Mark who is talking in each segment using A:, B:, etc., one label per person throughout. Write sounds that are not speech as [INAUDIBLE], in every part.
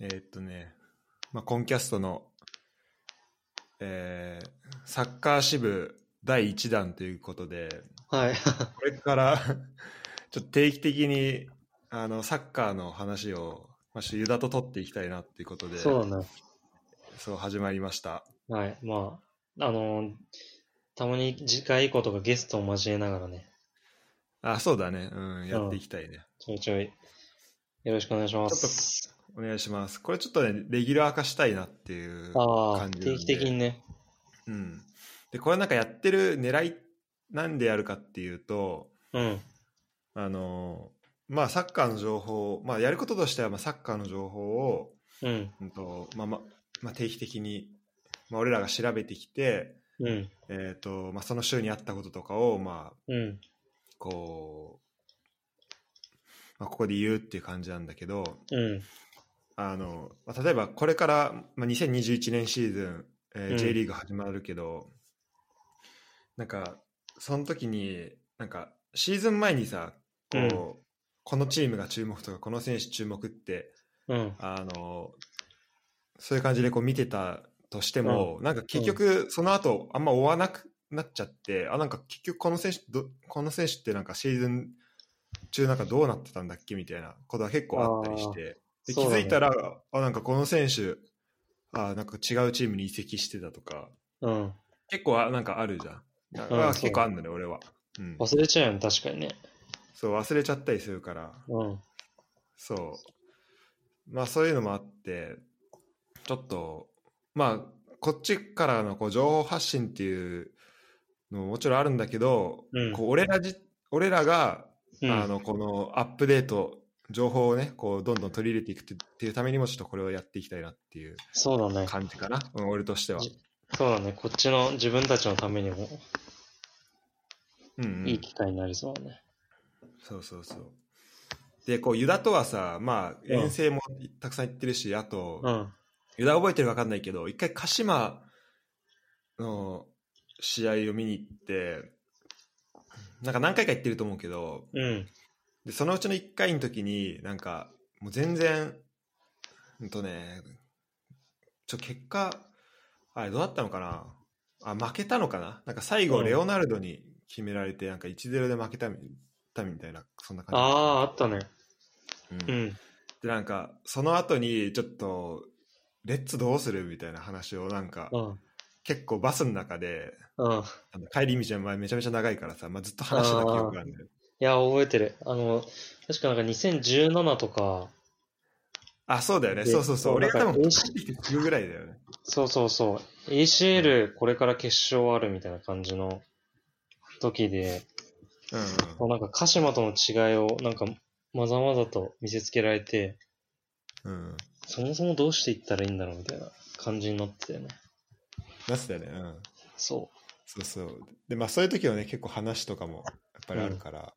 A: えーっとね、まあ、コンキャストの、えーサッカー支部第1弾ということで、
B: はい。
A: これから [LAUGHS] ちょっと定期的にあのサッカーの話を、まあ、ユダと取っていきたいなっていうことで、
B: [LAUGHS] そうだね。
A: そう始まりました。
B: はい。まあ、あのーたまに次回以降とかゲストを交えながらね、
A: あ、そうだね。うん、やっていきたいね。
B: ちょいちょい、よろしくお願いします。
A: お願いします。これちょっとね、レギュラー化したいなっていう
B: ああ、
A: 感じなんで
B: 定期的にね。
A: うん。で、これなんかやってる狙い、なんでやるかっていうと、
B: うん。
A: あの、まあ、サッカーの情報をまあ、やることとしては、まあ、サッカーの情報を、
B: うん。
A: うんと、まあ、まあ、まあ、定期的に、まあ、俺らが調べてきて、
B: うん。
A: えっ、と、まあ、その週にあったこととかを、まあ、
B: うん。
A: こう、まあ、ここで言うっていう感じなんだけど、
B: うん。
A: あの、まあ例えばこれから、まあ、2021年シーズン、えー
B: うん
A: J リーグ始まるけど、なんか、その時に、なんか、シーズン前にさ、こう、
B: うん
A: このチームが注目とか、この選手注目って、
B: うん。
A: あの、そういう感じでこう見てたとしても、なんか結局、その後、あんま追わなくなっちゃって、あ、なんか結局この選手ど、この選手ってなんかシーズン中なんかどうなってたんだっけみたいなことは結構あったりして、で気
B: そうだ
A: づ
B: ね
A: いたら、あ、なんかこの選手、あ、なんか違うチームに移籍してたとか、
B: うん。
A: 結構あなんかあるじゃん。なん
B: うん
A: かあ
B: そう
A: 結構あんのね、俺は。うん。
B: 忘れちゃうよね、確かにね。
A: そう、忘れちゃったりするから。
B: うん。
A: そう。まあそういうのもあって、ちょっと、まあ、こっちからのこう情報発信っていうのももちろんあるんだけど、
B: うん
A: こう俺らじ俺らが、
B: うん。
A: あのこのアップデート、情報をね、こうどんどん取り入れていくってっていうためにも、ちょっとこれをやっていきたいなっていう
B: そうだね。
A: 感じかな、うん、俺としては。
B: そうだね。こっちの自分たちのためにも、
A: うんうん、
B: いい機会になりそうだね。
A: そうそうそう。で、こう、ユダとはさ、まあ、
B: うん
A: 遠征もたくさん行ってるし、あと、
B: うん。
A: ユダ覚えてるか分かんないけど、一回鹿島の試合を見に行って、なんか何回か行ってると思うけど、
B: うん。
A: でそのうちの一回の時に、なんか、もう全然、うんとね、ちょ、結果、あれどうだったのかなあ、負けたのかななんか最
B: う
A: 後、
B: ん
A: レオナルドに決められて、なんか1-0で負けたみたみたいな、そんな感
B: あ
A: じ。
B: あ、あったね。
A: うん
B: うん。
A: で、なんか、その後に、ちょっと、レッツどうするみたいな話を、なんか
B: う、ん。
A: 結構バスの中で
B: うん。
A: あの帰り道の前めちゃめちゃ長いからさ、まあ、ずっと話してた記憶があるんだよ
B: いや、覚えてる。あの、確かなんか2017とか、
A: あそうだよね
B: で
A: そうそうそう
B: そう
A: 俺が多
B: なんか
A: 分帰ってきてすぐぐらいだよね
B: そうそうそう、ACL これから決勝あるみたいな感じの時で、
A: うんうん
B: こうなんか鹿島との違いをなんかまざまざと見せつけられて、
A: うん
B: そもそもどうしていったらいいんだろうみたいな感じになってたよね。
A: なってたよねうん
B: そ
A: そうそうでまあそういう時はね結構話とかもやっぱりあるから、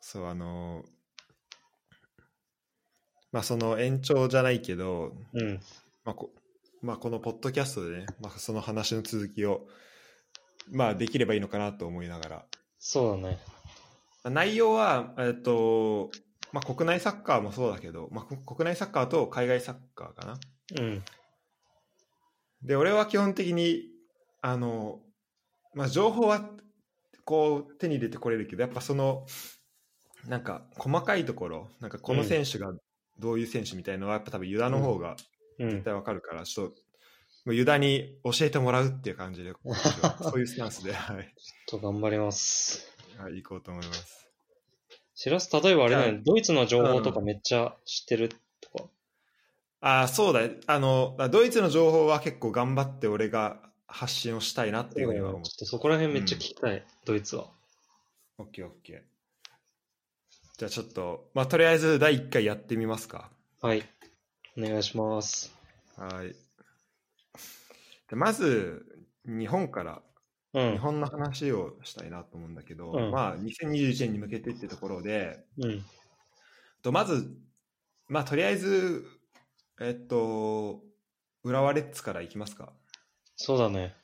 A: そうあのまあその延長じゃないけど、
B: う。うん。
A: まあこまあ、このポッドキャストでね、まあ、その話の続きをまあできればいいのかなと思いながら
B: そうだね。
A: まあ内容は、えっと、まあ、国内サッカーもそうだけど、まあ、こ国内サッカーと海外サッカーかな。
B: うん。
A: で、俺は基本的に、あの、まあ、情報は、こう、手に入れてこれるけど、やっぱその、なんか、細かいところ、なんか、この選手がどういう選手みたいのは、やっぱ多分、ユダの方が
B: うん
A: 絶。対わかるから、ちょっと、もうユダに教えてもらうっていう感
B: [LAUGHS]
A: じで、こっちはそういうスタンスで、はい、
B: ちょっと頑張ります。
A: はい、行こうと思います。
B: しらす、例えばあれだよ
A: じ
B: ね、ドイツの情報とかめっちゃ知ってるとか。
A: あーそうだあのドイツの情報は結構頑張って俺が発信をしたいなっていうふうには
B: ちょ
A: 思
B: っとそこら辺めっちゃ聞きたい、ドイツは。
A: う。オッケーオッケー。じゃあちょっと、まあ、とりあえず第1回やってみますか。
B: はい。お願いします。
A: はい。でまず、日本から、
B: う
A: 日
B: ん。
A: 本の話をしたいなと思うんだけど、
B: うん
A: まあ、2021年に向けてってところで、
B: うん。
A: とまず、まあ、とりあえず、えっと、浦和レッズからいきますか。
B: そうだね。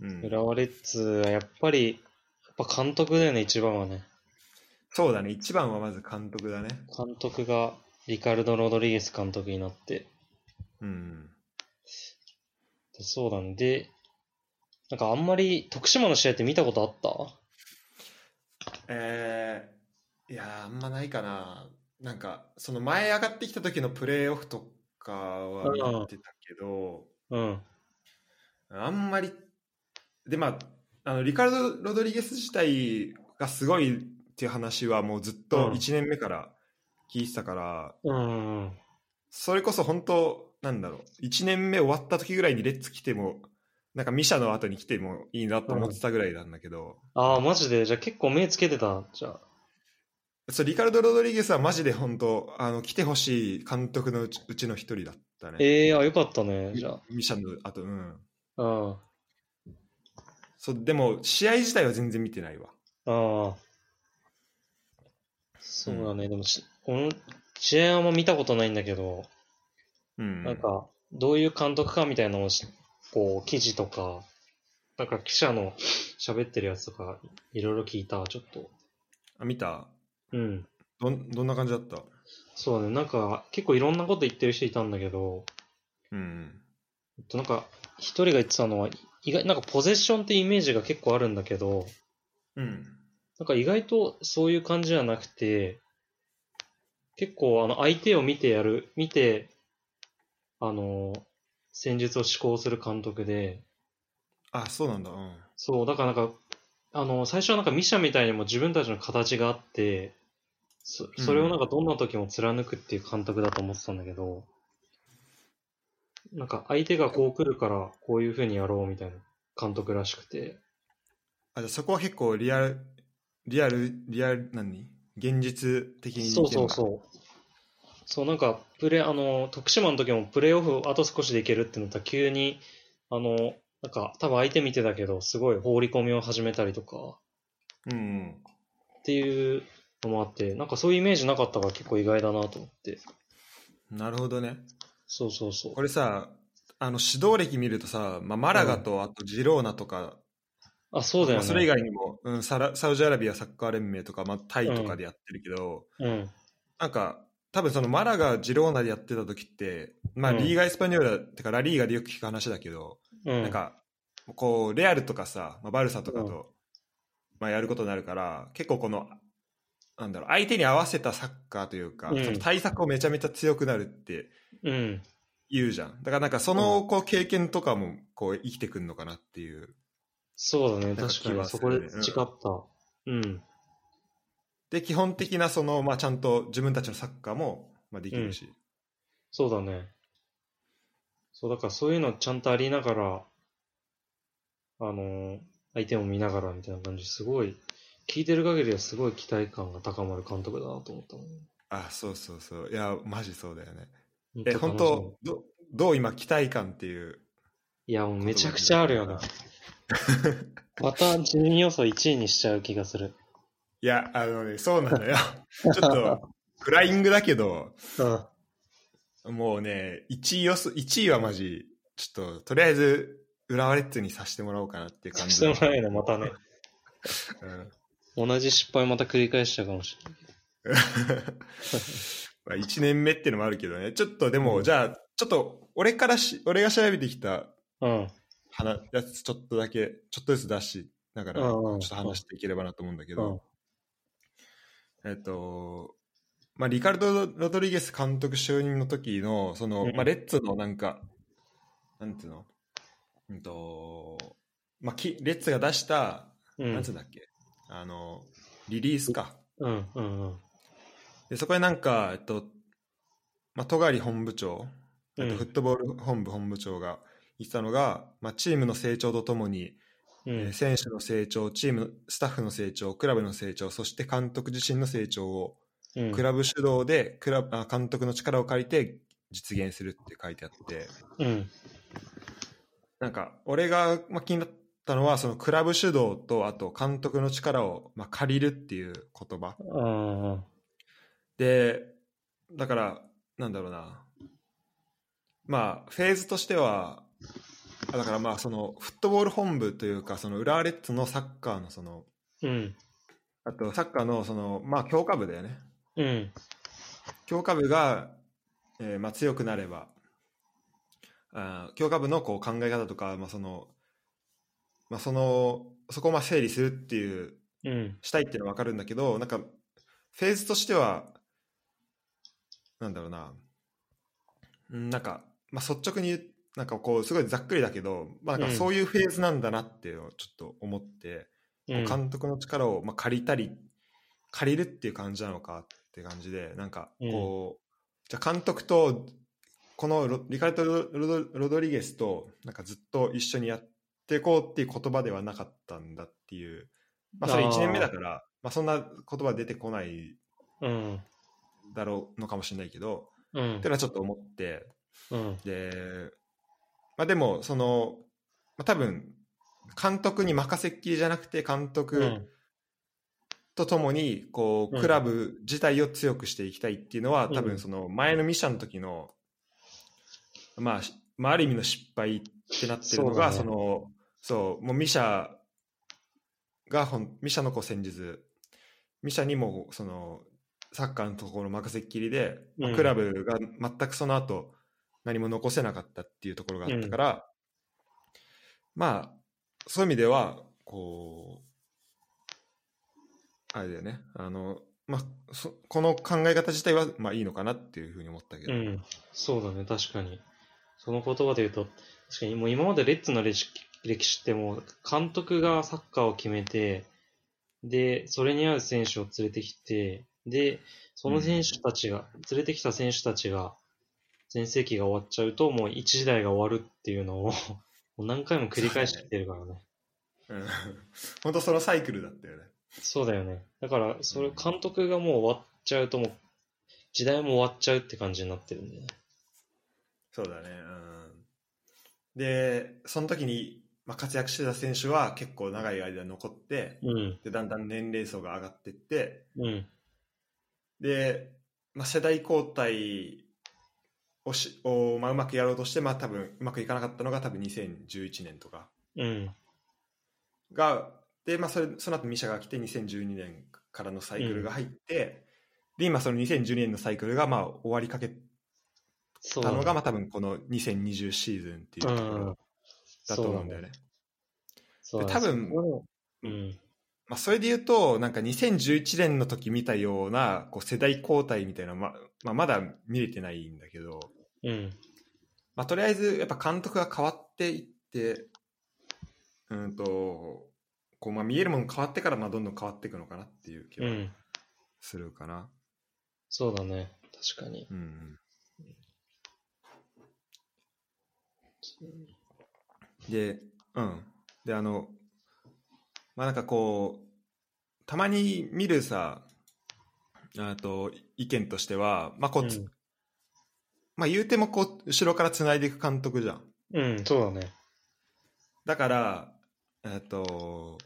A: うん、
B: 浦和レッズはやっぱり、やっぱ監督だよね、一番はね。
A: そうだね、一番はまず監督だね。
B: 監督が、リカルド・ロドリゲス監督になって、
A: うん。
B: でそうなんで、なんかあんまり徳島の試合って見たことあった
A: えー、いやーあんまないかな。なんか、その前上がってきた時のプレーオフとかは見てたけど、
B: うん。
A: あんまり、で、まあ、あのリカルド・ロドリゲス自体がすごいっていう話はもうずっと
B: うん
A: 1年目から聞いてたから、
B: うん。
A: それこそ本当、なんだろう、1年目終わった時ぐらいにレッツ来ても、なんかミシャの後に来てもいいなと思ってたぐらいなんだけど、
B: ああ、マジで。じゃあ結構目つけてた。じゃあ。
A: そうリカルド・ロドリゲスはマジで本当、あの来てほしい監督のうちうちの一人だったね。
B: ええあ、よかったね。じゃ
A: ミシャの後、うん。
B: あ。うん。あ
A: そう、でも試合自体は全然見てないわ。
B: あ。そうだね。でもし、この試合はあんま見たことないんだけど、
A: うん。
B: なんか、どういう監督かみたいなのをし、こう、記事とか、なんか記者の喋ってるやつとか、いろいろ聞いた。ちょっと。
A: あ見た
B: うん。
A: どんどんな感じだった
B: そうだね、なんか結構いろんなこと言ってる人いたんだけど、
A: うん。
B: えっとなんか一人が言ってたのは、意外、なんかポゼッションってイメージが結構あるんだけど、
A: うん。
B: なんか意外とそういう感じじゃなくて、結構あの相手を見てやる、見て、あの、戦術を施行する監督で、
A: あ、そうなんだ。うん。
B: そう、だからなんか、あの、最初はなんかミシャみたいにも自分たちの形があって、そそれをなんかどんな時も貫くっていう監督だと思ってたんだけど、なんか相手がこう来るからこういう風にやろうみたいな監督らしくて、
A: あ、じゃあそこは結構リアル、リアル、リアル、何現実的に
B: そうそうそう。そう、なんか、プレー、あの、徳島の時もプレーオフあと少しでいけるってなったら急に、あの、なんか、多分相手見てたけど、すごい放り込みを始めたりとか、
A: う。うん。
B: っていうのもあって、なんかそういうイメージなかったから結構意外だなと思って。
A: なるほどね。
B: そうそうそう
A: こ。れさ、あの指導歴見るとさ、まあ、マラガとあとジローナとか、
B: あ、そうだよ
A: まあ
B: ね。
A: それ以外にも、うん、サラサウジアラビアサッカー連盟とか、まあ、タイとかでやってるけど、
B: うん。
A: なんか、多分そのマラガ、ジローナでやってた時って、まあ、
B: うん
A: リーガ・エスパニョーラ、ってかラリーガでよく聞く話だけど、
B: うん。
A: なんか、こう、レアルとかさ、まあ、バルサとかと、
B: うん
A: まあ、やることになるから、結構この、なんだろう、相手に合わせたサッカーというか、
B: うん
A: その対策をめちゃめちゃ強くなるって
B: うん。
A: 言うじゃん。だからなんかそのこう経験とかもこう生きてくんのかなっていう。
B: そうだ
A: な
B: ね。
A: んか
B: 確か
A: 気
B: に。
A: は
B: そ
A: す
B: こ
A: るね
B: で培った。うん。
A: で、基本的なその、まあちゃんと自分たちのサッカーも、まあ、できるし。
B: そうだね。そう、だからそういうのちゃんとありながら、あのー相手も見ながらみたいな感じ、すごい、聞いてる限りはすごい期待感が高まる監督だなと思ったもん。
A: あ、そうそうそう。いや、マジそうだよね。え、
B: 楽しみ
A: 本当ど、どう今期待感っていう。
B: いや、もうめちゃくちゃある
A: [LAUGHS]
B: よな。また順位予想1位にしちゃう気がする。
A: いや、あのね、そうな
B: [LAUGHS]
A: のよ。ちょっと、フライングだけど、
B: うん。
A: もうね、1位予想、1位はマジ、ちょっと、とりあえず、浦和レッズにさせてもらおうかなっていう感じ。
B: してもらえないまたね。
A: うん
B: 同じ失敗また繰り返しちゃうかもしれない。
A: [LAUGHS] まあ1年目ってのもあるけどね、ちょっとでも、
B: うん
A: じゃあ、ちょっと俺からし、俺が調べてきた
B: うん。
A: 話やつ、ちょっとだけ、ちょっとずつ出しながら、ち
B: うんうんう
A: ょ
B: ん
A: っと話していければなと思うんだけど、えっと、まあ、リカルド・ロドリゲス監督就任の時の、その
B: う、ん
A: まあ、レッツのなんか、なんていうの、うんと、まあ、きレッツが出した、
B: うん。
A: なんつうんだっけ、あの、リリースか。
B: うん。うん。うん。
A: でそこでなんか、えっとまあ、戸狩本部長、えっ
B: う
A: と
B: ん
A: フットボール本部本部長が言ってたのが、まあ、チームの成長とともに、え
B: う
A: ー
B: ん。
A: 選手の成長チームのスタッフの成長クラブの成長そして監督自身の成長を
B: うん
A: クラブ主導でクラブあ監督の力を借りて実現するって書いてあって
B: うん。
A: なんか俺が、まあ、気になったのはそのクラブ主導とあと監督の力を、まあ、借りるっていう言葉
B: ああ。
A: で、だから、なんだろうな。まあ、フェーズとしては、あだからまあ、その、フットボール本部というか、その、浦和レッズのサッカーの、その、
B: うん。
A: あと、サッカーの、その、まあ、強化部だよね。
B: うん。
A: 強化部が、えーまあ、強くなればあー強化部のこう考え方とか、まあそのまあ、そのそこをまあ整理するっていう
B: うん。
A: したいっていうのは分かるんだけどなんかフェーズとしてはなんだろうなうんなんか、まあ、率直に言うなんかこうすごいざっくりだけど、まあ、なん
B: う
A: か
B: ん
A: そういうフェーズなんだなっていうのをちょっと思って、
B: うん。
A: 監督の力をまあ借りたり借りるっていう感じなのかって感じでなんかこう、じゃあ監督とこのロリカルトロロド・ロドリゲスとなんかずっと一緒にやっていこうっていう言葉ではなかったんだっていう、まあ、それ
B: あー
A: 1年目だからまあ、そんな言葉出てこない
B: うん。
A: だろうのかもしれないけど
B: うん
A: っていうのはちょっと思って
B: うん。
A: で、まあ、でもその、まあ、多分監督に任せっきりじゃなくて監督、
B: うん。
A: とともにこ
B: う
A: うんクラブ自体を強くしていきたいっていうのは、
B: うん
A: 多分その前のミッションの時の、まあしまあ、ある意味の失敗ってなってるのが
B: そ
A: そう
B: だね
A: のそうもうミシャがほんミシャのこう戦術ミシャにもそのサッカーのところ任せっきりで、まあ
B: うん
A: クラブが全くその後何も残せなかったっていうところがあったから、まあそういう意味ではこうあれだよね。あの、まあ、そこの考え方自体は、まあ、いいのかなっていうふうに思ったけど。
B: うん。そうだね、確かに。その言葉で言うと、確かにもう今までレッツの歴史歴史ってもう監督がサッカーを決めて、で、それに合う選手を連れてきて、で、その選手たちが、連れてきた選手たちが、全盛期が終わっちゃうと、もう一時代が終わるっていうのを、 [LAUGHS] もう何回も繰り返してきてるからね。
A: うん、 [LAUGHS] 本当そのサイクルだったよね。
B: そうだよね。だから、それ監督がもう終わっちゃうと、もう、時代も終わっちゃうって感じになってるんだよね。
A: そうだね。うん、で、その時に、まあ、活躍してた選手は結構長い間残って、
B: うん、
A: で、だんだん年齢層が上がってって、
B: うん、
A: で、まあ、世代交代をしを、まあ、うまくやろうとして、まあ、多分うまくいかなかったのが多分2011年とか
B: うん、
A: が、で、まあ、それ、その後ミシャが来て、2012年からのサイクルが入って、で、今その2012年のサイクルが、まあ、終わりかけ
B: そうだ
A: た
B: ね
A: のが、まあ、多分この2020シーズンっていうところだと思うんだよね。
B: そうだね。
A: で多分
B: そこのうん。
A: まあ、それで言うと、なんか2011年の時見たような、こう、世代交代みたいな、ま、まあ、まだ見れてないんだけど、
B: うん。
A: まあ、とりあえず、やっぱ監督が変わっていって、うんと、こう、まあ、見えるもの変わってから、まあ、どんどん変わっていくのかなっていう気
B: う
A: は
B: ん。
A: するかな。
B: そうだね。確かに。
A: うんうんで、うん。で、あの、まあなんかこう、たまに見るさ、あと、意見としては、まあこう、つ
B: うん
A: まあ言うてもこう、後ろから繋いでいく監督じゃん。
B: うん、そうだね。
A: だから、えっと、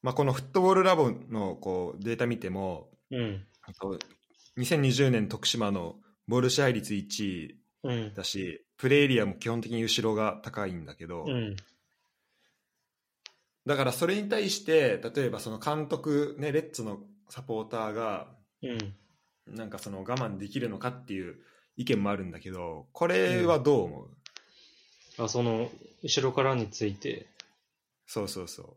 A: まあこのフットボールラボのこう、データ見ても、
B: うん。
A: あと2020年徳島のボール支配率1位
B: うん。
A: だし、プレーエリアも基本的に後ろが高いんだけど、
B: うん。
A: だからそれに対して、例えばその監督、ね、レッツのサポーターが、
B: うん。
A: なんかその我慢できるのかっていう意見もあるんだけど、これはどう思う、
B: あ、その、後ろからについて、
A: そうそうそ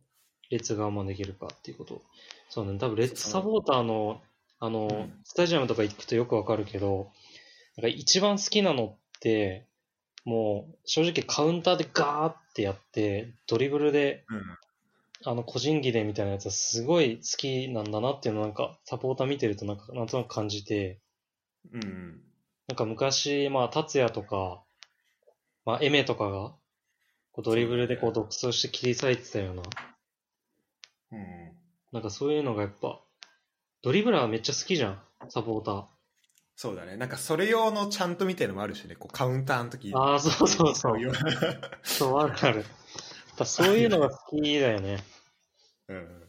B: 列が我慢できるかっていうこと。そうね。多分、レッツサポーターの、あの、
A: うん
B: スタジアムとか行くとよくわかるけど、なんか一番好きなのって、もう、正直カウンターでガーってやって、ドリブルで、
A: うん
B: あの、個人技でみたいなやつはすごい好きなんだなっていうのをなんか、サポーター見てるとなんか、なんとなく感じて、
A: う。うん。
B: なんか昔、まあ、達也とか、まあ、エメとかが、こうドリブルでこう独走して切り裂いてたような、
A: うん。
B: なんかそういうのがやっぱ、ドリブラーめっちゃ好きじゃん、サポーター。
A: そうだね。なんかそれ用のちゃんとみたいのもあるしね、こうカウンターの時
B: ああ、そうそうそ
A: そうう。いう。 [LAUGHS]
B: そう、あるある。やっぱそういうのが好きだよね。
A: うん。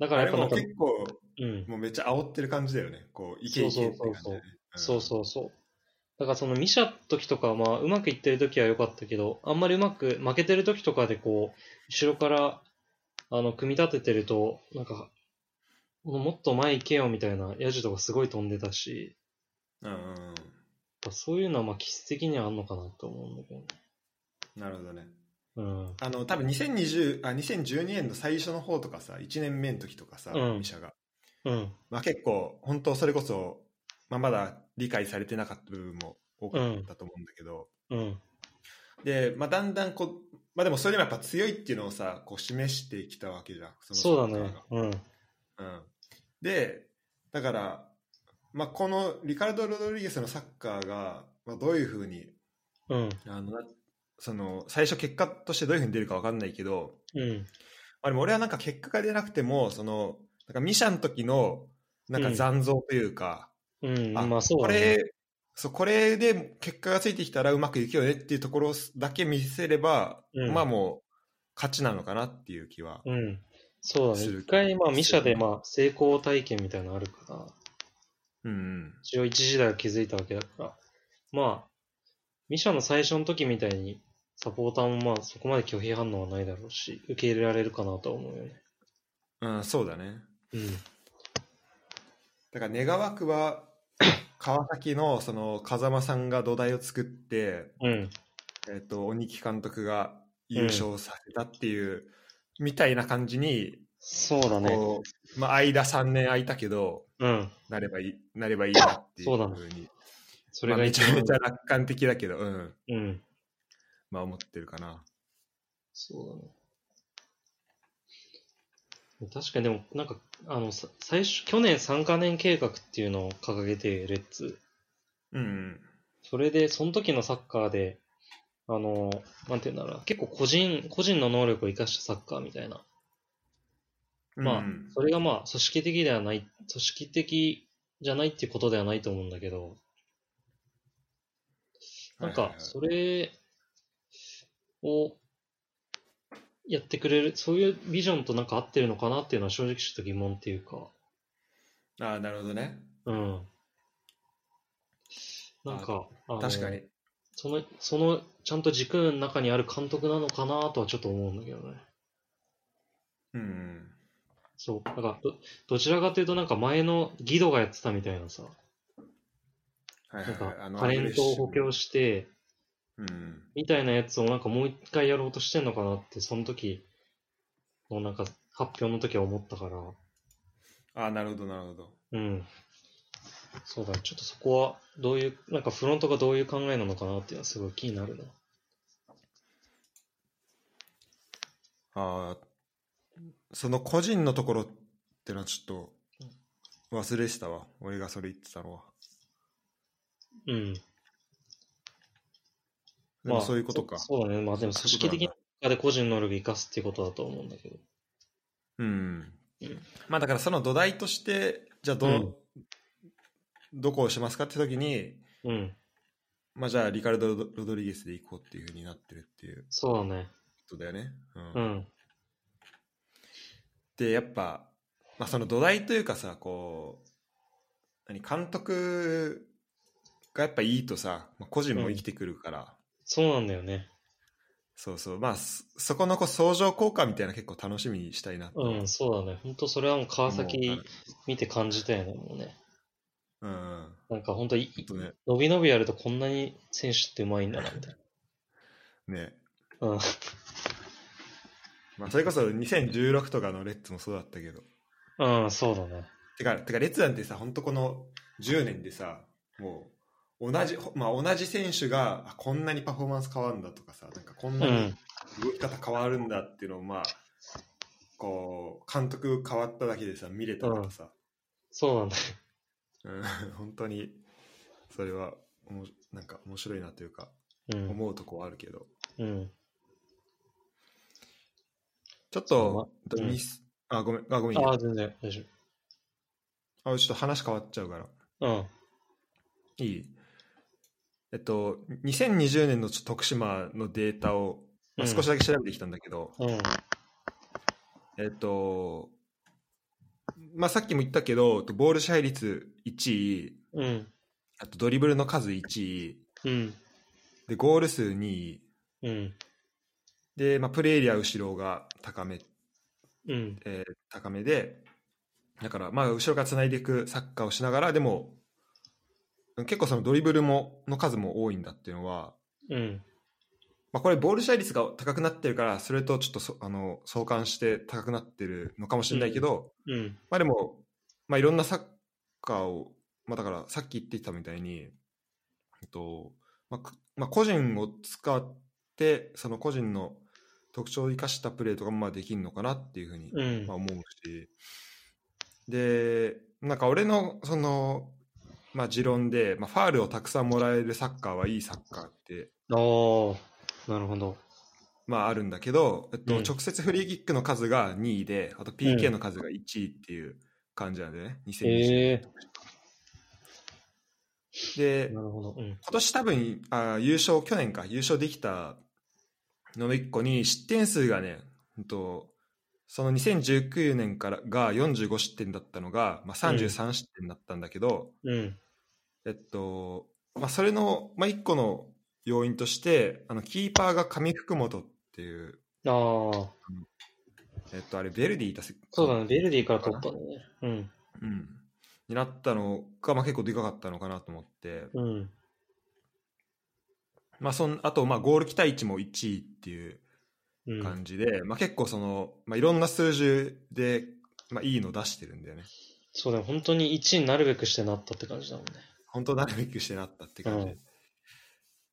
B: だか
A: あ
B: らや
A: れ
B: っぱ
A: も
B: なんか、
A: 結構、
B: うん。
A: もうめっちゃ煽ってる感じだよね。こう、イケイケって感じだよね。
B: そうそうそう。だからそのミシャの時とかはまあうまくいってる時は良かったけど、あんまりうまく負けてる時とかでこう、後ろからあの組み立ててると、なんか、もうもっと前行けよみたいなヤジとかすごい飛んでたし、
A: うんうん
B: ぱそういうのはまあ気質的にはあんのかなと思うんだけどね。
A: うん。なるほどね。
B: うん。
A: あの、多分2020、あ、2012年の最初の方とかさ、1年目の時とかさ、
B: うん
A: ミシャが。
B: うん。
A: まあ結構、本当それこそ、まあまだ理解されてなかった部分も多かったと思うんだけど、
B: うん。
A: で、まあだんだんこう、まあでもそれでもやっぱ強いっていうのをさ、こう示してきたわけじゃん。その
B: そうだ
A: サッカ
B: ね
A: ーが。
B: うん。
A: うん、でだから、まあ、このリカルド・ロドリゲスのサッカーが、まあ、どういうふうに
B: うん。
A: あのなその最初結果としてどういうふうに出るか分かんないけど、
B: うん。
A: まあ、でも俺はなんか結果が出なくてもそのなんかミシャの時のなんか残像というか、
B: うん。
A: あ
B: まあそう
A: こ
B: だね。
A: れそうこれで結果がついてきたらうまくいくよねっていうところだけ見せれば、
B: うん
A: まあもう勝ちなのかなっていう気は、
B: うん。そうだね。
A: する
B: 一回、まあ、ミシャで、まあ、成功体験みたいなのあるから、
A: うんうん、
B: 一応一時代は築いたわけだから、まあ、ミシャの最初の時みたいに、サポーターもまあ、そこまで拒否反応はないだろうし、受け入れられるかなとは思うよね。
A: うん、そうだね。
B: うん。
A: だから願わくは [COUGHS] 川崎のその風間さんが土台を作って、
B: うん。
A: えっと鬼木監督が優勝させたっていう、みたいな感じに、
B: そうだね。
A: こうまあ、間3年空いたけど
B: うん。
A: な
B: な
A: ればいいなればいいなってい
B: そううだ
A: ふ
B: ね
A: うに、
B: そ
A: ま
B: れ
A: あ、
B: が
A: めち
B: 一
A: ゃ
B: 番
A: めちゃ楽観的だけど、うん
B: うん。
A: まあ、思ってるかな。
B: そうだね。確かにでも、なんか、あの、さ最初、去年3カ年計画っていうのを掲げて、レッツ。
A: うん
B: それで、その時のサッカーで、あの、なんていうんだろうな、結構個人、個人の能力を生かしたサッカーみたいな。
A: うん、
B: まあ
A: うん、
B: それがまあ、組織的ではない、組織的じゃないっていうことではないと思うんだけど、なん
A: はい
B: か
A: は、いはい
B: それをやってくれる、そういうビジョンとなんか合ってるのかなっていうのは正直ちょっと疑問っていうか、
A: ああなるほどね
B: うん。なんか、あの
A: 確かに。
B: その、その、ちゃんと軸の中にある監督なのかなとはちょっと思うんだけどね。
A: うん
B: そう。なんかど、どちらかというとなんか前のギドがやってたみたいなさ、
A: はい
B: なん
A: [LAUGHS] はい、
B: か、タレントを補強して、
A: うん
B: みたいなやつをなんかもう一回やろうとしてんのかなって、その時のなんか発表の時は思ったから、
A: ああなるほどなるほど
B: うん。そうだね、ちょっとそこは、どういう、なんかフロントがどういう考えなのかなっていうのはすごい気になるな。
A: ああ、その個人のところってのはちょっと忘れてたわ。俺がそれ言ってたのは。
B: うん。
A: でもそういうことか。
B: そそうだね、まあでも組織的な中で個人能力生かすっていうことだと思うんだけど。
A: うん
B: うん。
A: まあだからその土台として、じゃあど、
B: うん
A: どこをしますかって時に、
B: うん、
A: まあじゃあリカルド・ロドリゲスで行こうっていうふうになってるっていう
B: そうだね。
A: ことだよね。うん
B: うん、
A: で、やっぱ、まあその土台というかさ、こう、何、監督がやっぱいいとさ、まあ、個人も生きてくるから、
B: そうなんだよね。
A: そうそう。まあ、そそこのこう相乗効果みたいな結構楽しみにしたいなと。
B: うん、そうだね。本当それはもう川
A: も
B: 崎
A: う
B: 見て感じたよね、もうね。
A: うん。本
B: なんか本当に、
A: 当ね。
B: 伸び伸びやるとこんなに選手ってうまいんだな、みたい
A: ね。
B: な。うん。
A: まあ、それこそ2016とかのレッツもそうだったけど。
B: うん、そうだね。
A: てか、てかレッツなんてさ、本当この10年でさ、もう、同じ、ほまあ、同じ選手が、あこんなにパフォーマンス変わるんだとかさ、なんかこんなに動き方変わるんだっていうのを、まあ、こう、監督変わっただけでさ、見れたからさ、
B: そうなんだ。
A: うん、 [LAUGHS] 本当に、それは、おもなんか面白いなというか、
B: うん。
A: 思うとこはあるけど。
B: うん。
A: ちょっ
B: そ
A: と、
B: うまうん
A: ミス、あ、ごめん、あ、ごめんいい
B: あ
A: よ。
B: あ、全然大丈
A: あちょっと話変わっちゃうから。
B: 夫。う
A: い
B: ん。
A: いえっと、2020年のちょっと徳島のデータを、まあ
B: うん
A: 少しだけ調べてきたんだけど、
B: うん。
A: えっと、まあ、さっきも言ったけど、ボール支配率1位、
B: うん。
A: あとドリブルの数1位、
B: うん。
A: で、ゴール数2位、
B: うん。
A: で、まあ、プレーエリア後ろが高め、
B: うん。
A: えー高めで、だから、まあ、後ろから繋いでいくサッカーをしながら、でも、結構そのドリブルもの数も多いんだっていうのは、
B: うん。
A: まあ、これボール支配率が高くなってるからそれとちょっとそあの相関して高くなってるのかもしれないけど、
B: うん。
A: まあでも、まあ、いろんなサッカーを、まあ、だからさっき言ってたみたいに、えっとまあくまあ、個人を使ってその個人の特徴を生かしたプレーとかもまあできるのかなっていうふうに
B: うん
A: まあ、。思うし、で、なんか俺の、その、まあ、持論で、まあ、ファールをたくさんもらえるサッカーはいいサッカーって、
B: あーなるほど。
A: まあ、あるんだけど、えっと、
B: うん
A: 直接フリーキックの数が2位で、あと PK の数が1位っていう感じなんでね、2020
B: ええ
A: で、
B: なるほど。うん。
A: 今年多分、あ優勝、去年か、優勝できたのの1個に、失点数がね、うんと、その2019年からが45失点だったのが、まあ、33失点だったんだけど、
B: うん。
A: えっと、まあ、それの、まあ、一個の要因として、あの、キーパーが上福本っていう、
B: ああ、
A: えっと、あれ、ベルディいたせ
B: そうだね。ベルディから取ったね。うん。
A: うん。になったのが、まあ、結構でかかったのかなと思って、
B: うん。
A: まあ、そん、あと、まあ、ゴール期待値も1位っていう
B: うん。
A: 感じで、まあ、結構その、まあ、いろんな数字で、まあ、いいの出してるんだよね。
B: そうだね。本当に1位になるべくしてなったって感じだもんね。
A: 本当なるべくしてなったって感じで、
B: うん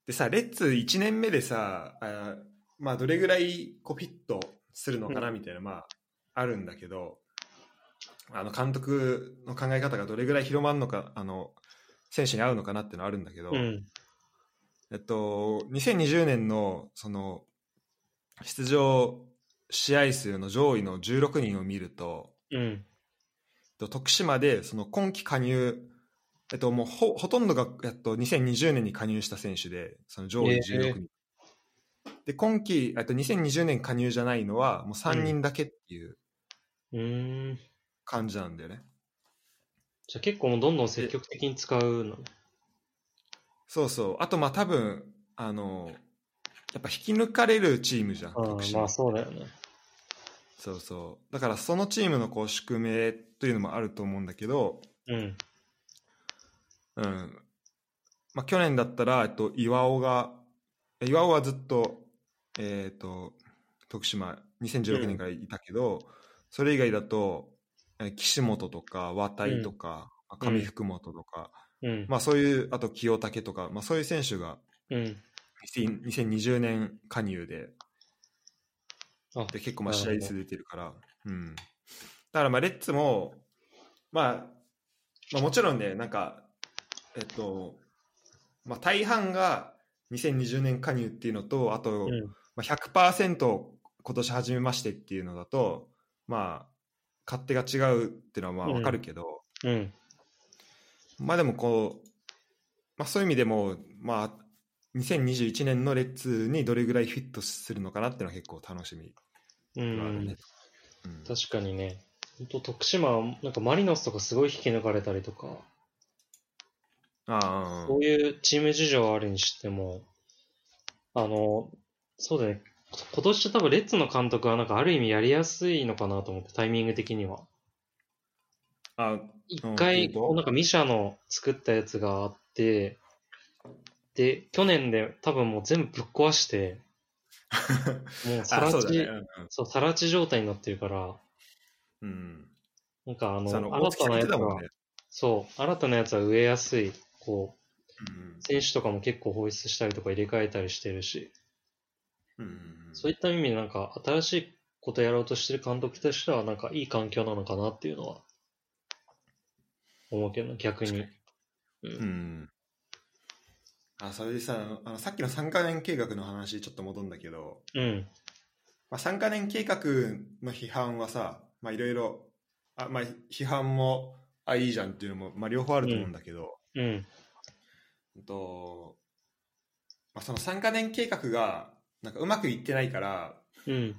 A: でさレッツ1年目でさあーまあどれぐらいこうフィットするのかなみたいな、まああるんだけどあの監督の考え方がどれぐらい広まるのかあの選手に合うのかなってのあるんだけど、
B: うん。
A: えっと、2020年のその出場試合数の上位の16人を見ると、
B: うん。
A: えっと徳島でその今季加入、えっと、もうほほとんどが、えっと、2020年に加入した選手でその上位16人、
B: え
A: で今季えっと2020年加入じゃないのはもう3人だけっていう
B: うーん。
A: 感じなんだよね、
B: じゃあ結構もうどんどん積極的に使うのね。
A: そうそうあとまあ多分あのやっぱ引き抜かれるチームじゃん
B: あ
A: 徳
B: あ、
A: 島、
B: まあそうだよね。
A: そうそうだからそのチームのこう宿命というのもあると思うんだけど、
B: うん。
A: うんまあ、去年だったら、えっと、岩尾が、岩尾はずっと、えっと、徳島、2016年からいたけど、それ以外だと、えー岸本とか、綿井とか、上福本とか、
B: うん。
A: まあそういう、あと清武とか、まあそういう選手が、
B: うん。
A: 2000 2020年加入で、
B: あ、
A: で結構まあ
B: なる
A: 試
B: ほど
A: 合数出てるから、うん、だからまあレッツも、まあ、まあもちろんねなんかえっと、まあ、大半が2020年加入っていうのとあと、
B: うん。
A: まあ、100%今年始めましてっていうのだとまあ勝手が違うっていうのはまあ
B: うん
A: 分かるけど、
B: うん。
A: まあでもこう、まあ、そういう意味でもまあ2021年のレッツにどれぐらいフィットするのかなっていうのは結構楽しみ
B: う
A: がある
B: ん
A: ね。。うん
B: 確かにね。本当徳島は、なんかマリノスとかすごい引き抜かれたりとか、
A: ああ
B: こういうチーム事情はあるにしても、あの、そうだね。今年多分レッツの監督はなんかある意味やりやすいのかなと思って、タイミング的には。
A: あ
B: 一回、
A: うん
B: なんかミシャの作ったやつがあって、で、去年で多分もう全部ぶっ壊して、もうさ
A: あ
B: ら
A: そうだ
B: 地
A: ね、
B: そう、さら地状態になってるから、
A: うん
B: なんかあ
A: う
B: の、
A: ん、その
B: 新たなやつ
A: だも
B: が、
A: んね、
B: そう、新たなやつは植えやすい、こ
A: うん
B: う、選手とかも結構放出したりとか入れ替えたりしてるし、
A: うん
B: そういった意味でなんか新しいことやろうとしてる監督としては、なんかいい環境なのかなっていうのは、思うけどね、逆に。
A: うんあそれでさあのさっきの3か年計画の話ちょっと戻るんだけど、
B: うん、
A: まあ、3か年計画の批判はさまあいろいろあまあ批判もあいいじゃんっていうのも、まあ、両方あると思うんだけど、
B: うん、
A: うんとまあ、その3か年計画がなんかうまくいってないから
B: うん、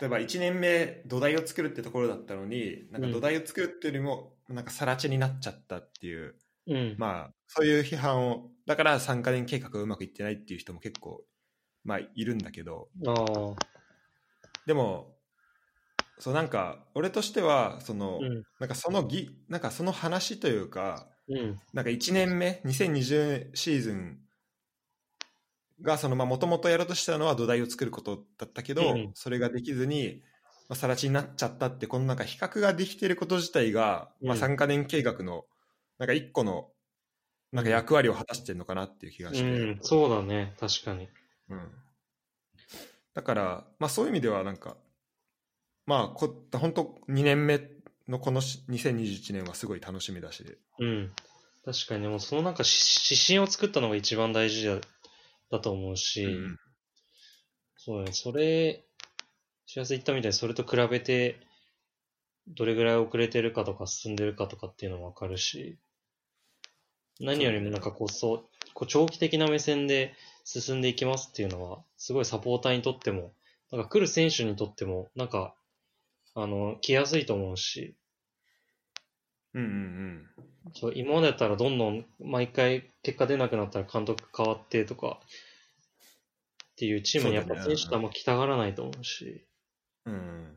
A: 例えば1年目土台を作るってところだったのになんか土台を作るっていうよりもなんか更地になっちゃったっていう、
B: うん。
A: まあそういう批判をだから3か年計画がうまくいってないっていう人も結構まあいるんだけど
B: ああ、
A: でもそうなんか俺としてはその、
B: うん、
A: なんかそのぎなんかその話というか
B: うん。
A: なんか1年目、2020シーズンが、その、まあ、もともとやろうとしたのは土台を作ることだったけど、
B: うん
A: それができずに、まあ、さら地になっちゃったって、このなんか比較ができてること自体が、まあ、
B: うん
A: 3カ年計画の、なんか一個の、なんか役割を果たしてるのかなっていう気がして、
B: うん、そうだね。確かに。
A: うんだから、まあ、そういう意味ではなんか、まあこ、本当2年目のこのし2021年はすごい楽しみだし、
B: うん。確かに、もうそのなんかし指針を作ったのが一番大事だだと思うし、
A: うん
B: そうね、それ、幸せ言ったみたいに、それと比べて、どれぐらい遅れてるかとか進んでるかとかっていうのもわかるし、何よりもなんかこう、そう、こう長期的な目線で進んでいきますっていうのは、すごいサポーターにとっても、なんか来る選手にとっても、なんか、あの、来やすいと思うし、
A: うんうん
B: そう今までだったらどんどん毎回結果出なくなったら監督変わってとかっていうチームにやっぱ
A: そうだ
B: 選
A: ね
B: 手とはもう来たがらないと思うし、
A: うん。うん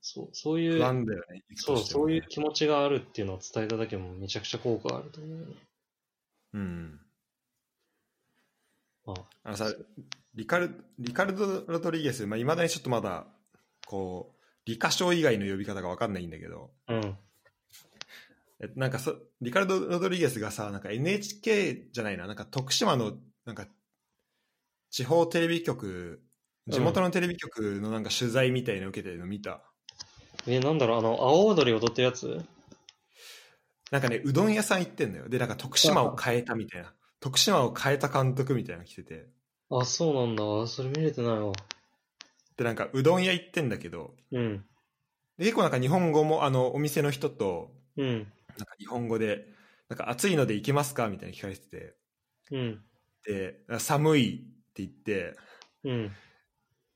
B: そうそうい
A: 不
B: う、
A: 安だよね。
B: そ
A: 生きと
B: う、
A: しても
B: そう
A: ね
B: いう気持ちがあるっていうのを伝えただけでもめちゃくちゃ効果あると思うよね。
A: うん。
B: あ
A: あのさ、リカルリカルド・ロドリゲス、まあ、未だにちょっとまだ、こう、リカ賞以外の呼び方がわかんないんだけど、
B: うん。
A: えなんかそ、リカルド・ロドリゲスがさ、なんか NHK じゃないな、なんか徳島の、なんか、地方テレビ局、地元のテレビ局のなんか取材みたいなの受けてるの見た。
B: え、なんだろう、あの、青踊り踊ってるやつ
A: なんかね、うどん屋さん行ってんのよ。で、なんか徳島を変えたみたいな。徳島を変えた監督みたいなの来てて。
B: あ、そうなんだ。それ見れてないわ。
A: で、なんかうどん屋行ってんだけど、
B: うん。
A: で結構なんか日本語もあのお店の人と
B: うん。
A: なんか日本語で「なんか暑いので行けますか?」みたいに聞かれてて
B: うん。
A: で「寒い」って言って
B: うん。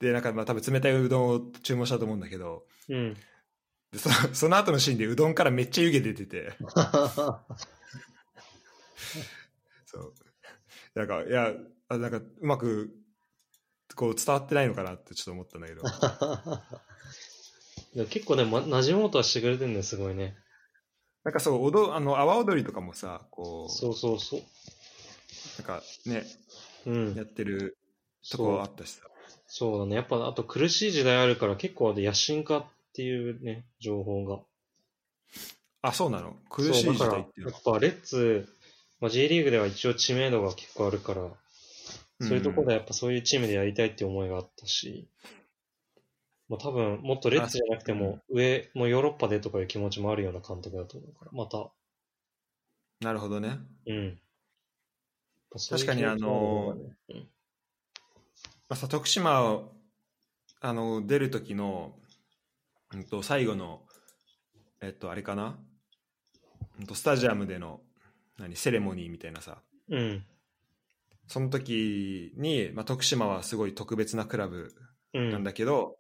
A: でなんかまあ多分冷たいうどんを注文したと思うんだけど [LAUGHS]
B: うん。
A: でそその後のシーンでうどんからめっちゃ湯気出て
B: [LAUGHS]
A: てそうなんかいやあなんかうまくこう伝わってないのかなってちょっと思ったんだけ
B: [LAUGHS]
A: ど
B: でも結構ね、ま、馴染もうとはしてくれてるんだよ、すごいね。
A: なんかそうおどあの阿波踊りとかもさこう
B: そうそうそう。
A: なんかね
B: うん。
A: やってると
B: そ
A: こあ
B: う
A: ったしさ
B: そうだね。やっぱ、あと苦しい時代あるから結構あと野心家っていうね、情報が。
A: あそうなの苦しい時
B: そうだ
A: 代
B: か
A: っていう
B: ら、
A: の
B: やっぱレッツ、まあ、J リーグでは一応知名度が結構あるから、そういうところでやっぱそういうチームでやりたいって思いがあったし、まあ多分もっとレッツじゃなくても上、もうヨーロッパでとかいう気持ちもあるような監督だと思うから、また、
A: なるほどね、
B: うん。
A: 確かにあのーまあ、さ徳島をあの出る時の、うん、と最後のえっとあれかな、うん、とスタジアムでの何セレモニーみたいなさ
B: うん。
A: その時に、まあ、徳島はすごい特別なクラブ
B: う
A: なん
B: ん。
A: だけど、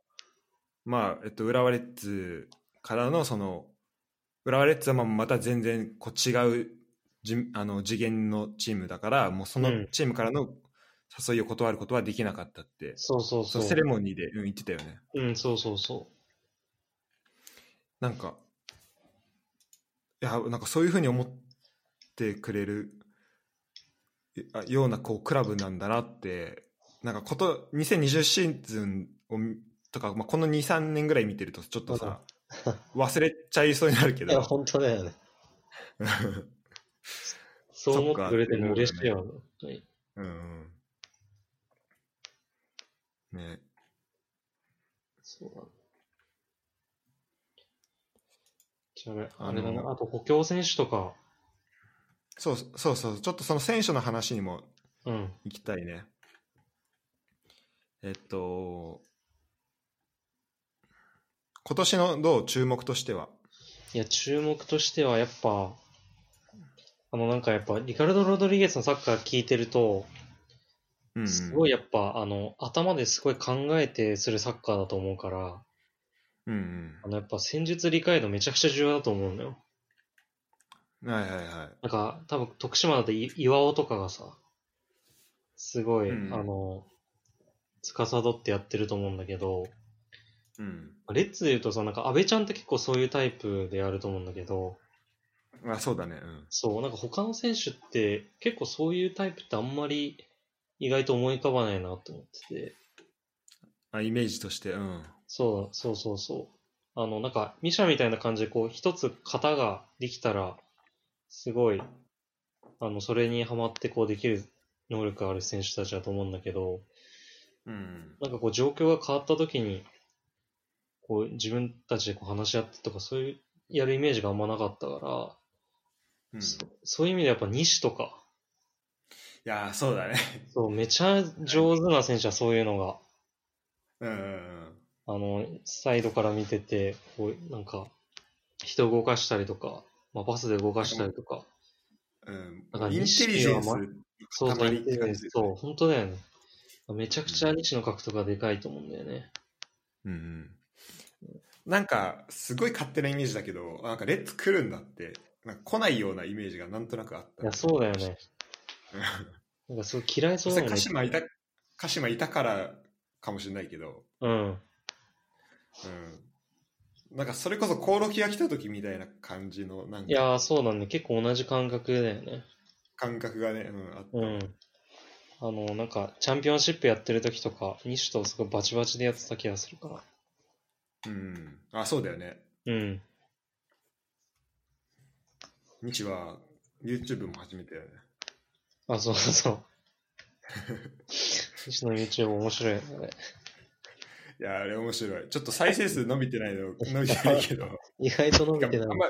A: まあえっと浦和レッズからのその浦和レッズはまあまた全然こう違うじあの次元のチームだからもうそのチームからの誘いを断ることはできなかったって、
B: そうそう
A: そ
B: そうう。
A: セレモニーで、うん、言ってたよね
B: うん、そうそうそ
A: なんかいやなんかそういうふうに思ってくれるえあようなこうクラブなんだなってなんかこと2020シーズンを見とか、まあ、この23年ぐらい見てるとちょっとさ忘れちゃいそうになるけ
B: [LAUGHS] う。いや、
A: ど [LAUGHS]
B: 本当だよね。そう思ってくれても嬉しいよね。本当に
A: うんね
B: そうだね。じゃあ、
A: あ
B: あれ
A: の
B: だな。あと補強選手とか。
A: そうそうそうちょっとその選手の話にも
B: うん。
A: 行きたいね。えっと、今年のどう注目としては。
B: いや、注目としてはやっぱ、あの、なんかやっぱ、リカルド・ロドリゲスのサッカー聞いてると、
A: うんうん
B: すごいやっぱ、あの、頭ですごい考えてするサッカーだと思うから、
A: うん
B: あの、やっぱ戦術理解度めちゃくちゃ重要だと思うのよ。
A: うん。はいはいは
B: なんか、多分徳島だとい岩尾とかがさ、すごい、
A: うん
B: あの、司ってやってると思うんだけど、
A: い。うん。
B: レッツで言うとさ、なんか安倍ちゃんって結構そういうタイプでやると思うんだけど、
A: あ、そうだね。うん。
B: そう、なんか他の選手って結構そういうタイプってあんまり意外と思い浮かばないなと思ってて。
A: あ、イメージとして、うん。
B: そう、そうそうそう。あの、なんか、ミシャみたいな感じで、こう、一つ型ができたら、すごい、あの、それにハマって、こう、できる能力がある選手たちだと思うんだけど、
A: うん。
B: なんかこう、状況が変わった時に、こう、自分たちでこう話し合ってとか、そういう、やるイメージがあんまなかったから、
A: うん、い
B: そそういう意味でやっぱ西とか、
A: やー、そうだね。 [LAUGHS]
B: そう、めちゃ上手な選手はそういうのが、
A: うんうん
B: あの、サイドから見てて、こう、なんか、人動かしたりとか、まあ、バスで動かしたりとか、
A: うん。
B: だ
A: う
B: から
A: ん。インテリジェン
B: 西は
A: ス
B: そう
A: たまりっ
B: そう
A: て感じだ
B: そう、
A: よね
B: 本当だよね。めちゃくちゃ西の獲得がでかいと思うんだよね。
A: うんうん。なんか、すごい勝手なイメージだけど、あなんかレッツ来るんだって、なんか来ないようなイメージがなんとなくあった。
B: いや、そうだよ
A: [LAUGHS]
B: ね。なんかすごい嫌い
A: そ
B: そ
A: うし
B: だ
A: て
B: よね
A: 鹿。島いた、鹿島いたからかもしれないけど、
B: うん。
A: うん。なんかそれこそコオロギが来た時みたいな感じの、なん
B: い
A: か
B: やー、そうだね。結構同じ感覚だよね。
A: 感覚がね、うん、あった。
B: うん。あの、なんか、チャンピオンシップやってる時とか、西とすごいバチバチでやってた気がするか
A: うん。あ、そうだよね。
B: ら。うん。
A: 日は YouTube も始めたよね。
B: あ、そうそ
A: [LAUGHS]
B: うそう。西の YouTube 面白いよね。あれ
A: いや、あれ面白い。ちょっと再生数伸びてないの、伸びてないけど。
B: 意外と [LAUGHS] 伸
A: て
B: びて
A: か
B: な
A: あん
B: い。
A: ま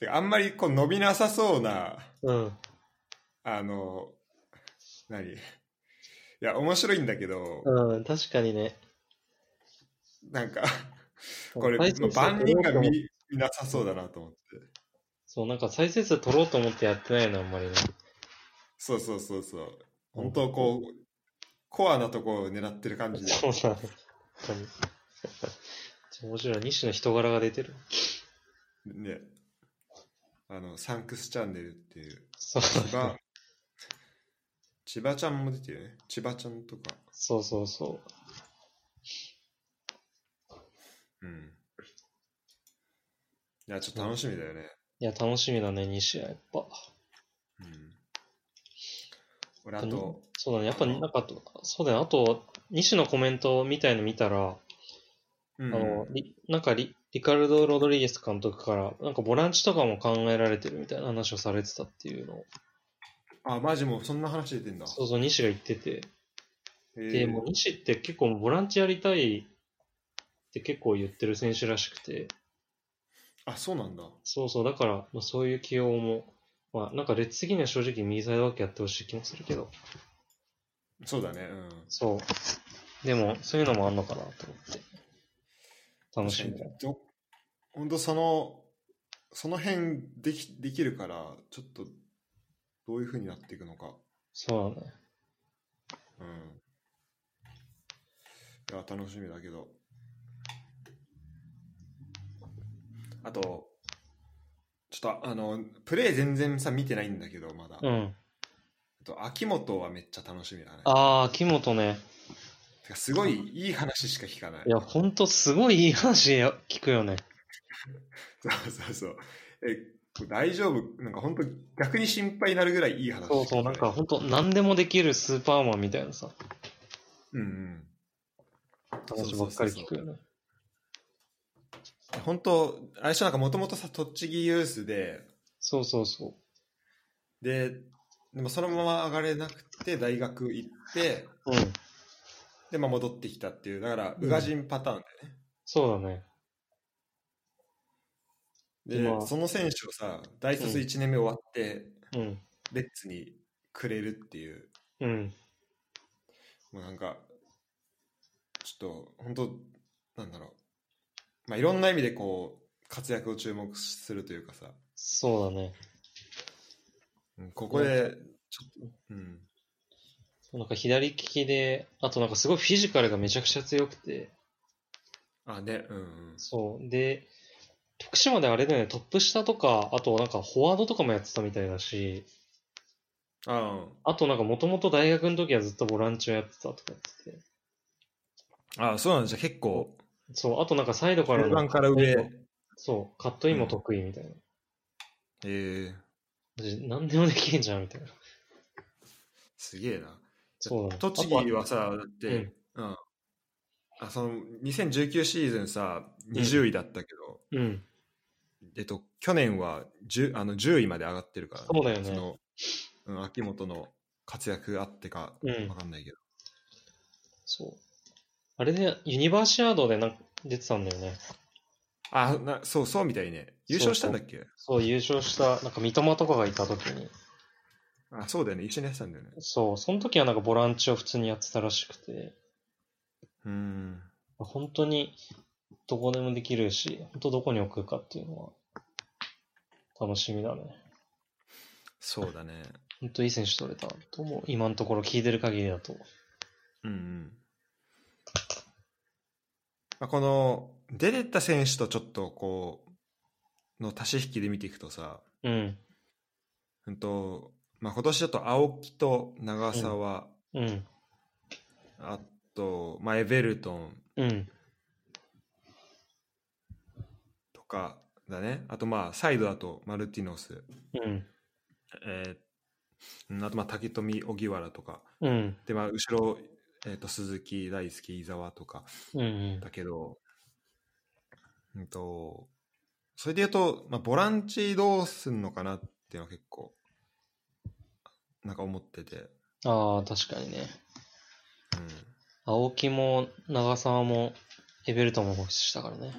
A: てかあんまりこう伸びなさそうな、
B: うん。
A: あの、何いや、面白いんだけど、
B: うん、確かにね。
A: なんか、これ、
B: 再
A: ま
B: 生
A: あ
B: 数
A: 万人が
B: 取ろうと思っ
A: 見見なさそうだなと思って。
B: そう、なんか再生数取ろうと思ってやってないの、あんまりね。
A: そうそうそうそう。本当こう、コアなとこを狙ってる感じで。
B: そうなの。本当に。 [LAUGHS] 面白い。西の人柄が出てる。
A: ね。あの、サンクスチャンネルって
B: [LAUGHS]
A: いう、
B: そう
A: 千葉、千葉ちゃんも出てるね。千葉ちゃんとか。
B: そうそうそ
A: うん。いや、ちょっと楽しみだよね。
B: う。いや、楽しみだね、西はやっぱ。
A: うん。俺、あと、
B: そうだね、やっぱ、なんか、そうだね、あと、西のコメントみたいの見たら、
A: うん
B: あの、リなんかリ、リカルド・ロドリゲス監督から、なんかボランチとかも考えられてるみたいな話をされてたっていうのを、
A: あ、マジもうそんな話出てんだ。
B: そうそう、西が言ってて、
A: へー
B: で、もう西って結構ボランチやりたいって結構言ってる選手らしくて、
A: あ、そうなんだ。
B: そうそう、だから、まあ、そういう起用も、まあ、なんか列的には正直右サイドバックやってほしい気もするけど、
A: そうだね。うん。
B: そう。でも、そういうのもあんのかなと思って。楽しみだ。
A: ど本当その、その辺できできるから、ちょっと、どういう風になっていくのか。
B: そうだね。
A: うん。いや、楽しみだけど。あと、ちょっとあの、プレイ全然さ、見てないんだけど、まだ。
B: う
A: あ
B: ん。
A: と、秋元はめっちゃ楽しみだね。
B: ああ、木本ね。
A: てかすごいいい話しか聞かない。
B: いや、ほんとすごいいい話や聞くよね。
A: そうそうそう。え、これ大丈夫なんか本当逆に心配になるぐらいいい話。
B: そうそう、なんか。ほんと何でもできるスーパーマンみたいなさ、
A: うんうん。
B: 話ばっかり聞く
A: そうそうそう
B: よね。
A: そう。本当あれでしょなんかもともとさ、栃木ユースで、
B: そうそうそ
A: で、でもそのまま上がれなくて、大学行って、
B: う。うん。
A: で、まあ、戻ってきたっていう、だから、
B: うん
A: 宇賀神パターン
B: そうだね。
A: だよね。
B: まあ
A: で、その選手をさ、大卒1年目終わって、
B: うん。
A: レッツにくれるっていう、
B: うん。
A: もうなんか、ちょっと、本当なんだろう。まあ、いろんな意味でこう、活躍を注目するというかさ、
B: そうだね。
A: うんここで、ちょっと、うん。
B: なんか左利きで、あとなんかすごいフィジカルがめちゃくちゃ強くて、
A: あ、ね、うんうん。
B: そう。で、徳島であれだよね、トップ下とか、あとなんかフォワードとかもやってたみたいだし、
A: あ
B: あとなんかもともと大学の時はずっとボランチをやってたとか言ってて、
A: あ、あそうなんじゃ、結構、
B: そう、あとなんかサイドから
A: 中
B: の、
A: 盤から上。
B: そう、カットインも得意みたいな。
A: ええ
B: マジ何でもできんじゃんみたいな。
A: すげえな。
B: そうなの
A: 栃木はさ、だっ
B: う
A: て、うん、あ、その、2019シーズンさ、20位だったけど、
B: うん。
A: えっと、去年は 10, あの10位まで上がってるから、
B: そうだよね
A: のうん、秋元の活躍あってか、
B: うん
A: わかんないけど。
B: そう。あれで、ユニバーシアードでなんか出てたんだよね。
A: あ、なそうそうみたいね。優勝したんだっけ
B: そう、優勝した、なんか三笘とかがいた時に。
A: あ、そうだよね。一緒にやってたんだよね。
B: そう、その時はなんかボランチを普通にやってたらしくて、
A: うーん。
B: 本当にどこでもできるし、本当どこに置くかっていうのは楽しみだね。
A: そうだね。
B: 本当いい選手取れたと思う。今のところ聞いてる限りだと。
A: うんうん。まあ、この、出てった選手とちょっとこう、の足し引きで見ていくとさ、
B: うん、
A: うんと、まあ、今年だと青木と長澤、
B: うん、
A: あと、まあ、エベルトン、
B: うん、
A: とかだね。あとまあ、サイドだとマルティノス、
B: うん、
A: えーうんあとまあ、竹富、荻原とか、
B: うん、
A: でまあ、後ろ、えー、と鈴木大輔、伊沢とか
B: うん、うん
A: だけど、うんと、それで言うと、まあ、ボランチどうすんのかなっていうのは結構、なんか思ってて、うん。
B: ああ、確かにね。青木も長澤もエベルトンも放出したからね。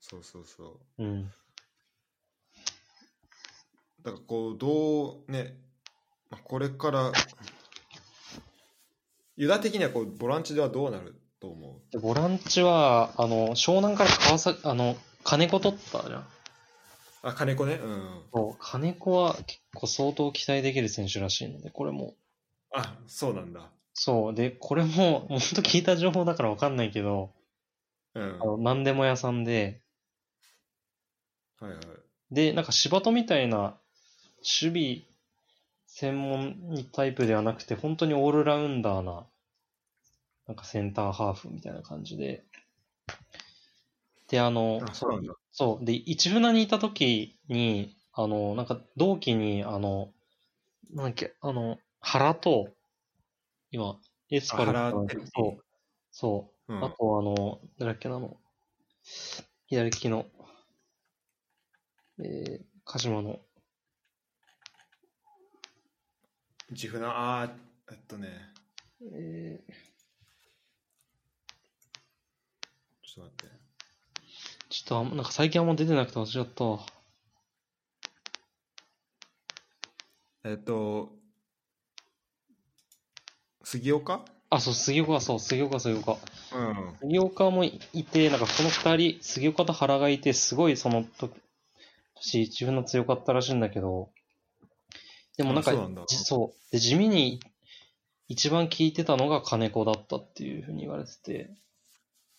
A: そうそうそう。
B: うん、
A: だからこう、どうね、まあ、これから、ユダ的にはこうボランチではどうなると思う
B: でボランチは、あの、湘南から川崎、あの、金子取ったじゃん。
A: あ、金子ね。うん。
B: そう、金子は結構相当期待できる選手らしいので、これも。
A: あ、そうなんだ。
B: そう、で、これも、 [LAUGHS] 本当聞いた情報だからわかんないけど、
A: うん。
B: あ
A: は
B: の、何でも屋さんで、
A: いはい。
B: で、なんか柴戸みたいな守備専門にタイプではなくて、本当にオールラウンダーな、なんかセンターハーフみたいな感じで。で、あの、
A: あ、そうなんだ。
B: そう。で、一船にいた時に、あの、なんか同期に、あの、なんだっけ、あの、原と、今、エスパル
A: あ原
B: そう
A: 輝樹、
B: そうう。
A: ん。
B: あと、あの、誰だっけなあの、左利きの、えー、鹿島の、
A: 自負な、あー、えっとね、
B: えー、
A: ちょっと待って。
B: ちょっとあんま、なんか最近あんま出てなくて忘れちゃったわ。
A: えっと、杉岡
B: あ、そう、杉岡、そう、杉岡、杉
A: う
B: 岡。
A: ん。
B: 杉岡もいて、なんかこの二人、杉岡と原がいて、すごいその時、年自分の強かったらしいんだけど、でもなんか、
A: あそうなんだ
B: じそうで地味に一番聞いてたのが金子だったっていうふうに言われてて、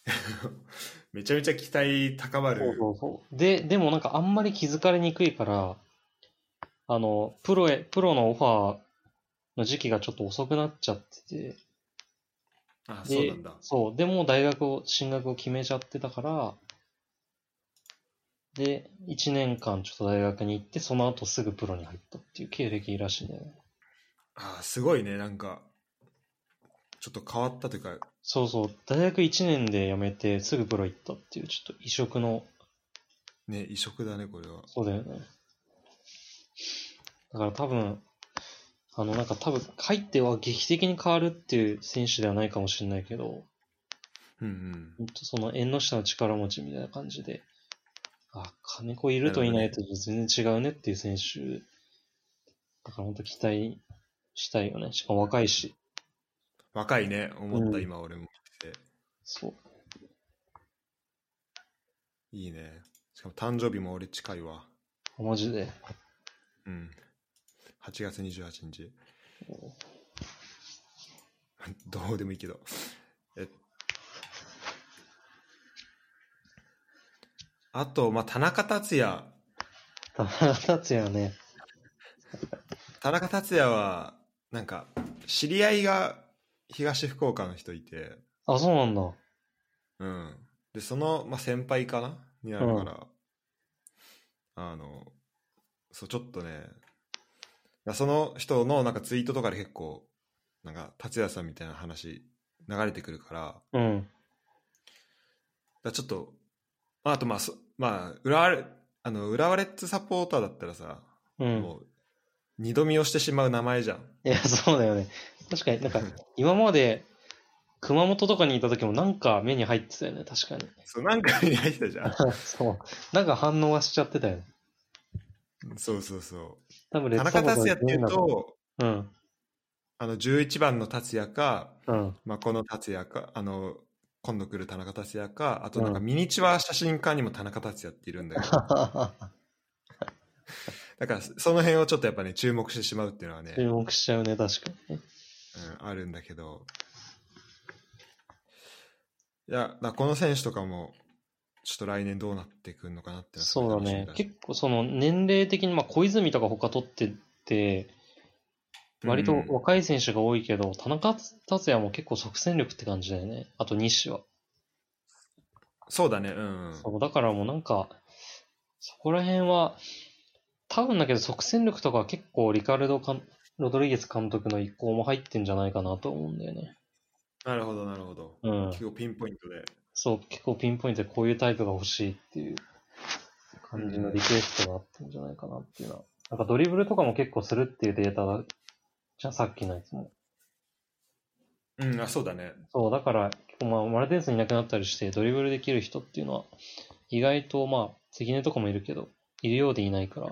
A: [LAUGHS] めちゃめちゃ期待高まる。
B: そうそうそう。で、でもなんかあんまり気づかれにくいから、あの、プロへ、プロのオファーの時期がちょっと遅くなっちゃってて、
A: あ、
B: で
A: そうなんだ。
B: そう。でもう大学を、進学を決めちゃってたから、で、1年間ちょっと大学に行って、その後すぐプロに入ったっていう経歴らしいんだよね。
A: あ、すごいね。なんか、ちょっと変わったというか、
B: そうそう。大学1年で辞めて、すぐプロ行ったっていう、ちょっと異色の、
A: ね、異色だね、これは。
B: そうだよね。だから多分、あの、なんか多分、入っては劇的に変わるっていう選手ではないかもしれないけど、
A: うん
B: ほんとその縁の下の力持ちみたいな感じで、あ、金子いるといないと全然違うねっていう選手、だから本当期待したいよね。しかも若いし、
A: 若いね、思った、
B: うん
A: 今俺も見て。
B: そう。
A: いいね。しかも誕生日も俺近いわ。
B: マジで。
A: うん。8月28日。 [LAUGHS] どうでもいいけど。えあと、まあ、田中達也。
B: 田中達也ね。
A: 田中達也は、なんか、知り合いが東福岡の人いて、
B: あ、そうなんだ。
A: うん。で、その、まあ、先輩かなになるから、あの、そう、ちょっとね、だからその人のなんかツイートとかで結構、なんか、達也さんみたいな話流れてくるから、だか
B: うん。
A: らちょっと、まあ、あとまあ、そまあ、浦和レあの浦和レッズサポーターだったらさ、
B: うん。
A: もう、二度見をしてしまう名前じゃん。
B: いや、そうだよね。確かになんか、今まで、熊本とかにいた時もなんか目に入ってたよね、確かに。 [LAUGHS]
A: そう、なんかに入ってたじゃん。
B: そう。なんか反応はしちゃってたよね。
A: そうそうそ
B: 多分
A: う。
B: レ
A: 田
B: ッド
A: 中
B: サポーター
A: 達也っていう
B: 全員だ
A: と、
B: と、うん。
A: あの、11番の達也か、 [LAUGHS]
B: うん。
A: まあ、この達也か、あの、今度来る田中達也か、あとなんかミニチュア写真家にも田中達也っているんだけど、
B: [LAUGHS]
A: だからその辺をちょっとやっぱね、注目してしまうっていうのはね、う
B: 注目しちゃうね、確かにね。
A: ん、あるんだけど、いや、だからこの選手とかも、ちょっと来年どうなってくるのかなってのは
B: そうだ
A: 楽しみ
B: ね。
A: し
B: 結構その年齢的に、まあ小泉とか他取ってて、割と
A: うん
B: 若い選手が多いけど、田中達也も結構即戦力って感じだよね。あと西は。
A: そうだね、うん。
B: そうだからもうなんか、そこら辺は、多分だけど即戦力とかは結構リカルドかんロドリゲス監督の意向も入ってんじゃないかなと思うんだよね。
A: なるほど、なるほど。
B: うん。
A: 結構ピンポイントで。
B: そう、結構ピンポイントでこういうタイプが欲しいっていう感じのリクエストがあったんじゃないかなっていうのは。なんかドリブルとかも結構するっていうデータが、じゃあさっきのやつも。
A: うん、あ、そうだね。
B: そう、だから、結構まあ、マルテンスいなくなったりして、ドリブルできる人っていうのは、意外とまあ、関根とかもいるけど、いるようでいないから、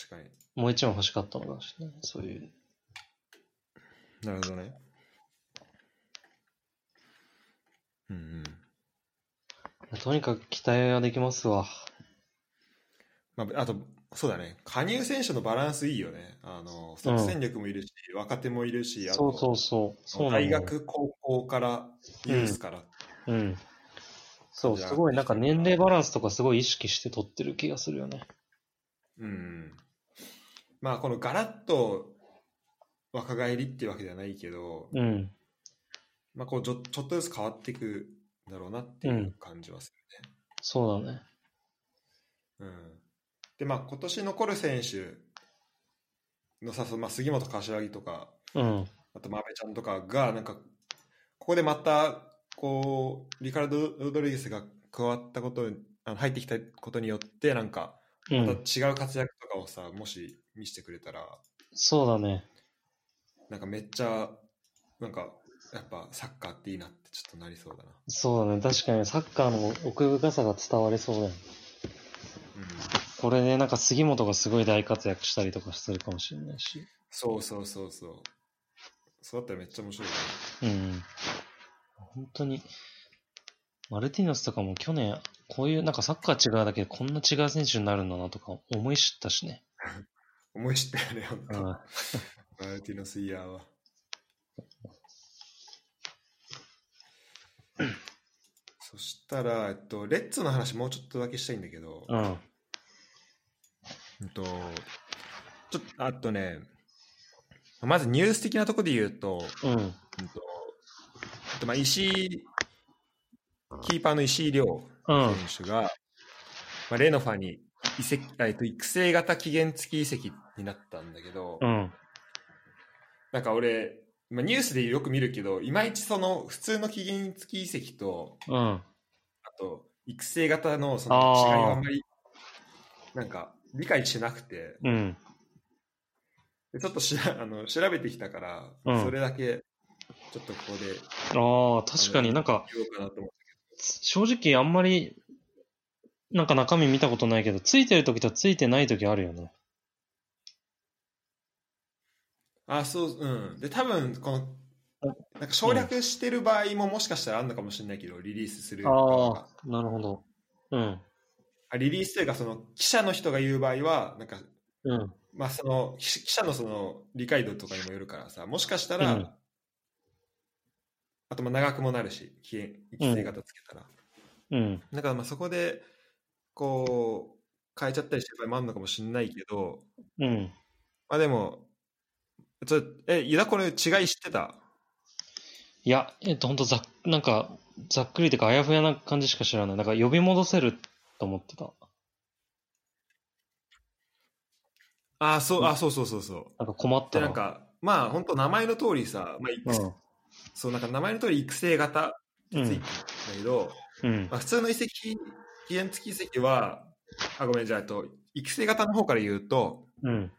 A: 確かに。
B: もう一枚欲しかったのかもしれない。そういう。
A: なるほどね。うんうん。
B: とにかく期待はできますわ。
A: まあ、あと、そうだね。加入選手のバランスいいよね。あの、即戦力もいるし、若手もいるし、あ
B: そうそう
A: と
B: そう。そうなんだ
A: 大
B: よ
A: 学、高校から、ユースから。
B: うん。そう、
A: じゃあ
B: すごい、なんか年齢バランスとかすごい意識して取ってる気がするよね。
A: うん。まあ、このガラッと若返りってわけではないけど、
B: うん。
A: まあ、こうちょ、ちょっとずつ変わっていくんだろうなっていう感じはするね。
B: そうだね。
A: うんで、まあ、今年残る選手のさ、そまあ、杉本柏木とか、
B: うん。
A: あと、まべちゃんとかが、なんか、ここでまた、こう、リカルド・ロドリゲスが加わったことに、あの入ってきたことによって、なんか、
B: う
A: また
B: ん。
A: 違う活躍とかをさ、もし見せてくれたら、
B: そうだね。
A: なんかめっちゃ、なんか、やっぱサッカーっていいなってちょっとなりそうだな。
B: そうだね。確かにサッカーの奥深さが伝わりそうだよね。
A: うん、
B: これでなんか杉本がすごい大活躍したりとかするかもしれないし。
A: そうそうそうそう。そうだったらめっちゃ面白いよね。
B: うん。本当に、マルティノスとかも去年、こういうなんかサッカー違うだけでこんな違う選手になるんだなとか思い知ったしね。
A: 思い知ったよね、本
B: う
A: 当。
B: ん。
A: マルティノスイヤーは。 [COUGHS] そしたら、えっと、レッツの話もうちょっとだけしたいんだけど、
B: うん。
A: えっと、ちょっと、あとね、まずニュース的なところで言うと、
B: うん。
A: うんとえっとまあ、石井、キーパーの石井亮
B: うん。
A: 選手が、まあ、レノファに移籍、あえっと、育成型期限付き移籍になったんだけど、
B: うん。
A: なんか俺、まあ、ニュースでよく見るけど、いまいちその普通の期限付き移籍と、
B: うん。
A: あと育成型のその違いはあんまり、なんか理解してなくて、
B: うん。
A: でちょっとし [LAUGHS] らあの調べてきたから、
B: うん
A: それだけちょっとここで
B: ああ、確かになんか、
A: 言おうかなと思って。
B: 正直あんまり、なんか中身見たことないけど、ついてる時とついてない時あるよね。
A: あ、そう、うん。で、多分この、なんか省略してる場合ももしかしたらあるのかもしれないけど、リリースする側が
B: ああ、なるほど。うん。
A: あリリースというか、その記者の人が言う場合は、なんか
B: うん。
A: まあ、その記記者のその理解度とかにもよるからさ、もしかしたら、
B: うん
A: あとまあ長くもなるし、期限規制型つけたら。
B: うん。
A: だからまあそこでこう変えちゃったりしてる場合もあるのかもしれないけど、
B: うん。
A: まあ、でも、ちょえ、ユダ、これ違い知ってた
B: いや、えっと、ほんとざっ、なんか、ざっくりというか、あやふやな感じしか知らない。なんか、呼び戻せると思ってた。
A: あ、そう、あ、そうそうそうそう。
B: なんか困った
A: で、
B: な。
A: なんか、まあ、本当名前の通りさ、まあ、育成そう、なんか名前の通り育成型
B: うん。う
A: ついてるん
B: ん
A: だ。けど、
B: うん
A: ま。あ、普通の遺跡、期限付き遺跡は、あ、ごめん、じゃあ、えっと、育成型の方から言うと、
B: うん。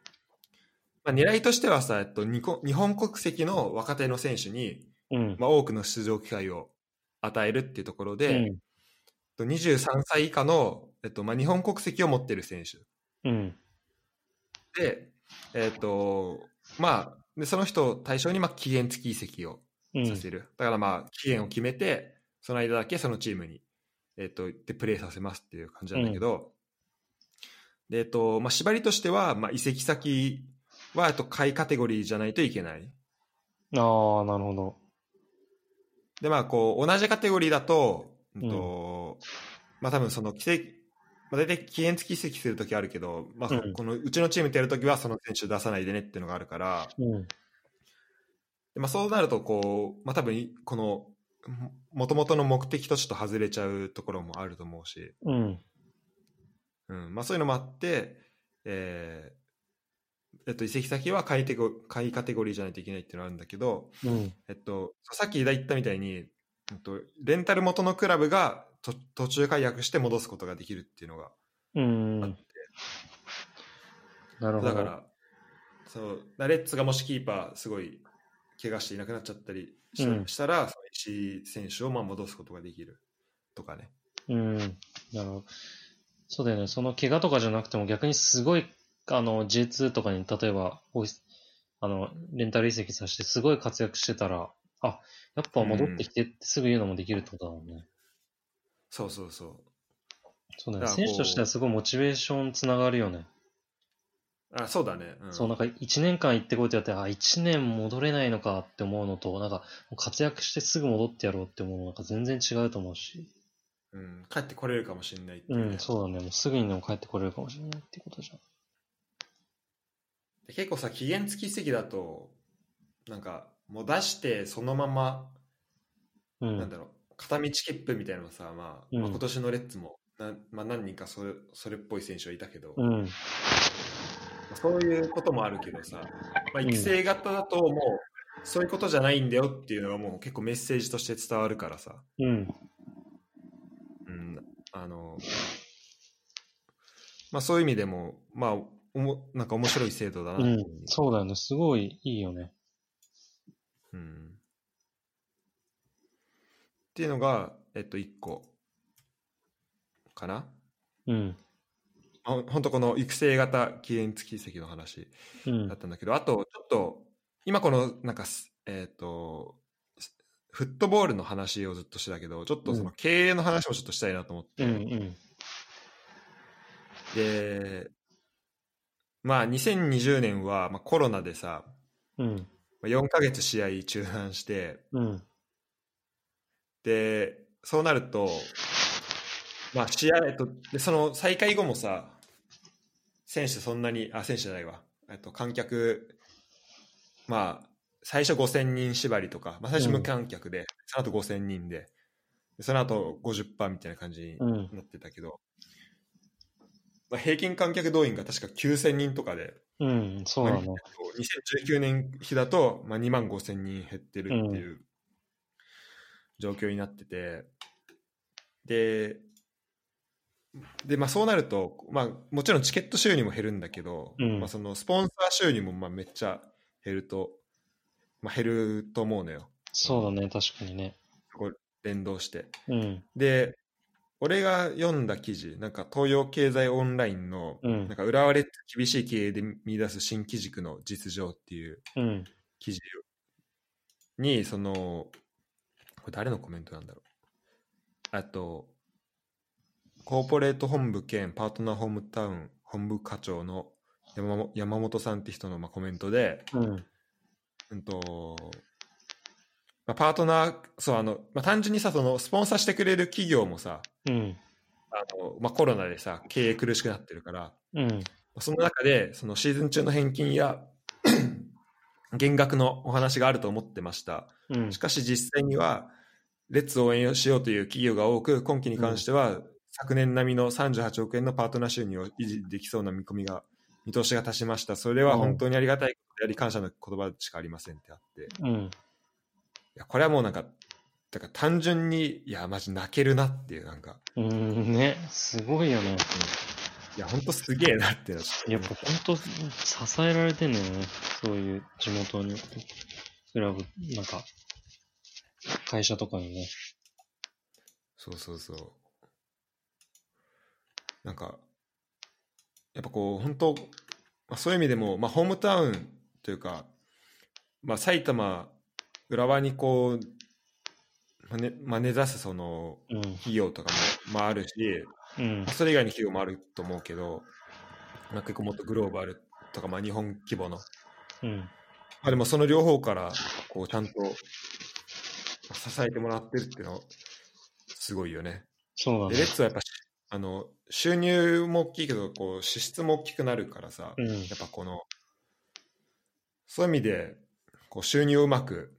A: まあ、狙いとしてはさ、えっと、日本日本国籍の若手の選手に、
B: うん。
A: まあ、多くの出場機会を与えるっていうところ
B: う
A: で、
B: ん。
A: えっと23歳以下の、えっとまあ、日本国籍を持ってる選手
B: うん。
A: で、えっとまあ、でその人を対象に、まあ、期限付き移籍を
B: うん。
A: させる、だから、まあ、期限を決めてその間だけそのチームに、えっとでプレーさせますっていう感じなんだけど、でえっとまあ、縛りとしては、まあ、移籍先は、えっと、下位カテゴリーじゃないといけない。
B: ああ、なるほど。
A: で、まあ、こう、同じカテゴリーだと、うんとまあ、多分その、規制、まあ、大体期限付き移籍するときあるけど、まあ、
B: うん
A: この、うちのチームとやるときは、その選手出さないでねっていうのがあるから、
B: うん。
A: でまあ、そうなると、こう、まあ、多分、この、もともとの目的とちょっと外れちゃうところもあると思うし、
B: うん。
A: うん、まあ、そういうのもあって、えーえっと、移籍先は買い手ご買いカテゴリーじゃないといけないっていうのがあるんだけど、
B: うん。
A: えっと、さっき言ったみたいに、えっと、レンタル元のクラブがと途中解約して戻すことができるっていうのが、
B: うん。
A: あっ
B: なるほど。
A: だから、そうだレッツがもしキーパー、すごい怪我していなくなっちゃったりし,、
B: うん
A: したら、その石井選手をまあ戻すことができるとかね。
B: うん。なるほど。そうだよね。その怪我とかじゃなくても逆にすごい、あの、J2 とかに例えば、おいあの、レンタル移籍させてすごい活躍してたら、あ、やっぱ戻ってきてってすぐ言うのもできるってことだもんね。
A: そうそうそ
B: そうだよね。
A: だから
B: 選
A: こう
B: 手としてはすごいモチベーションつながるよね。
A: う。あそうだね。うん、
B: そう、なんか1年間行ってこいってやって、あ、1年戻れないのかって思うのと、なんか活躍してすぐ戻ってやろうって思うのなんか全然違うと思うし。
A: うん、帰ってこれるかもしれないっていうね
B: ん、そうだね。もうすぐにでも帰ってこれるかもしれないってことじゃん。
A: で結構さ、期限付き席だと、なんか、もう出してそのまま
B: うん。
A: なんだろう片道切符みたいなのさ、まあ
B: うん
A: まあ今年のレッツもな、まあ、何人かそれそれっぽい選手はいたけど、ま
B: うん。
A: あそういうこともあるけどさ、まあ、
B: うん
A: 育成型だともう、そういうことじゃないんだよっていうのがもう結構メッセージとして伝わるからさ、
B: うん。
A: うんあのまあ、そういう意味でも、まあ、おもなんか面白い制度だな
B: う
A: ってい
B: ん、そうだよね。すごいいいよね。
A: うんっていうのが、えっと、1個かな。
B: うん。
A: ほんほんとこの育成型期限付き席の話
B: う
A: だっ
B: ん。
A: たんだけど、あとちょっと今このなんかすえっ、とすフットボールの話をずっとしてたけどちょっとその
B: う
A: 経営の話もちょっとしたいなと思って、
B: うん。うん。
A: でまあ2020年は、まあ、コロナでさ
B: うん。
A: まあ4ヶ月試合中断して
B: うん。
A: でそうなるとまあ試合、えっと、でその再開後もさ選手そんなにあ選手じゃないわ、えっと、観客まあ最初5000人縛りとか、まあ、最初無観客で、その後5000人ででその後50%みたいな感じに
B: うん。
A: なってたけど、まあ、平均観客動員が確か9000人とかで
B: うん。そうだね。
A: 2019年比だと、まあ、2万5000人減ってるっていうう状況になってて、で、でまあ、そうなると、まあ、もちろんチケット収入も減るんだけど、
B: うん
A: まあ、そのスポンサー収入もまあめっちゃ減ると、まあ、減ると思うのよ、
B: そうだね。確かにね。
A: 連動して。
B: うん。
A: で、俺が読んだ記事、なんか東洋経済オンラインの、
B: う
A: なん
B: ん。
A: か浦和レッズ厳しい経営で見出す新機軸の実情っていう
B: うん。
A: 記事にそのこれ誰のコメントなんだろうあとコーポレート本部兼パートナーホームタウン本部課長の山本山本さんって人のまあコメントで、
B: うん。
A: うんとまあ、パートナーそうあの、まあ、単純にさそのスポンサーしてくれる企業もさ
B: うん。
A: あの、まあ、コロナでさ経営苦しくなってるから
B: うん。
A: その中でそのシーズン中の返金や [CLEARS THROAT] 減額のお話があると思ってました
B: うん
A: し。かし実際には、レッツを応援しようという企業が多く、今期に関しては、昨年並みの38億円のパートナー収入を維持できそうな見込みが、見通しが立ちました。それは本当にありがたいことであり、感謝の言葉しかありませんってあって。い
B: うん。
A: や、これはもうなんか、だから単純に、いや、マジ泣けるなっていう、なんか、
B: うん、ね。すごいよね。
A: いや、本当すげえなっていうのはちょ
B: やっ
A: っと
B: ぱ本当、支えられてんねよね。そういう地元に。クラブ、なんか、会社とかにね。
A: そうそうそう。なんか、やっぱこう、本当、まあ、そういう意味でも、まあ、ホームタウンというか、まあ、埼玉、浦和にこう、まあねまあ、根ざすその
B: う
A: 企業とかも、まあ、あるし、
B: ん。うん
A: まあ。それ以外の企業もあると思うけど、まあ、結構もっとグローバルとか、まあ、日本規模の、ま
B: うん。
A: あ、でもその両方からこうちゃんとまあ支えてもらってるっていうのはすごいよね。
B: そう
A: で
B: だ
A: レ
B: ね
A: ッ。ツはやっぱしあの収入も大きいけどこう支出も大きくなるからさ、
B: うん
A: やっぱこのそういう意味でこう収入をうまく、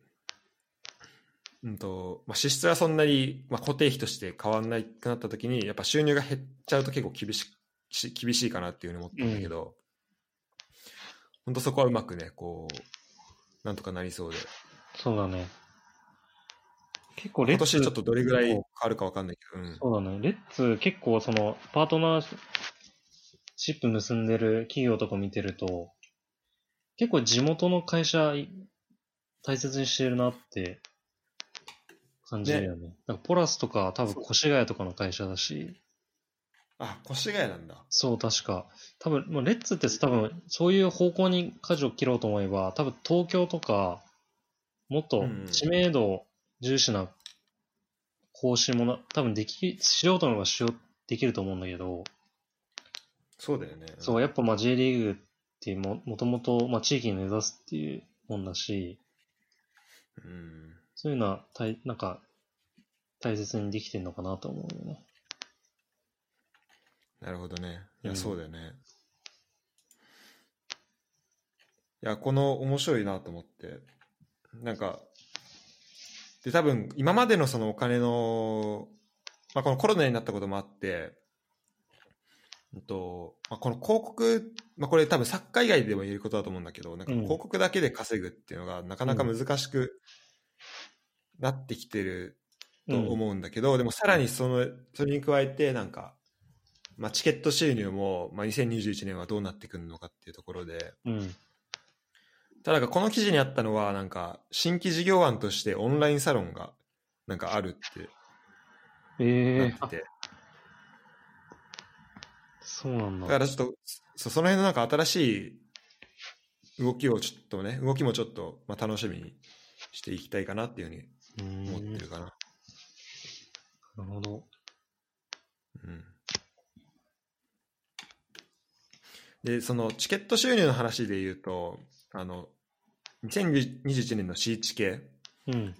A: うんとまあ、支出はそんなに、まあ、固定費として変わらないくなった時にやっぱ収入が減っちゃうと結構厳しし厳しいかなっていうふうに思ったんだけど、ほん、本当そこはうまくねこうなんとかなりそうで
B: そうだね。結構レッ
A: 今
B: ツ。
A: 年ちょっとどれぐらい変わるかわかんないけど、うん、
B: そうだね。レッツ結構そのパートナーシップ結んでる企業とか見てると、結構地元の会社い大切にしてるなって感じるよね。なんかポラスとか多分越谷とかの会社だし、
A: あ越谷なんだ
B: そう確か。多分、もうレッツって多分そういう方向に舵を切ろうと思えば、多分東京とか、もっと知名度重視な更新もな、多分でき、しようと思えばしよう、できると思うんだけど、
A: そうだよね
B: そう、やっぱまあ J リーグっても、もともとまあ地域に根ざすっていうもんだし、
A: うん
B: そういうのはたい、なんか、大切にできてんのかなと思うよね。
A: なるほどね。いうや、
B: ん
A: そうだよね。いや、この面白いなと思って。なんか、で、多分、今までのそのお金の、まあ、このコロナになったこともあって、うんとまあ、この広告、まあ、これ多分サッカー以外でも言えることだと思うんだけど、なんか
B: うん
A: 広告だけで稼ぐっていうのがなかなか難しくなってきてると
B: うん。
A: 思うんだけど、でもさらにそのそれに加えてなんか、まあ、チケット収入も、まあ、2021年はどうなってくるのかっていうところで
B: うん。
A: ただなんかこの記事にあったのはなんか新規事業案としてオンラインサロンがなんかあるっ
B: え
A: て
B: え
A: なってて、
B: そうなん
A: だ
B: だ。
A: からちょっとそその辺のなんか新しい動きをちょっとね動きもちょっと、まあ、楽しみにしていきたいかなっていうふうに
B: うー
A: 思っ
B: ん。
A: て
B: な
A: るかな。
B: るほど。
A: うんでそのチケット収入の話で言うとあの2021年の C チケ
B: うん。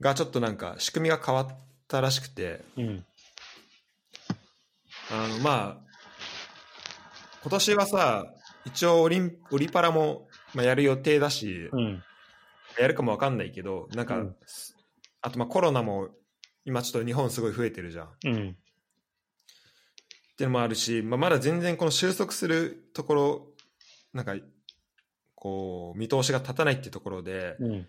A: がちょっとなんか仕組みが変わったらしくて
B: うん。
A: あのまあ今年はさ一応オリンオリパラも、まあ、やる予定だし、
B: うん。
A: やるかもわかんないけどなんか、
B: うん
A: あとまあコロナも今ちょっと日本すごい増えてるじゃん。
B: うん。
A: っていうのもあるし、まあ、まだ全然この収束するところなんかこう見通しが立たないっていうところで、
B: うん。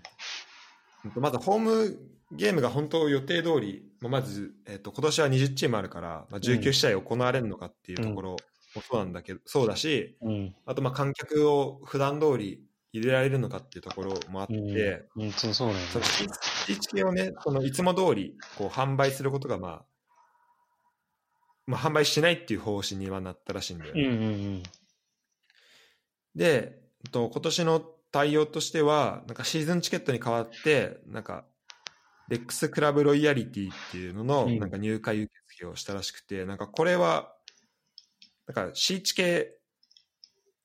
A: まずホームゲームが本当予定通り、まあ、まず、えっと今年は20チームあるから、まあ、19試合行われるのかっていうところもそうなんだけど、そうだし
B: うん。
A: あとまあ観客を普段通り入れられるのかっていうところもあって、
B: うん、うんそうそうだよね。
A: その地域系をね、そのいつも通りこう販売することが、まあ、まあ、販売しないっていう方針にはなったらしいんだよ
B: う
A: ね。
B: んうん
A: で、えっと今年の対応としては、なんかシーズンチケットに代わって、なんか、レックスクラブロイヤリティっていうのの、
B: うん
A: なんか入会受付をしたらしくて、なんかこれは、なんか C チケ、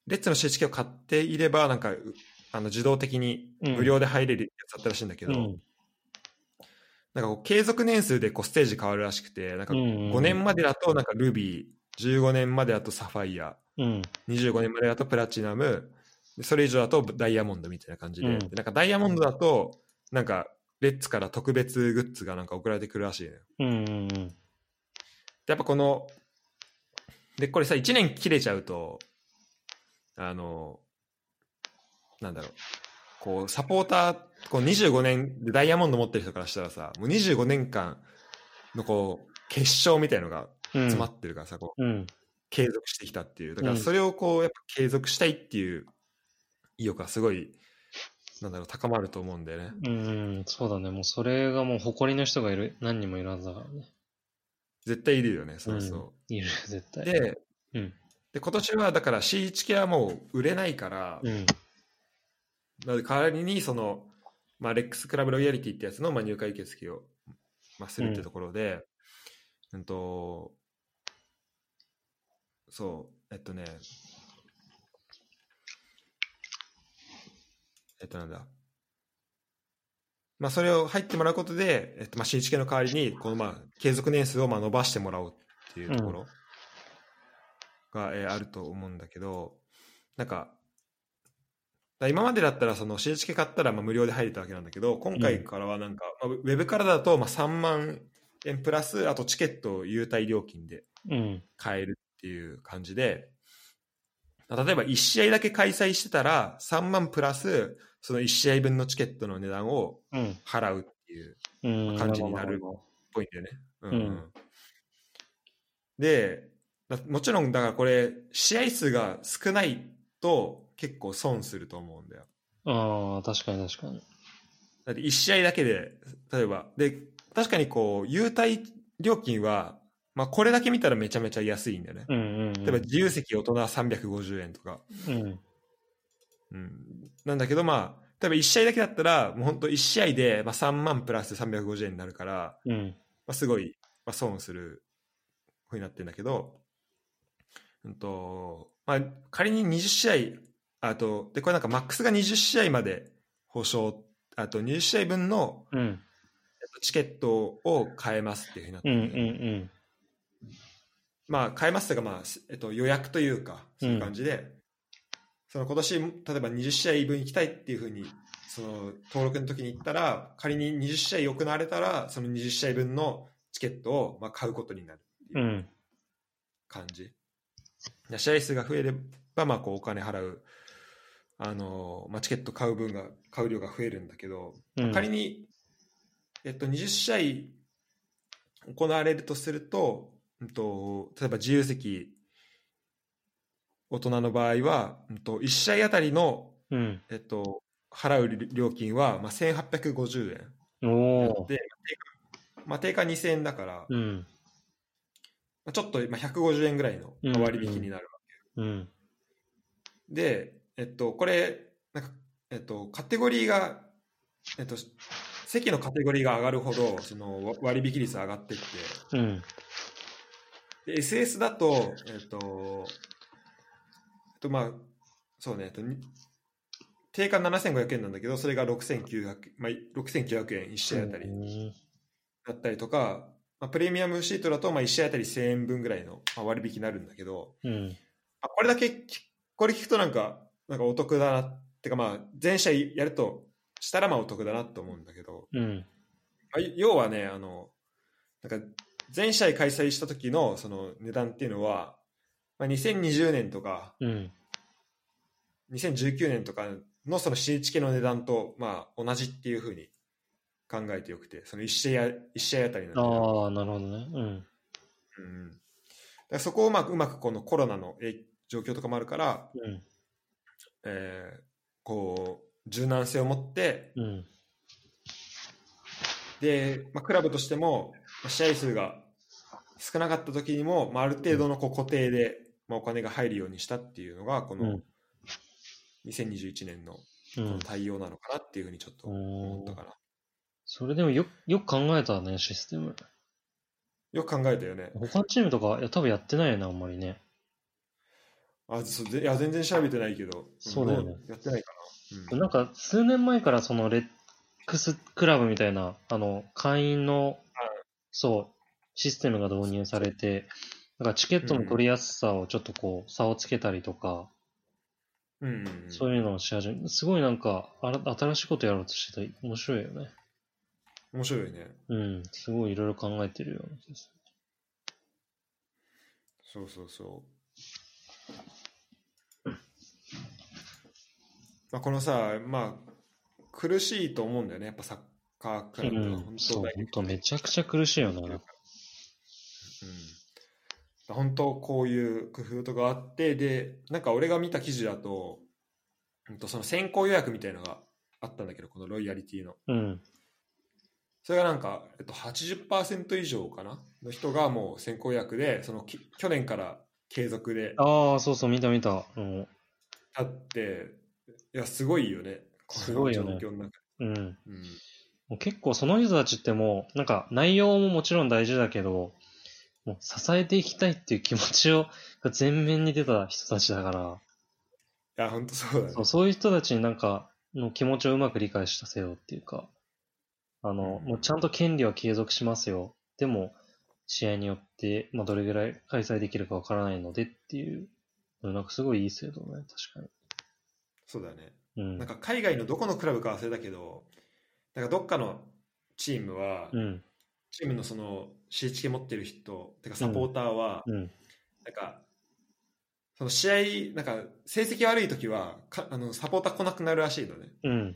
A: レッツの C チケを買っていれば、なんか、うあの自動的に
B: うん
A: 無料で入れるやつだったらしいんだけ
B: うん。う
A: ど、
B: ん。
A: なんかこう継続年数でこうステージ変わるらしくて、なんか
B: うん
A: 5年までだとなんかルビー、15年までだとサファイア、
B: うん。
A: 25年までだとプラチナム、でそれ以上だとダイヤモンドみたいな感じで、
B: うん
A: でなんかダイヤモンドだと、なんかレッツから特別グッズがなんか送られてくるらしいのよ。
B: うん。うん。うん
A: でやっぱこの、で、これさ、1年切れちゃうと、あの、なんだろう。こう、サポーター、こう25年でダイヤモンド持ってる人からしたらさ、もう25年間のこう、結晶みたいのが
B: うん
A: 詰まってるからさ、こう、
B: うん。
A: 継続してきたっていう。だか
B: うん
A: らそれをこう、やっぱ継続したいっていう意欲がすごい、なんだろう、高まると思うんだよね。
B: うん、そうだね。もうそれがもう誇りの人がいる。何人もいるはずだからね。
A: 絶対いるよね、そうそ
B: いる、絶
A: う。
B: 対。
A: で、
B: うん。
A: で、今年はだから C1 系はもう売れないから、
B: うん。
A: なので代わりにその、まあ、レックスクラブロイヤリティってやつの、まあ、入会受付を、まあ、するってところで、うん、とそうえっとねえっとなんだまあそれを入ってもらうことで、えっと、まあ新知系の代わりにこのまあ継続年数をまあ伸ばしてもらおうっていうところが、えーあると思うんだけどなんかだから今までだったらその CHK 買ったらまあ無料で入れたわけなんだけど今回からはなんか、まあウェブからだとまあ3万円プラスあとチケットを優待料金で
B: うん。
A: 買えるっていう感じでまあ例えば1試合だけ開催してたら3万プラスその1試合分のチケットの値段を
B: うん。
A: 払うっていう
B: うん。
A: 感じになるっぽいんだよね。うんうんでだもちろんだからこれ試合数が少ないと結構損すると思うんだよ。
B: ああ、確かに確かに。
A: だって1試合だけで、例えば。で、確かにこう、優待料金は、まあこれだけ見たらめちゃめちゃ安いんだよね。
B: うんうん、うん。
A: 例えば自由席大人350円とか。
B: うん。
A: うん。なんだけどまあ、例えば1試合だけだったら、もう本当1試合でまあ3万プラス350円になるから、
B: うん。
A: まあすごい、まあ損する、ふうになってんだけど、うんと、まあ仮に20試合、あと、で、これなんかマックスが20試合まで保証、あと20試合分の
B: うん。
A: チケットを買えますっていうふうになって
B: う
A: て、
B: ん。うん。
A: まあ買えますというか、まあすえっと、予約というかそういう感じで、その今年例えば20試合分行きたいっていうふうにその登録の時に行ったら仮に20試合行われたらその20試合分のチケットをまあ買うことになるって
B: う。
A: いうん感じ、で試合数が増えればまあこうお金払うあの、まあ、チケット買う分が買う量が増えるんだけど、
B: うん。
A: 仮に、えっと、20試合行われるとすると、うん、と例えば自由席大人の場合は、うん、と1試合あたりの、
B: うん。
A: えっと、払う料金は、まあ、1850円
B: おお。
A: で、まあ、定価2000円だから、ま
B: うん。
A: あちょっと、まあ、150円ぐらいの
B: うん
A: 割引になる、
B: うん。
A: で、えっと、これなんか、えっと、カテゴリーが、えっと、席のカテゴリーが上がるほどその割引率上がってって
B: うん。
A: で SS だと、えっと、えっと、まあ、そうね、えっと、に定価7500円なんだけど、それが6900、まあ、6900円1試合あたりだったりとか、まあ、プレミアムシートだと、まあ、1試合あたり1000円分ぐらいの、まあ、割引になるんだけど、
B: うん。
A: あこれだけき、これ聞くとなんか、なんかお得だなってか、まあ、全試合やるとしたら、まあ、お得だなと思うんだけど、
B: うん。
A: まあ要はねあのなんか全試合開催した時のその値段っていうのは、まあ、2020年とか
B: うん。
A: 2019年とかのその新チケの値段とまあ同じっていうふうに考えてよくてその1試合一試合あたりの値段
B: ああ、なるほどね。うん。
A: うん、だからそこをうまくうまくこのコロナの影状況とかもあるから、
B: うん。
A: えーこう柔軟性を持って
B: うん。
A: で、まあ、クラブとしてもまあ試合数が少なかった時にも、まあ、ある程度のこう固定で、まあ、お金が入るようにしたっていうのがこ
B: う
A: の
B: ん
A: 2021年のこ
B: う
A: の
B: ん。
A: 対応なのかなっていうふうにちょっと思ったかな、
B: それでもよ、よく考えたね、システム。
A: よく考えたよね
B: 他のチームとか、いや、多分やってないよね、あんまりね。
A: あそうぜいや全然調べてないけど
B: そうだよね
A: んやってないかな、うん
B: なんか、数年前から、その、レックスクラブみたいな、あの、会員の、そう、システムが導入されて、なんか、チケットの取りやすさをちょっとこう、差をつけたりとか、
A: うんうんうん、
B: そういうのをし始め、すごいなんか、あら新しいことやろうとしてて、面白いよね。
A: 面白いね
B: うん、すごいいろいろ考えてるような気がす
A: そうそうそまあ、このさ、まあ、苦しいと思うんだよね、やっぱサッカークラブは
B: うん、そう、
A: 大
B: 本当めちゃくちゃ苦しいよ
A: うん
B: な。
A: 本当こういう工夫とかあってでなんか俺が見た記事だと、うん、とその先行予約みたいのがあったんだけどこのロイヤリティの
B: うん。
A: それがなんか、えっと、80%以上かなの人がもう先行予約でそのき去年から継続で
B: ああ、そうそう、見た見た。うん。
A: 立っていやすごいよねこの
B: すごいよね
A: 状況の中で
B: うん
A: うん
B: もう結構その人たちってもう、なんか内容ももちろん大事だけど、もう支えていきたいっていう気持ちをが前面に出た人たちだか
A: いや本当そうだ
B: ら、
A: ね
B: そうそういう人たちになんかの気持ちをうまく理解したせよっていうか、あの、
A: うん
B: もうちゃんと権利は継続しますよ。でも、試合によって、まあ、どれぐらい開催できるかわからないのでっていう、なんかすごいいい制度だね、確か
A: そうだね
B: に。うん。
A: なんか海外のどこのクラブか忘れたけどなんかどっかのチームは、
B: うん、
A: チームのその CHK 持ってる人てかサポーターは、
B: うん、
A: なんかその試合なんか成績悪い時はかあのサポーター来なくなるらしいのね
B: うん。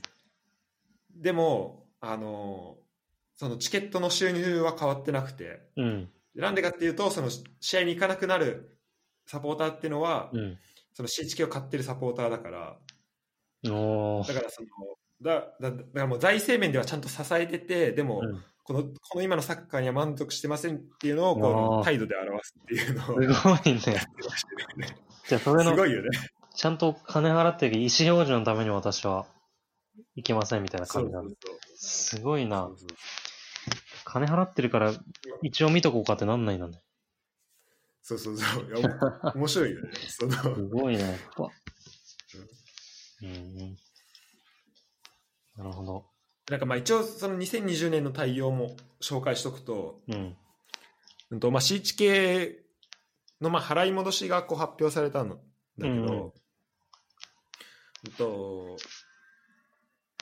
A: でもあのそのチケットの収入は変わってなくて
B: うん、
A: でなんでかっていうとその試合に行かなくなるサポーターっていうのは、
B: うん。
A: その CHK を買ってるサポーターだから
B: おー
A: だからそのだだだからもう財政面ではちゃんと支えててでも、
B: うん
A: このこの今のサッカーには満足してませんっていうのを
B: あ
A: こ
B: ー
A: う態度で表すっていうの
B: す
A: を
B: ごいね。じゃあ、それ
A: す
B: の
A: ごいよね。
B: ちゃんと金払ってるけど、意思表示のために私はいけませんみたいな感じなの。すごいな
A: そう。そう
B: 金払ってるから、一応見とこうかってなんないんだね。
A: そうそうそうそういやお面白いよね。その
B: すごいね、やっぱ。うん。なるほど。
A: なんかまあ一応その2020年の対応も紹介しとくと、
B: うん。
A: うんとまあ、CHK のまあ払い戻しがこう発表されたんだけど、う
B: う
A: んん
B: うん
A: と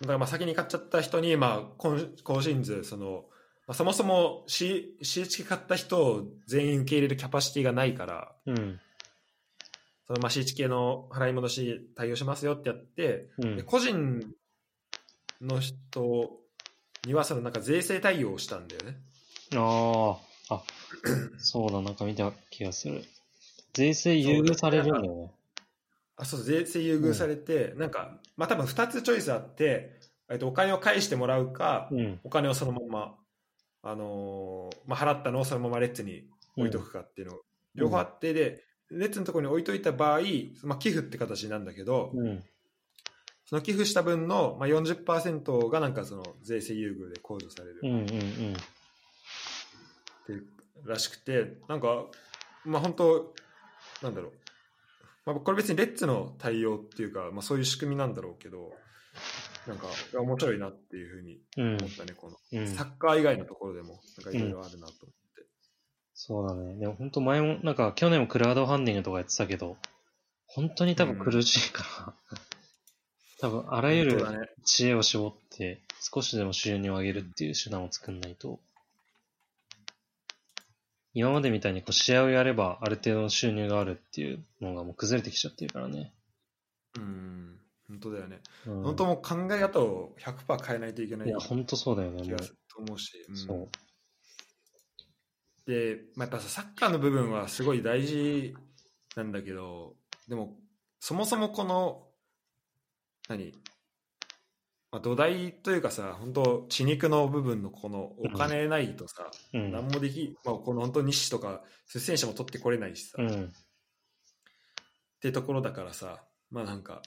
A: だからまあ先に買っちゃった人に、まあ、今今シーズンその、まあ、そもそも、C、CHK 買った人を全員受け入れるキャパシティがないから
B: うん。
A: そのまあ CHK の払い戻し対応しますよってやって、
B: う
A: で
B: ん。
A: 個人の人にはそのなんか税制対応をしたんだよね。
B: ああ。あ、そうだ、なんか見た気がする。税制優遇されるんだよね。
A: あそう税制優遇されて、なんか、まあ、多分2つチョイスあって、えっと、お金を返してもらうか、
B: うん。
A: お金をそのまま、あのーまあ、払ったのをそのままレッツに置いとくかっていうの、両方あってで、レッツのところに置いといた場合、まあ、寄付って形なんだけど、
B: うん。
A: その寄付した分の、まあ、40%がなんかその税制優遇で控除される。
B: うん。うん。うん。
A: らしくてなんかまあ本当なんだろう、まあ、これ別にレッツの対応っていうか、まあ、そういう仕組みなんだろうけどなんかいや面白いなっていうふうに
B: うん
A: 思ったねこの
B: うん。
A: サッカー以外のところでもなんかいろいろあるなと、
B: そうだね。でも本当前も、なんか去年もクラウドファンディングとかやってたけど、本当に多分苦しいから、 [LAUGHS] 多分あらゆ
A: 本
B: る
A: 当だね
B: 知恵を絞って、少しでも収入を上げるっていう手段を作んないと、今までみたいにこう試合をやればある程度の収入があるっていうのがもう崩れてきちゃってるからね。
A: うん本当だよね、
B: うん、
A: 本当もう考え方を100%変えないといけない
B: や、本当そうだよね。
A: 気
B: も
A: が
B: う
A: すると思うし、うん
B: そう。
A: で、まあ、やっぱさサッカーの部分はすごい大事なんだけどでもそもそもこの何、まあ、土台というかさ本当血肉の部分のこのお金ないとさ、
B: うん。
A: 何もでき、まあ、この本当西とかそういう選手も取ってこれないしさ、
B: う
A: っ
B: ん。
A: てところだからさまあなんか、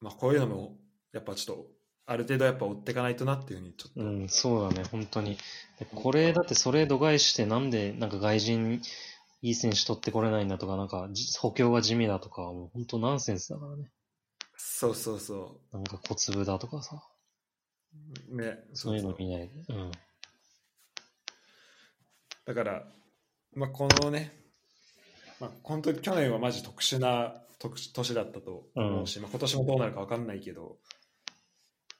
A: まあ、こういうのもやっぱちょっとある程度やっぱ追っていかないとなっていうふうにちょっと、
B: うん、そうだね、本当に。でこれ、だってそれ度外視して、なんで、なんか外人、いい選手取ってこれないんだとか、なんか、じ補強が地味だとか、もう本当ナンセンスだからね。
A: そうそうそ
B: なんか小粒だとかさ、
A: うね
B: そういうの見ないで。うん。
A: だから、まあ、このね、まあ、本当に去年はマジ特殊な特殊年だったと思うし、まあ、今年もどうなるか分かんないけど、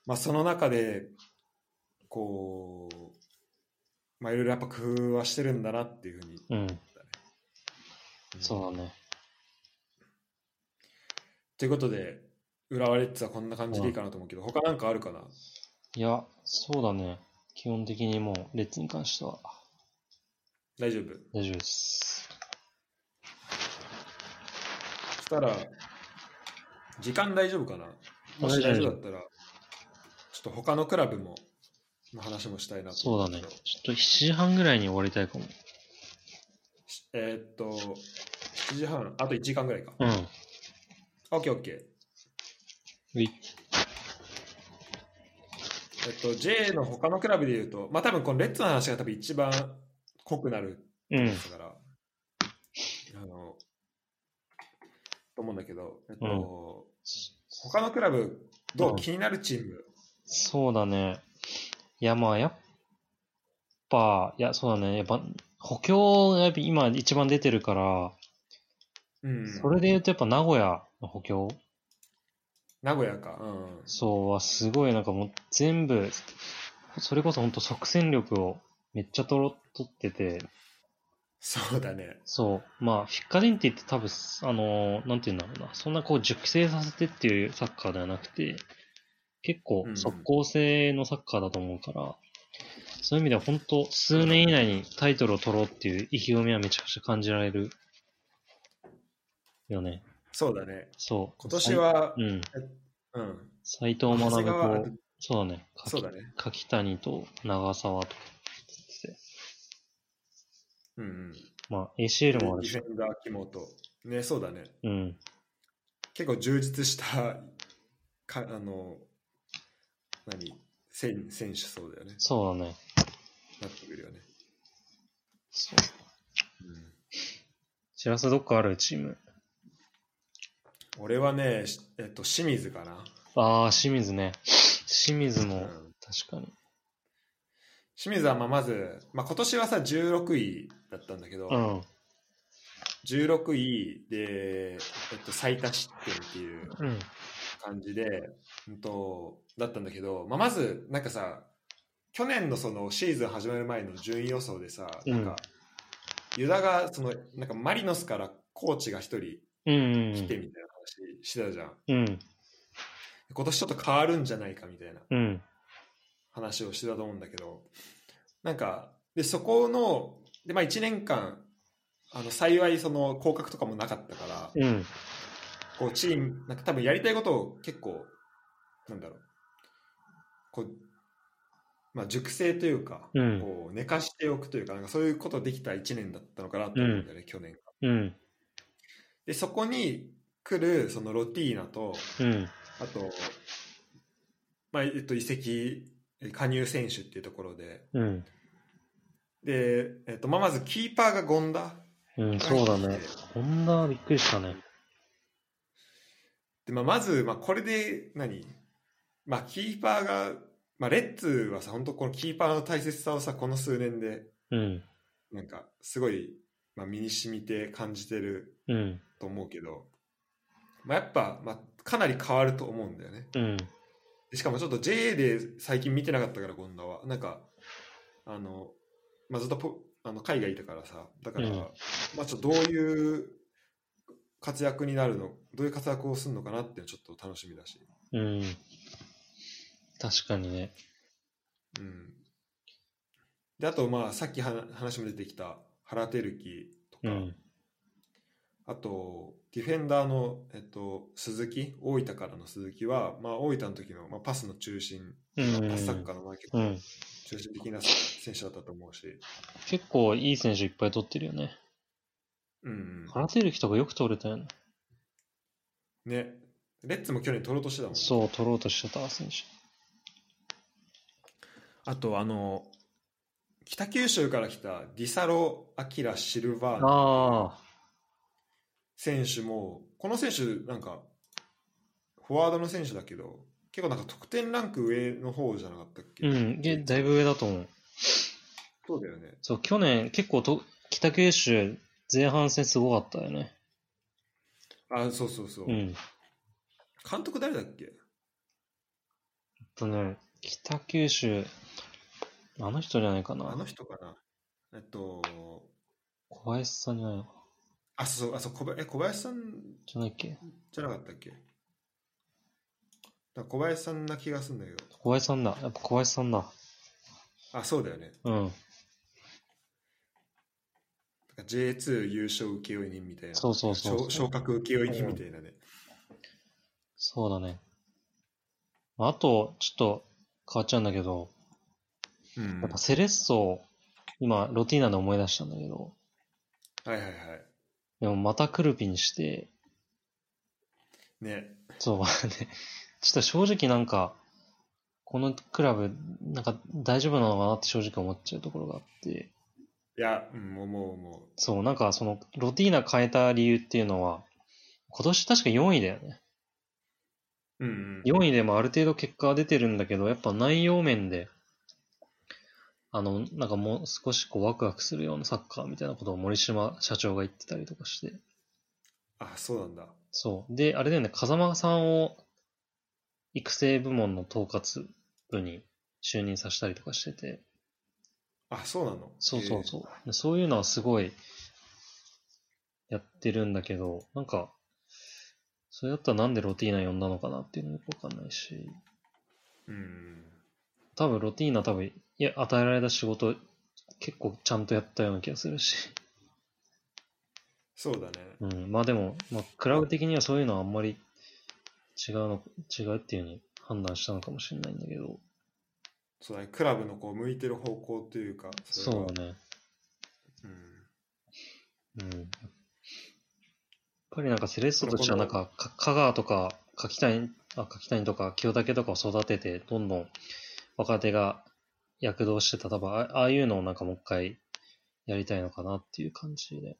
A: まあ、その中でこう、まあ、いろいろやっぱ工夫はしてるんだなっていうふうに、
B: うん、そうだね。
A: ということで浦和レッズはこんな感じでいいかなと思うけど、他なんかあるかない
B: や、そうだね。基本的にもう、レッツに関しては
A: 大丈夫
B: 大丈夫です。
A: そしたら、時間大丈夫かなもし大
B: 大
A: 丈
B: 丈
A: 夫
B: 夫
A: だったら、ちょっと他のクラブも、の話もしたいなと
B: そう
A: 思
B: だ
A: ん
B: ね
A: けど。
B: ちょっと7時半ぐらいに終わりたいかも。
A: しえーっと、7時半、あと1時間ぐらいか。
B: うん。
A: オッケーオッケー。
B: うい
A: えっと、J の他のクラブで言うと、まあ多分このレッツの話が多分一番濃くなる
B: うん
A: だ。から、あの、と思うんだけど、えっと、
B: うん
A: 他のクラブ、どう、
B: うん
A: 気になるチーム、
B: そうだね。いや、まあ、やっぱ、いや、そうだね。やっぱ、補強がやっぱ今一番出てるから、
A: うん、
B: それで言うとやっぱ名古屋の補強
A: 名古屋か、うん、
B: そうはすごいなんかもう全部、それこそ本当即戦力をめっちゃとろ取ってて、
A: そうだね、
B: そう、まあ、フィッカデンティって多分、あのーなんていうんだろうな、そんなこう熟成させてっていうサッカーではなくて、結構
A: うんうん
B: 即効性のサッカーだと思うから、そういう意味では本当数年以内にタイトルを取ろうっていう意気込みはめちゃくちゃ感じられるよね。
A: そうだね、
B: そう。
A: 今年は
B: う、ん。
A: うん、
B: 斎藤
A: 長
B: 学
A: 谷川
B: と、そうだね。
A: そうだね、
B: 柿谷と長澤と、
A: うん、うん、で
B: まあ ACL
A: デ
B: もあ
A: ィ
B: るし、
A: フェンダー、木本、ね、そうだね、
B: うん、
A: 結構充実した、かあの、何、選選手そうだよね、
B: そうだね。
A: なってくるよね。
B: そう。知らせどっかあるチーム。
A: 俺はね、しえっと、清水かな、
B: ああ、清水ね。清水
A: う
B: も、
A: ん
B: 確かに。
A: 清水はまあまず、まあ、今年はさ16位だったんだけど、
B: うん。
A: 16位で、えっと、最多失点っていう
B: うん。
A: 感じで、うん、とだったんだけど、まあ、まずなんかさ去年のそのシーズン始まる前の順位予想でさ、なんかユダがそのなんかマリノスからコーチが1人
B: うん。
A: 来てみたいな話してたじゃん、
B: うん。
A: 今年ちょっと変わるんじゃないかみたいな
B: うん。
A: 話をしてたと思うんだけどなんかでそこので、まあ、1年間あの幸いその降格とかもなかったから
B: うん。
A: こうチームなんか多分やりたいことを結構なんだろうこう、まあ、熟成というか、
B: うん。
A: こう寝かしておくというかなんかそういうことできた1年だったのかなと思うんだよね、去年が
B: うん。
A: でそこに来るそのロティーナと
B: うん。
A: あと、まあえっと、移籍加入選手っていうところで。
B: うん。
A: で、えっとまあ、まずキーパーが権田
B: うん。そうだね。ホンダびっくりしたね。
A: で、まあ、まず、まあ、これで何、まあ、キーパーが、まあ、レッツはさ本当このキーパーの大切さをさこの数年で
B: うん。
A: なんかすごい、まあ、身に染みて感じてる
B: うん。
A: と思うけど、まあ、やっぱ、まあ、かなり変わると思うんだよね
B: うん。
A: でしかもちょっと JA で最近見てなかったから権田はなんかあの、まあ、ずっとポあの海外いたからさだから、
B: うん
A: まあ、ちょっとどういう活躍になるのどういう活躍をするのかなっていうのちょっと楽しみだし、
B: うん。確かにね。
A: うん、であとまあさっきは話も出てきた原輝樹と
B: う
A: か、
B: ん。
A: あとディフェンダーの、えっと、鈴木大分からの鈴木は、まあ、大分の時の、まあ、パスの中心、
B: うん
A: パスサッカーのまあ結
B: う
A: 構
B: ん。
A: 中心的な選手だったと思うし、
B: 結構いい選手いっぱい取ってるよね。
A: うん
B: 原輝樹とかよく取れたよね。
A: うん、ねレッツも去年取ろうとしてたもんね
B: そう、取ろうとしてた選手。
A: あとあの北九州から来たディサロ・アキラ・シルバーナ
B: ああ。
A: 選手もこの選手なんかフォワードの選手だけど結構なんか得点ランク上の方じゃなかったっけ、
B: うん。でだいぶ上だと思う。
A: そうだよね
B: そう、去年結構と北九州前半戦すごかったよね。
A: あそうそうそう、
B: うん。
A: 監督誰だっけ
B: えっとね、北九州、あの人じゃないか
A: あの
B: な。
A: 人かなえっと
B: 小林さんじゃないの
A: あそうそうあそう小林え小林さん
B: じゃないっけ
A: じゃなかったっけから小林さんな気がするんだけど。
B: 小林さんだ。やっぱ小林さんだ。
A: あ、そうだよね。
B: うん。
A: だから J2 優勝請負人みたいな。
B: そうそうそうそ
A: 昇
B: う
A: 昇格請負人みたいなね。
B: そうだね。あと、ちょっと変わっちゃうんだけど、
A: うん。
B: やっ
A: は
B: ぱセレッソ、今、ロティーナで思い出したんだけど、
A: いはいはい。
B: でもまたクルピンして、
A: ね。
B: そう、ね、ちょっと正直なんか、このクラブ、なんか大丈夫なのかなって正直思っちゃうところがあって、
A: いや、うん、思う思
B: そう、なんかその、ロティーナ変えた理由っていうのは、今年確か4位だよね。
A: う。うん、うん。
B: 4位でもある程度結果は出てるんだけど、やっぱ内容面で、あの、なんかもう少しこうワクワクするようなサッカーみたいなことを森島社長が言ってたりとかして、
A: あ、そうなんだ。
B: そう。で、あれだよね、風間さんを育成部門の統括部に就任させたりとかしてて、
A: あ、そうなの
B: そうそうそう。そういうのはすごいやってるんだけど、なんか、それだったらなんでロティーナ呼んだのかなっていうのもよくわかんないし、
A: えーうん。
B: 多分ロティーナ多分、いや、与えられた仕事結構ちゃんとやったような気がするし、 [LAUGHS]
A: そうだね。
B: うん、まあでも、まあ、クラブ的にはそういうのはあんまり違うの、違うっていうふうに判断したのかもしれないんだけど、
A: そうだね。クラブのこう向いてる方向というか。れ
B: そ
A: は
B: うだね。
A: うん。
B: うん。やっぱりなんかセレッソとしてはなんか、か香川とか柿谷、あ柿谷とか清武とかを育てて、どんどん若手が躍動してた、多分あああいうのをなんかもう一回やりたいのかなっていう感じで。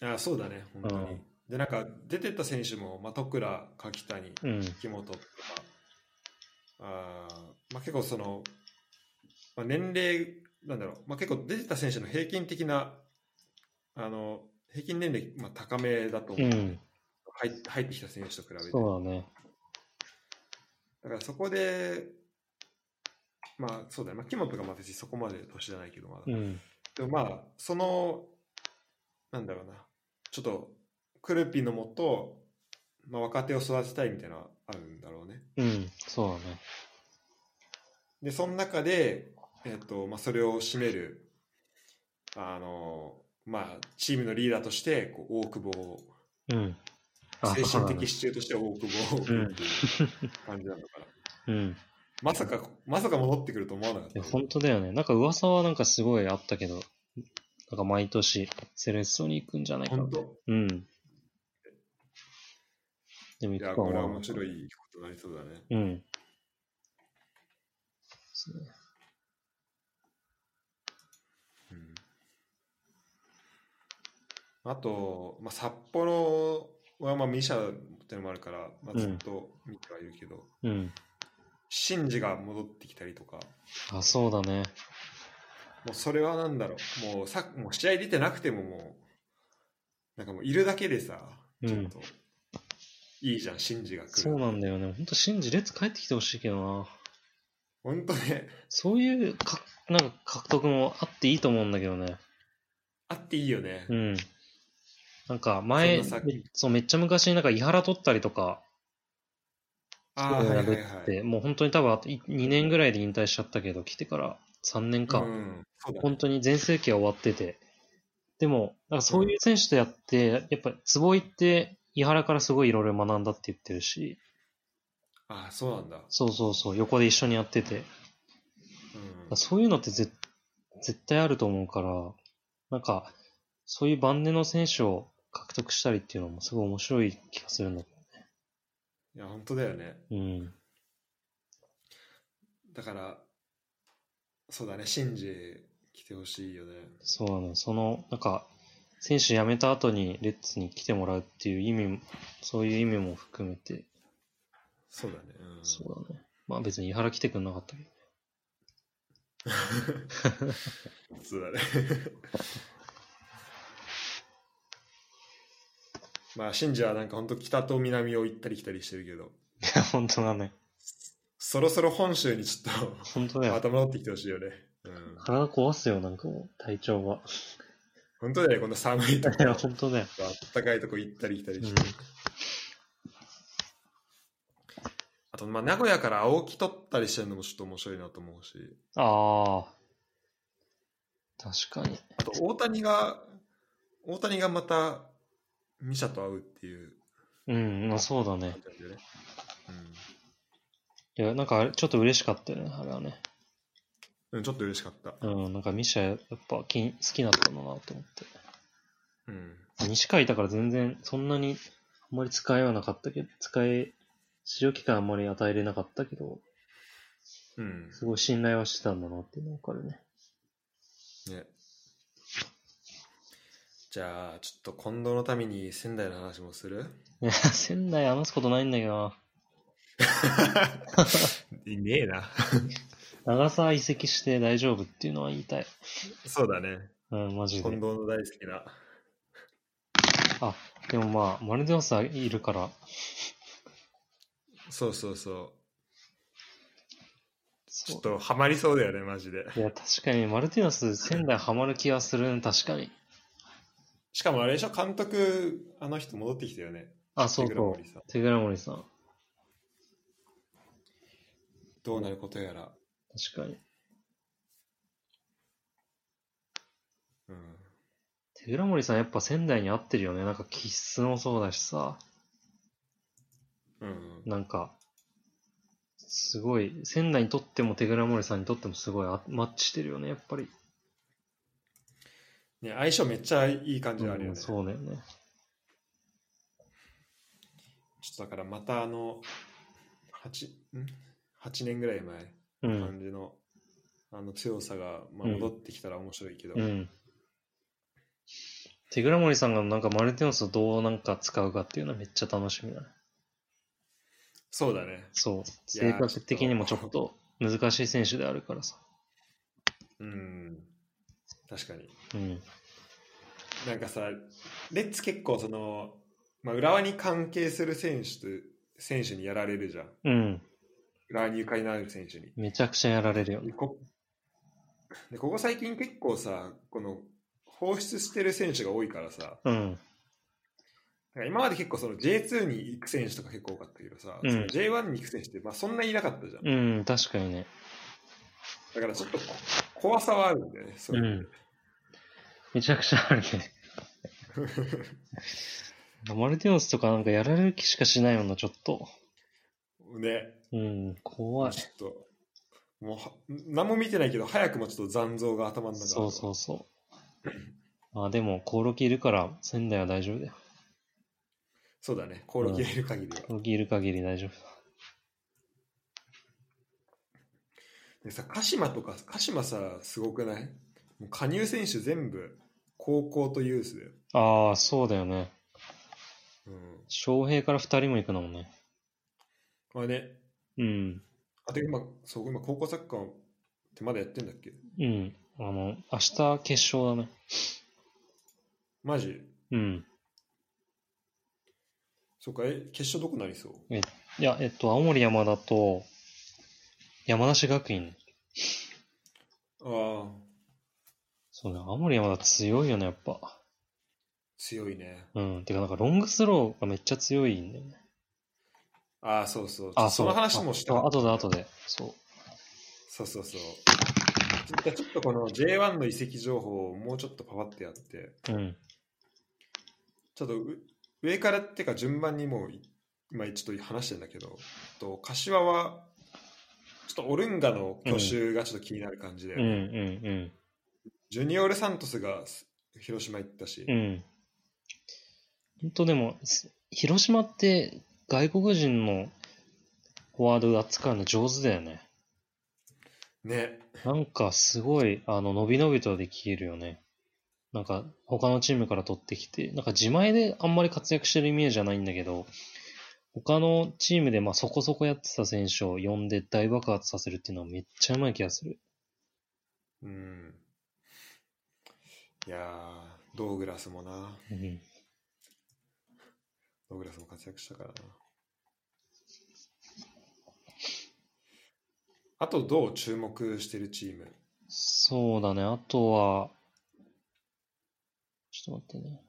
A: あそうだね、本当に。
B: うん
A: で、なんか出てった選手も、まあ、徳良、柿谷、
B: うん。
A: 木本とか、あーまあ、結構その、まあ、年齢、なんだろう、まあ、結構出てた選手の平均的な、あの平均年齢、まあ、高めだと思
B: う
A: う、
B: ん。
A: 入っ入ってきた選手と比べて。
B: そうだね。
A: だからそこで、まあそうだね、まあ、木本がまあ別にそこまで年じゃないけど、まだ。
B: うん。
A: でもまあそのなんだろうなちょっとクルピのもと、まあ、若手を育てたいみたいなのはあるんだろうね
B: うん。そうだね。
A: でその中で、えっとまあ、それを占めるあのまあチームのリーダーとしてこう大久保を
B: うん。
A: 精
B: そ
A: 神
B: うだ
A: 的
B: ね
A: 支柱として大久保をっていう感じなのかな、
B: うん。
A: まさかまさか戻ってくると思わなかっ
B: い
A: た
B: や、本当だよね。なんか噂はなんかすごいあったけど、なんか毎年セレッソに行くんじゃないか
A: 本
B: な。
A: 当
B: うん。でも
A: い
B: 行
A: や
B: くか
A: これは
B: も
A: 面。白いことになりそうだね
B: うん。ですね
A: うんあと、まあ、札幌はまあミシャってのもあるから、まあ、ずっと見てはいるけど、
B: うん。
A: シンジが戻ってきたりとか、
B: あ、そうだね。
A: もうそれはなんだろう、もうさもう試合出てなくてももう、なんかもういるだけでさ、
B: うん
A: ちょっと、いいじゃん、シンジが来る。
B: そうなんだよね。ほんと、シンジ、レッツ帰ってきてほしいけどな。
A: 本当ね、
B: そういうか、なんか獲得もあっていいと思うんだけどね。
A: あっていいよね。
B: うん。なんか前、
A: そんなさ
B: そう、めっちゃ昔になんか、伊原取ったりとか、
A: ああ、はいはいはい。
B: で、もう本当に多分あとい2年ぐらいで引退しちゃったけど、来てから3年
A: う
B: か。
A: ん、そうだね
B: 本当に全盛期は終わってて。でも、なんかそういう選手とやって、やっぱ坪井って、井原からすごいいろいろ学んだって言ってるし、
A: ああ、そうなんだ。
B: そうそうそう、横で一緒にやってて、
A: うん、
B: そういうのって絶絶対あると思うから、なんか、そういう晩年の選手を獲得したりっていうのもすごい面白い気がするんだ。
A: いや、本当だよね。
B: うん。
A: だから、そうだね、シンジ来てほしいよね。
B: そうなのよその、なんか、選手辞めた後にレッツに来てもらうっていう意味も、そういう意味も含めて、
A: そうだね。うん、
B: そうだね。まあ別に井原来てくんなかったけど。 [LAUGHS]
A: そう [LAUGHS] だね。まあ、シンジはなんか本当北と南を行ったり来たりしてるけど、
B: いや、本当だね。
A: そろそろ本州にちょっ
B: 本
A: と
B: 当だ
A: ま
B: よ。
A: た戻ってきてほしいよね。うん、
B: 体壊すよ、なんかもう、体調が。
A: 本当だよね、こんな寒い [LAUGHS] とこ
B: [LAUGHS] いや、本当だよ。
A: あったかいとこ行ったり来たり
B: う
A: し
B: ん
A: て。。と、まあ、名古屋から青木取ったりしてるのもちょっと面白いなと思うし、
B: ああ。確かに。
A: あと、大谷が、大谷がまた、ミシャと会うっていう
B: うん、まあそうだ
A: 感
B: ね。
A: じでね。
B: いや、なんかあれ、ちょっと嬉しかったよね、あれはね。
A: うん。うん、ちょっと嬉しかった。
B: うん、なんかミシャ、やっぱきん好きだったんだなって思って。
A: うん。
B: 西海だから全然、そんなに、あんまり使えはなかったけど、使え、使用期間あんまり与えれなかったけど、
A: うん。
B: すごい信頼はしてたんだなっていうのがわかるね。
A: ね。じゃあ、ちょっと近藤のために仙台の話もする
B: いや、仙台話すことないんだけど
A: いねえな。
B: な、長沢移籍して大丈夫っていうのは言いたい。
A: そうだね。
B: うん、マジ
A: 近
B: で
A: 藤。の大好きな。
B: あ、でもまあ、マルディオスはいるから、
A: そうそうそう。ちょ
B: そ
A: っとハマりそうだよね、マジで。
B: う。いや、確かに、マルティノス、仙台ハマる気がするね、確かに。
A: しかもあれでしょ、監督、あの人戻ってきたよね。
B: あ、そう
A: テグラ
B: そ
A: モ
B: う
A: リさん。
B: 手倉森さん。
A: どうなることやら。
B: 確かに。
A: うん。
B: 手倉森さん、やっぱ仙台に合ってるよね。なんか、気質もそうだしさ、
A: うん。
B: なんか、すごい、仙台にとっても手倉森さんにとってもすごいあマッチしてるよね、やっぱり。
A: ね、相性めっちゃいい感じがあるよ
B: うん
A: ね。ちょ
B: そうだよね。
A: っとだからまたあの、8, ん8年ぐらい前
B: う
A: の
B: ん。
A: 感じの、あの強さが、まあ、
B: うん
A: 戻ってきたら面白いけど、
B: うん。手倉森さんがなんかマルティノスをどうなんか使うかっていうのはめっちゃ楽しみだね。
A: そうだね。
B: そう。
A: いや
B: 性
A: ー
B: 格的にもちょっと難しい選手であるからさ。
A: うん。確かに。
B: うん。
A: なんかさ、レッツ結構その、まあ、浦和に関係する選手と、選手にやられるじゃん。
B: うん。
A: 浦和にゆかりのある選手に。
B: めちゃくちゃやられるよ
A: で
B: ね。
A: こでここ最近結構さ、この放出してる選手が多いからさ、
B: うん。
A: なんか今まで結構その J2 に行く選手とか結構多かったけどさ、
B: うん
A: その J1 に行く選手ってまあそんなにいなかったじゃん。
B: うん、確かにね。
A: だからちょっとこ怖さはあるんだよね、そうれ
B: ん。めちゃくちゃあるね。マルティノスとかなんかやられる気しかしないような、ちょっと。
A: [LAUGHS] ね、
B: うん、怖い。
A: ちょっと、もうは何も見てないけど、早くもちょっと残像が頭の中
B: そうそうそう。まあでも、コオロギいるから、仙台は大丈夫だよ。
A: そうだね、コオロギがいる限りは。
B: コオロギいる限り大丈夫
A: でさ、鹿島とか、鹿島さ、すごくないもう加入選手全部、高校とユースだよ。
B: だ。ああ、そうだよね。
A: うん。
B: 翔平から二人も行くのもんね。
A: まあね、
B: うん。
A: あと今、そう、今、高校サッカーってまだやってんだっけ
B: うん。あの、明日決勝だね。
A: マジ
B: うん。
A: そっか、え、決勝どこなりそう
B: いや、えっと、青森山田と、山梨学院ね。
A: ああ、
B: そうね、青森山田強いよね、やっぱ。
A: 強いね。
B: うん。てか、なんかロングスローがめっちゃ強いんだよね。
A: ああ、そうそう。
B: あ、
A: その話もした
B: あ
A: か
B: あ
A: った
B: とで、あとで。そう。
A: そうそうそう。じゃあちょっとこの J1 の移籍情報をもうちょっとパパってやって、
B: うん。
A: ちょっとう上からっていうか順番にもうい今ちょっと話してんだけど、と柏はちょっとオルンガの去就がちょっと気になる感じで、
B: うんうん
A: ジュニオール・サントスが広島行ったし、
B: うん。うん。ほんとでも、す広島って外国人のフォワード扱うの上手だよね。
A: ね、
B: なんかすごい、あの、伸び伸びとできるよね。なんか他のチームから取ってきて、なんか自前であんまり活躍してるイメージじゃないんだけど、他のチームでまあそこそこやってた選手を呼んで大爆発させるっていうのはめっちゃうまい気がする。
A: うん。いやー、ドーグラスもな、
B: うん。
A: ドーグラスも活躍したからな。あと、どう注目してるチーム
B: そうだね。あとは、ちょっと待ってね。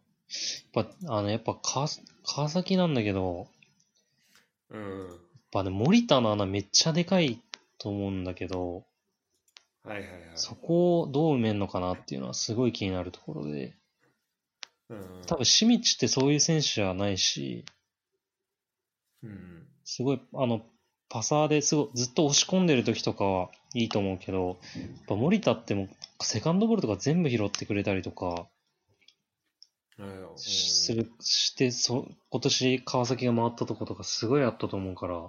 B: やっぱ、あの、やっぱ川、川崎なんだけど、
A: うん。
B: ぱね、森田の穴めっちゃでかいと思うんだけど、
A: はいはいはい。
B: そこをどう埋めるのかなっていうのはすごい気になるところで、
A: うん
B: 多分、シミッチってそういう選手じゃないし、
A: うん。
B: すごい、あの、パサーですごいずっと押し込んでる時とかはいいと思うけど、やっぱ森田ってもうセカンドボールとか全部拾ってくれたりとか
A: うん
B: する、して、そ今年川崎が回ったとことかすごいあったと思うから、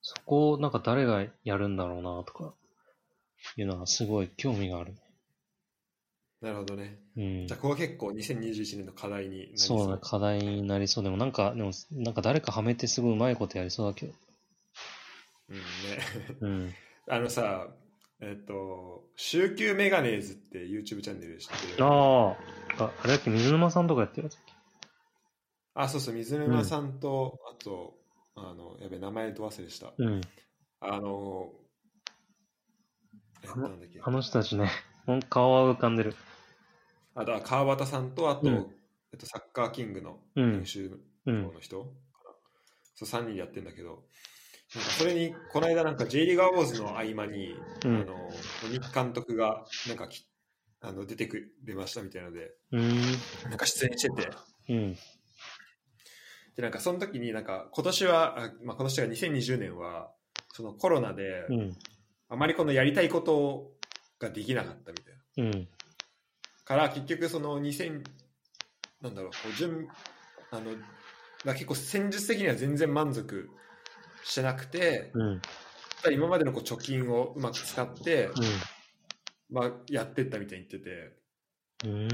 B: そこをなんか誰がやるんだろうなとか、いうのはすごい興味がある。
A: なるほどね。
B: うん
A: じゃあ、。ここは結構2021年の課題になり
B: そうだね、課題になりそう。でもなんか、でも、なんか誰かはめてすごいうまいことやりそうだけど。
A: うんね。 [LAUGHS]
B: うん。
A: あのさ、えっと、週休メガネーズって YouTube チャンネル知ってる
B: ああ、ああれだっけ、水沼さんとかやってるやつだっけ
A: あ、そうそう、水沼さんと、あと、あの、やべ、名前ど忘れした。
B: うん。
A: あの、えっと、なんだっけ。
B: あの人たちね、ほん顔は浮かんでる。
A: あとは川端さんと、あと、
B: うん
A: えっと、サッカーキングの
B: うん
A: 編集
B: う
A: 長
B: ん。
A: の人かな、そう、3人でやってんだけど、なんかそれに、この間なんか J リーガーウォーズの合間に、
B: う
A: あ
B: ん。
A: の、鬼木監督が、なんかき、あの出てくれましたみたいなので、
B: うん。
A: なんか出演してて、
B: うん。
A: で、なんかその時になんか、今年は、あまあ、今年が2020年は、そのコロナで、
B: うん。
A: あまりこのやりたいことができなかったみたいな。
B: うん。
A: から、結局その2000、なんだろう、こう順、あの、だから結構戦術的には全然満足してなくて、
B: うん。
A: ただ今までのこう貯金をうまく使って、まあ、やってったみたいに言ってて、
B: うん。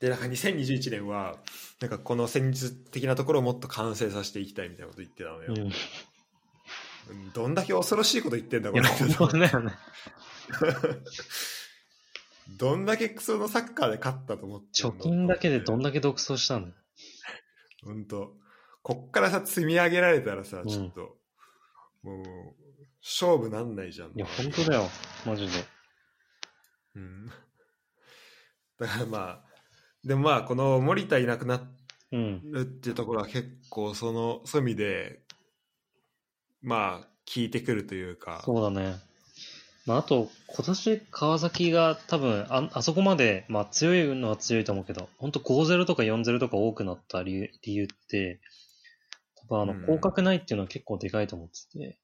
A: でなんか2021年はなんかこの戦術的なところをもっと完成させていきたいみたいなこと言ってたの
B: う
A: よ、
B: ん。い
A: うんどんだけ恐ろしいこと言ってんだこ
B: や、
A: れ
B: 本当だよね。
A: どんだけそのサッカーで勝ったと思ってんの
B: [LAUGHS] 貯金だけでどん
A: だ
B: だけ独走したんだよ。
A: 本当こっからさ積み上げられたらさ
B: うん
A: ちょっと、もう勝負なんないじゃん
B: いや、本当だよ。マジで。
A: うん、 [LAUGHS] だからまあでもまあこの森田いなくなっ
B: うん。
A: るっていうところは結構そのそういう意味でまあ聞いてくるというか
B: そうだね。まあ、あと、今年川崎が多分あ、あそこまで、まあ強いのは強いと思うけど、本当5-0とか4-0とか多くなった理由理由って、多分あの
A: う、ん
B: 広角ないっていうのは結構でかいと思ってて、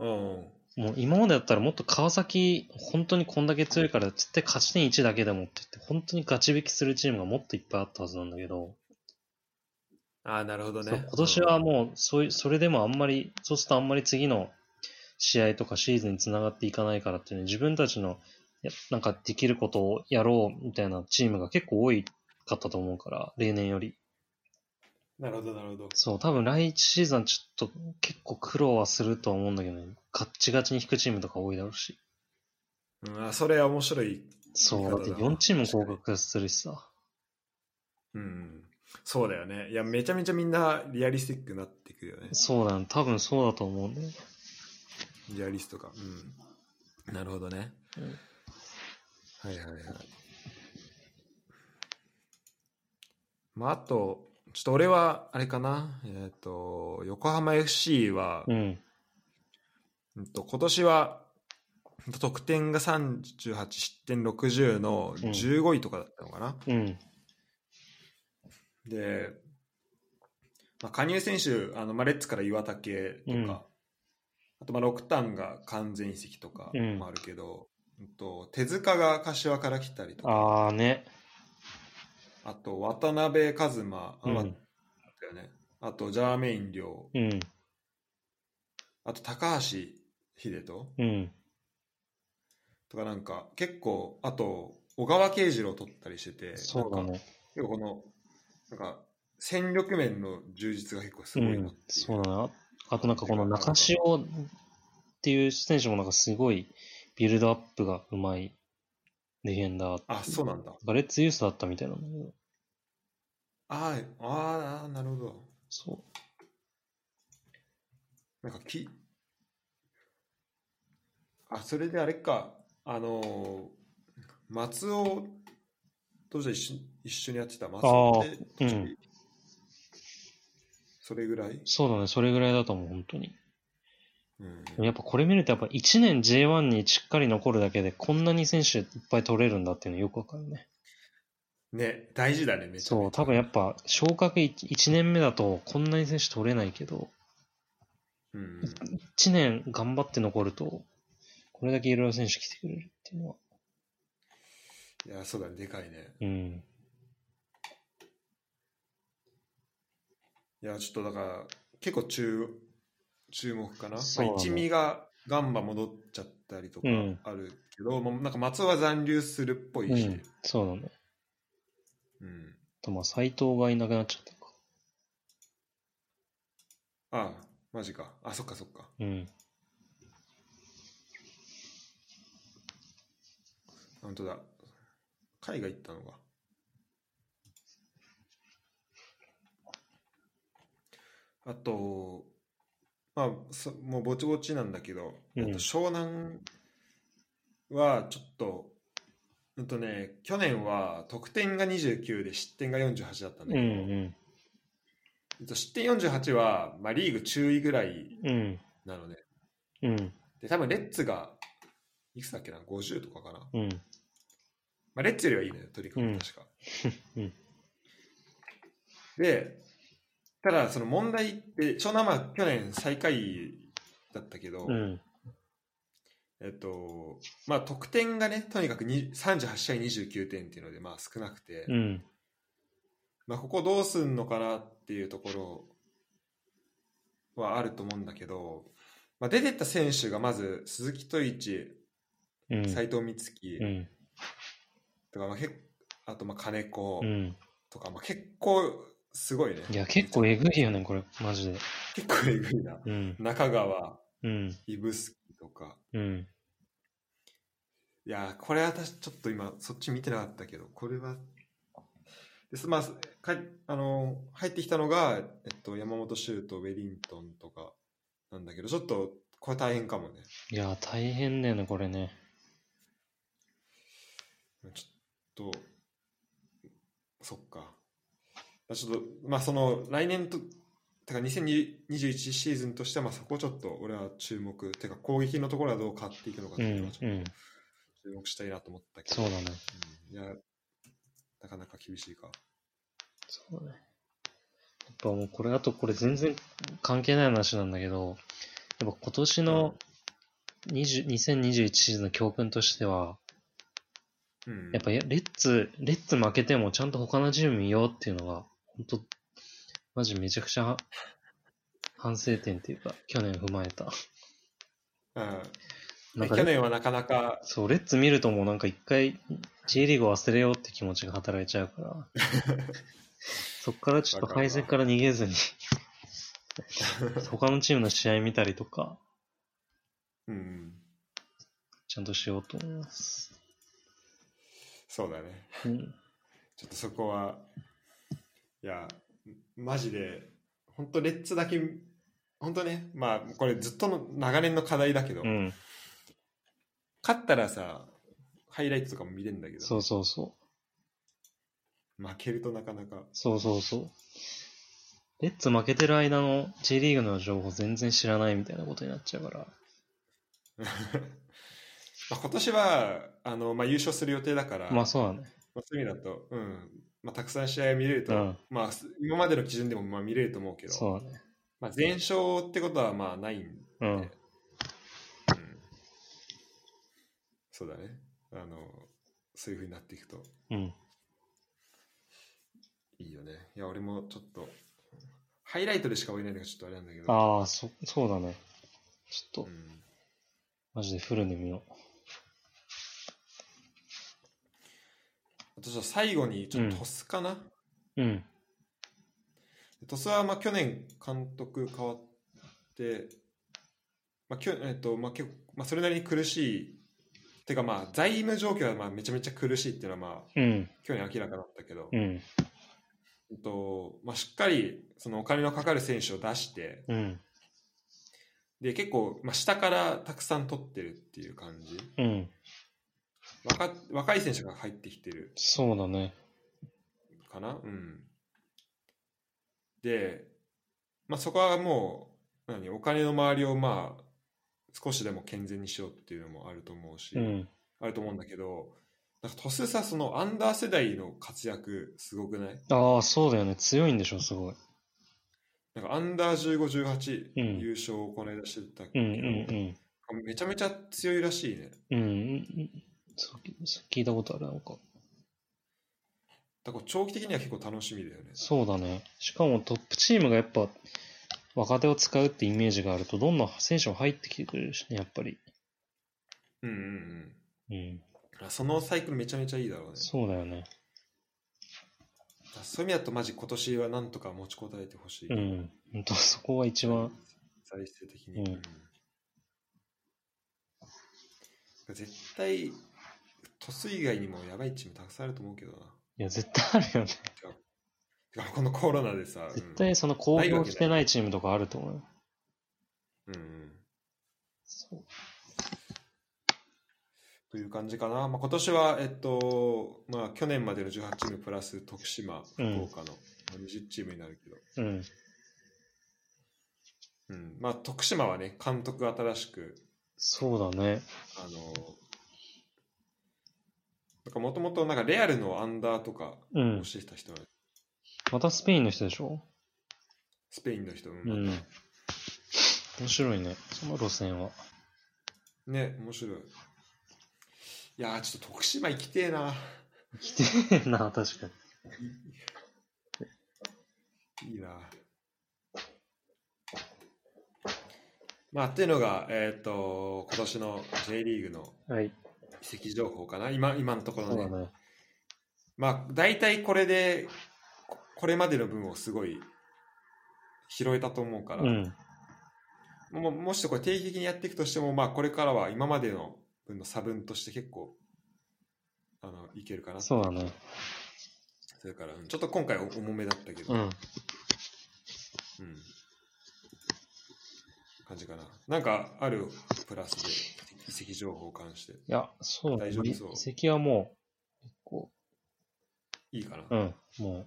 A: うん
B: もう今までだったらもっと川崎、本当にこんだけ強いから、つって勝ち点1だけでもって言って、本当にガチ引きするチームがもっといっぱいあったはずなんだけど、
A: ああなるほど
B: そう
A: ね
B: 今年はもうそういう、それでもあんまり、そうするとあんまり次の試合とかシーズンにつながっていかないからっていうね、自分たちのやなんかできることをやろうみたいなチームが結構多かったと思うから、例年より。
A: うんなるほどなるほど
B: そう、多分来シーズンはちょっと結構苦労はするとは思うんだけどね、ガッチガチに引くチームとか多いだろうし。
A: うん、あそれは面白い
B: そう、だって
A: いい方だな
B: 4チーム降格するしさ。
A: うんそうだよねいやめちゃめちゃみんなリアリスティックになってくるよね
B: そうだね、多分そうだと思うんだよね。
A: リアリストかうんなるほどね、
B: うん
A: はいはいはいまああとちょっと俺はあれかなえっ、と横浜 FC は、
B: うん、
A: うんと今年はうんと得点が38失点60の15位とかだったのかな、
B: うん、
A: で、まあ、加入選手あの、まあ、レッツから岩竹とか、
B: うん
A: あとまあ六ンが完全移籍とか
B: うん
A: もあるけど、うんと手塚が柏から来たりとか
B: あーね、
A: あと渡辺一馬あ,、
B: うん
A: だよね、あとジャーメイン亮
B: うん、
A: あと高橋秀人
B: うん、
A: とかなんか結構あと小川慶次郎取ったりしてて
B: そうだ
A: なんか
B: ね、
A: 結構このなんか戦力面の充実が結構す
B: う
A: ごいなっ
B: ん
A: て、い
B: そうだね。あとなんかこの中潮っていう選手もなんかすごいビルドアップがうまいレジェンダー。
A: あそうなんだ
B: バレッツユースだったみたいなんだけど、
A: あーあーなるほど
B: そ
A: なんかきあそれであれかあのー松尾とじゃ一緒一緒にやってた松尾って、
B: あーうん
A: それぐらい。
B: そうだね、それぐらいだと思う、本当に。
A: うん
B: でもやっぱこれ見ると、やっぱ1年 J1 にしっかり残るだけで、こんなに選手いっぱい取れるんだっていうのよくわかるね。
A: ね、大事だね、めちゃめちゃ。
B: そう、多分やっぱ昇格 1, 年目だと、こんなに選手取れないけど、
A: うん。
B: 1年頑張って残ると、これだけいろいろ選手来てくれるっていうのは。
A: いや、そうだね、でかいね。
B: うん。
A: いや、ちょっとだから、結構注注目かな。
B: そうな
A: まあ、
B: の
A: 一味がガンバ戻っちゃったりとか
B: うん
A: あるけど、もうなんか松尾は残留するっぽいうし、
B: ん、そうだね。
A: うん
B: あとまあ、斎藤がいなくなっちゃったか。
A: ああ、マジか。あ、そっかそっか。
B: うん。
A: 本当だ。海外行ったのか。あと、まあ、そもうぼちぼちなんだけど、
B: うん
A: えっと湘南はちょっと、うんとね、去年は得点が29で失点が48だったんだけ
B: う
A: ど、
B: ん
A: えっと失点48は、まあ、リーグ中位ぐらい
B: うん。うん。
A: なので、
B: うん。
A: で多分レッツがいくつだっけな、50とかかな。
B: うん。
A: まあ、レッツよりはいいのよ、取り組
B: うん
A: み確か。
B: [LAUGHS] うん
A: で、ただ、その問題って、湘南は去年最下位だったけど、
B: うん。
A: えっと、まあ、得点がね、とにかくに38試合29点っていうので、まあ、少なくて、
B: うん。
A: まあ、ここどうすんのかなっていうところはあると思うんだけど、まあ、出てった選手がまず、鈴木戸一、
B: うん。
A: 斎藤光希
B: うん。
A: とか、まあ、けあと、まあ、金子、
B: うん。
A: とか、まあ、結構すごいね。
B: いや、結構えぐいよね、これ、マジで。
A: 結構えぐいな。
B: うん。
A: 中川、
B: うん。
A: 指宿とか。
B: うん。
A: いやー、これ私ちょっと今、そっち見てなかったけど、これは。です、まあ、かあのー入ってきたのが、えっと、山本修とウェリントンとかなんだけど、ちょっと、これ大変かもね。
B: いや、大変だよね、これね。
A: ちょっと、そっか。ちょっと、まあ、その、来年と、てか2021シーズンとしては、まあ、そこをちょっと俺は注目、てか攻撃のところはどう変わっていくのかっ
B: う
A: ていうの
B: ん
A: は、ちょ
B: う
A: っ
B: ん。
A: と注目したいなと思ったけど、
B: そうだね。
A: うんいや、なかなか厳しいか。
B: そうだね。やっぱもうこれ、あとこれ全然関係ない話なんだけど、やっぱ今年の20 2021シーズンの教訓としては、
A: うん、
B: やっぱやレッツ、レッツ負けてもちゃんと他のチーム見ようっていうのが、本当マジめちゃくちゃは反省点っていうか、去年踏まえた。
A: うん
B: な
A: ね
B: んか
A: 去年はなかなか、
B: そう、レッツ見るともうなんか一回 J リーグを忘れようって気持ちが働いちゃう
A: [LAUGHS]
B: から、そっからちょっと敗戦から逃げずに、 [LAUGHS] 他のチームの試合見たりとか、
A: うん、
B: ちゃんとしようと思います。
A: そうだね。
B: うん。
A: ちょっとそこは、いや、マジで、本当レッツだけ、本当ね、まあ、これずっとの長年の課題だけど、
B: うん。
A: 勝ったらさ、ハイライトとかも見れるんだけど、
B: そうそうそう。
A: 負けるとなかなか、 [LAUGHS]
B: そうそうそう。レッツ負けてる間の J リーグの情報全然知らないみたいなことになっちゃうから。
A: まあ今年はあの、まあ、優勝する予定だから、
B: まあそうだね。
A: まあそういう意味だと、うんまあ、たくさん試合見れると、
B: うん
A: まあ、す今までの基準でもまあ見れると思うけど、
B: そうだね。
A: まあ、全勝ってことはまあないんで、
B: うん。
A: うんそうだねあの、そういうふうになっていくと
B: うん。
A: いいよね。いや、俺もちょっと、ハイライトでしか追えないのがちょっとあれなんだけど、
B: ああ、そ、そうだね。ちょ
A: う
B: っと、
A: ん
B: マジでフルで見よ
A: あとちょっと最後に、ちょっとトスかな。
B: う。うん。
A: 鳥栖はまあ去年監督変わって、まあきょえっとまあ結構まあ、それなりに苦しい、てかまあ財務状況はまあめちゃめちゃ苦しいっていうのはまあ
B: うん。
A: 去年明らかだったけど、
B: うん。
A: えっとまあ、しっかりそのお金のかかる選手を出して、
B: うん。
A: で結構まあ下からたくさん取ってるっていう感じ
B: うん。
A: 若、若い選手が入ってきてる
B: そうだね。
A: かな。うん、で、まあ、そこはもう何お金の周りをまあ少しでも健全にしようっていうのもあると思うし、
B: うん。
A: あると思うんだけどなんかトスさそのアンダー世代の活躍すごくない
B: ああ、そうだよね。強いんでしょ、すごい。
A: なんかアンダー1518、
B: うん
A: 優勝をこの間してたけ
B: う
A: ど、
B: んうん
A: めちゃめちゃ強いらしいね
B: うん。うんうん。そうそう聞いたことある、なんか。
A: だから長期的には結構楽しみだよね
B: そうだね。しかもトップチームがやっぱ若手を使うってイメージがあると、どんどん選手も入ってきてくれるしね、やっぱり。
A: うんうんうん
B: うん。
A: あそのサイクルめちゃめちゃいいだろうね
B: そうだよね。
A: そういう意味だとマジ今年はなんとか持ちこたえてほしい、
B: うん。本当そこは一番、
A: 財政的に、
B: うん
A: うん絶対トス以外にもやばいチームたくさんあると思うけどない
B: や、絶対あるよね。
A: てかこのコロナでさ
B: 絶対その公表してないチームとかあると思うよ。
A: うん、うんうん
B: そう。
A: という感じかな、まあ、今年は、えっとまあ、去年までの18チームプラス徳島福
B: うん
A: 岡のまあ20チームになるけど、
B: うん。
A: うんまあ、徳島はね監督が新しく
B: そうだね。
A: あのなんかもともとなんかレアルのアンダーとか
B: うん
A: を。してた人、
B: またスペインの人でしょ
A: スペインの人、
B: うん。面白いね。その路線は。
A: ね面白いいやーちょっと徳島行きてえな
B: 来てんな、確かに。
A: いいなまあっていうのがえっ、と今年の J リーグの
B: はい。
A: 移籍情報かな今今のところ
B: そう
A: ね
B: だね。
A: まあ大体これでここれまでの分をすごい拾えたと思うから、
B: うん。
A: ももしこれ定期的にやっていくとしても、まあ、これからは今までの分の差分として結構あのいけるかな
B: そうだね。
A: それからうんちょっと今回お重めだったけど、
B: うん。
A: うん感じかななんかあるプラスで遺跡情報を関して
B: いや、そうだね。
A: 大丈夫そう
B: 移籍はもう、結構、
A: いいかな、
B: うん、もう、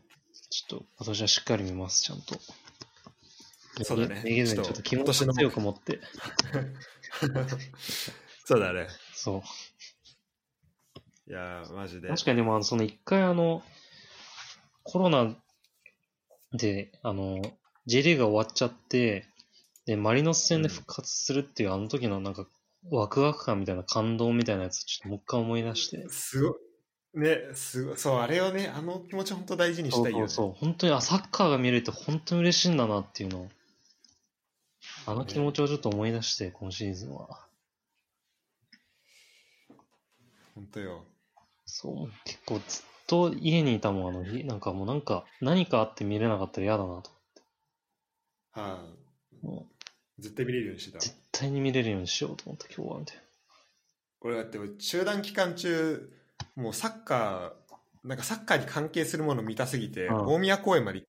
B: ちょっと今年はしっかり見ます、ちゃんと。
A: そうだね
B: めげずに
A: ちょっ
B: ちょっ
A: と
B: と気持ちを強く持って。
A: [LAUGHS]
B: [LAUGHS]
A: そうだね
B: そう。
A: いやーマジで
B: 確かにでも、あの、その一回あの、コロナで、あの、J リーグが終わっちゃって、で、マリノス戦で復活するっていう、あの時のなんか、ワクワク感みたいな感動みたいなやつ、ちょっともう一回思い出して。
A: すごいねすごいそうあれをねあの気持ち本当大事にし
B: そ
A: た
B: う
A: いよね
B: そうそう。本当に、あ、サッカーが見れて本当に嬉しいんだなっていうのを、あの気持ちをちょっと思い出して、今シーズンは。
A: 本当よ
B: そう、結構ずっと家にいたもん、あの日。なんかもうなんか、何かあって見れなかったら嫌だなと。
A: はあ
B: もう
A: 絶対見れるようにしてた
B: 絶対に見れるようにしようと思って、今日は、みたいな。
A: 俺だって中断期間中もうサッカーなんかサッカーに関係するもの見たすぎて、
B: うん
A: 大宮公園まで行っ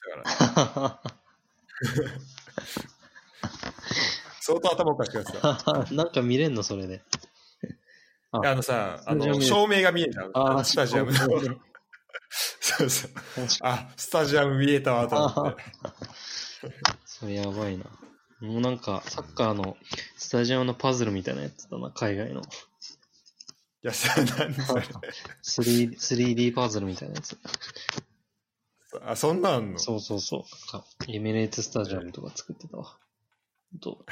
A: たから相当頭おかしくな
B: [LAUGHS]
A: ってた
B: なんか見れんの、それで。
A: いやあのさあ
B: スタ
A: の
B: ジアム見る
A: 照明が見えた
B: ああ、
A: スタジアムの [LAUGHS] そうそうあスタジアム見えたわと思って
B: [LAUGHS] それやばいな。もうなんか、サッカーのスタジアムのパズルみたいなやつだな、海外の。
A: いやさなんでそれ
B: [LAUGHS] 3D, 3D パズルみたいなやつ。
A: あそんなんあんの
B: そうそうそう。なんかエミレーツスタジアムとか作ってたわ。と、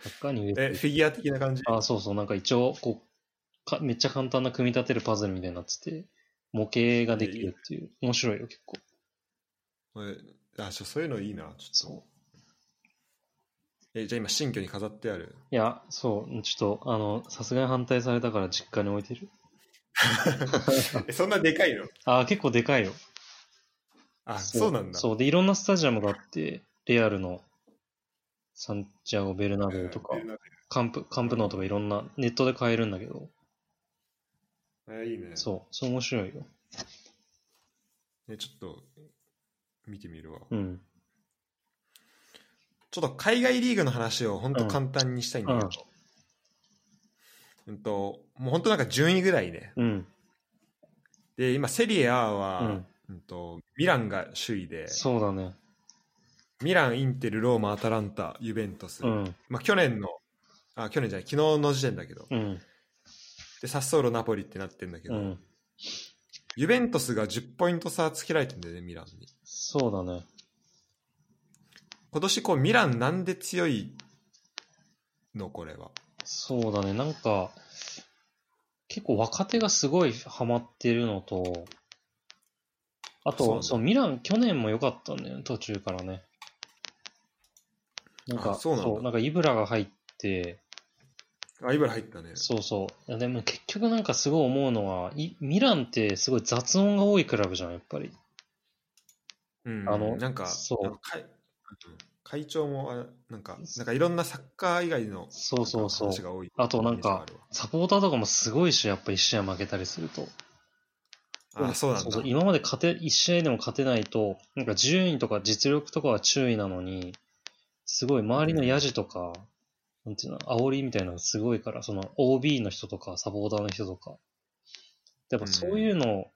B: サッカーに入れて
A: えフィギュア的な感じ
B: あ、そうそう、なんか一応、こうか、めっちゃ簡単な組み立てるパズルみたいになってて、模型ができるっていう、面白いよ、結構。
A: えあちょそういうのいいなちょっと
B: そう。
A: えじゃあ今新居に飾ってある
B: いや、そう、ちょっと、あの、さすがに反対されたから実家に置いてる。
A: えそんなでかいの
B: あ、結構でかいよ。
A: あそうなんだ
B: そう、で、いろんなスタジアムがあって、レアルの、サンチアゴ・ベルナベウとか、カンプ、カンプノーとかいろんな、ネットで買えるんだけど、
A: えいいね
B: そう、そう面白いよ。
A: ね、ちょっと見てみるわ、
B: うん。
A: ちょっと海外リーグの話を本当簡単にしたいんだけど、うんともう本当なんか順位ぐらいね
B: うん。
A: で今セリエ A
B: う
A: は、
B: ん。
A: うんとミランが首位で
B: そうだね。
A: ミラン、インテル、ローマ、アタランタ、ユベントス。
B: うん。
A: まあ、去年の、あ、去年じゃない、昨日の時点だけど。
B: うん。
A: で、サッソーロ、ナポリってなってんだけ
B: う
A: ど、
B: ん。
A: ユベントスが10ポイント差つけられてんだよね、ミランに。
B: そうだね。
A: 今年、こう、ミランなんで強いの、これは。
B: そうだね。なんか、結構若手がすごいハマってるのと、あと、
A: そう
B: そ
A: なん
B: う,、
A: だ
B: ミラン去年も良かったんだよね、途中からね。なんか、
A: あそうなんだ
B: なんかイブラが入って、
A: あ、イブラ入ったね。
B: そうそう。いやでも結局なんかすごい思うのは、いミランってすごい雑音が多いクラブじゃん、やっぱり。
A: うん、
B: あの
A: なんか、
B: そう
A: なんか会会長もあ、なんか、なんかいろんなサッカー以外の
B: そうそうそう
A: なんか話が多い。
B: あとなんか
A: イメージが
B: サポーターとかもすごいし、やっぱ一試合負けたりすると。
A: あるわ、あ、そうなんだ。
B: 今まで勝て、一試合でも勝てないと、なんか順位とか実力とかは注意なのに、すごい周りのヤジとか、なんていうの、煽りみたいなのがすごいから、その OB の人とか、サポーターの人とか。やっぱそういうのを、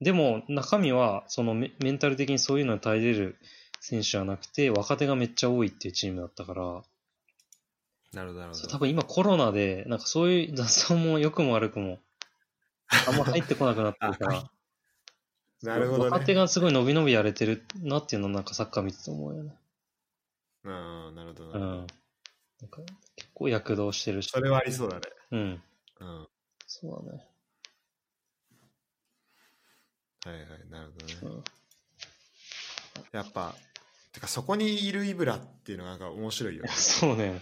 B: でも中身は、そのメメンタル的にそういうのに耐えれる選手はなくて、若手がめっちゃ多いっていうチームだったから、
A: なるほど、なるほ
B: そう
A: ど。
B: 多分今コロナで、なんかそういう雑音も良くも悪くも、あんま入ってこなくなってるか
A: [LAUGHS]
B: ら
A: あ。なるほど
B: 若手
A: ね。
B: がすごい伸び伸びやれてるなっていうのをなんかサッカー見てて思うよね。
A: うん、なるほど、なる
B: うん
A: ほど。。
B: なんか結構躍動してるし。
A: それはありそうだね。
B: うん。
A: うん。は
B: そうだね。
A: いはい、なるほどね。
B: うん。 [LAUGHS]
A: やっぱ、てかそこにいるイブラっていうのがなんか面白いよね。
B: そうね。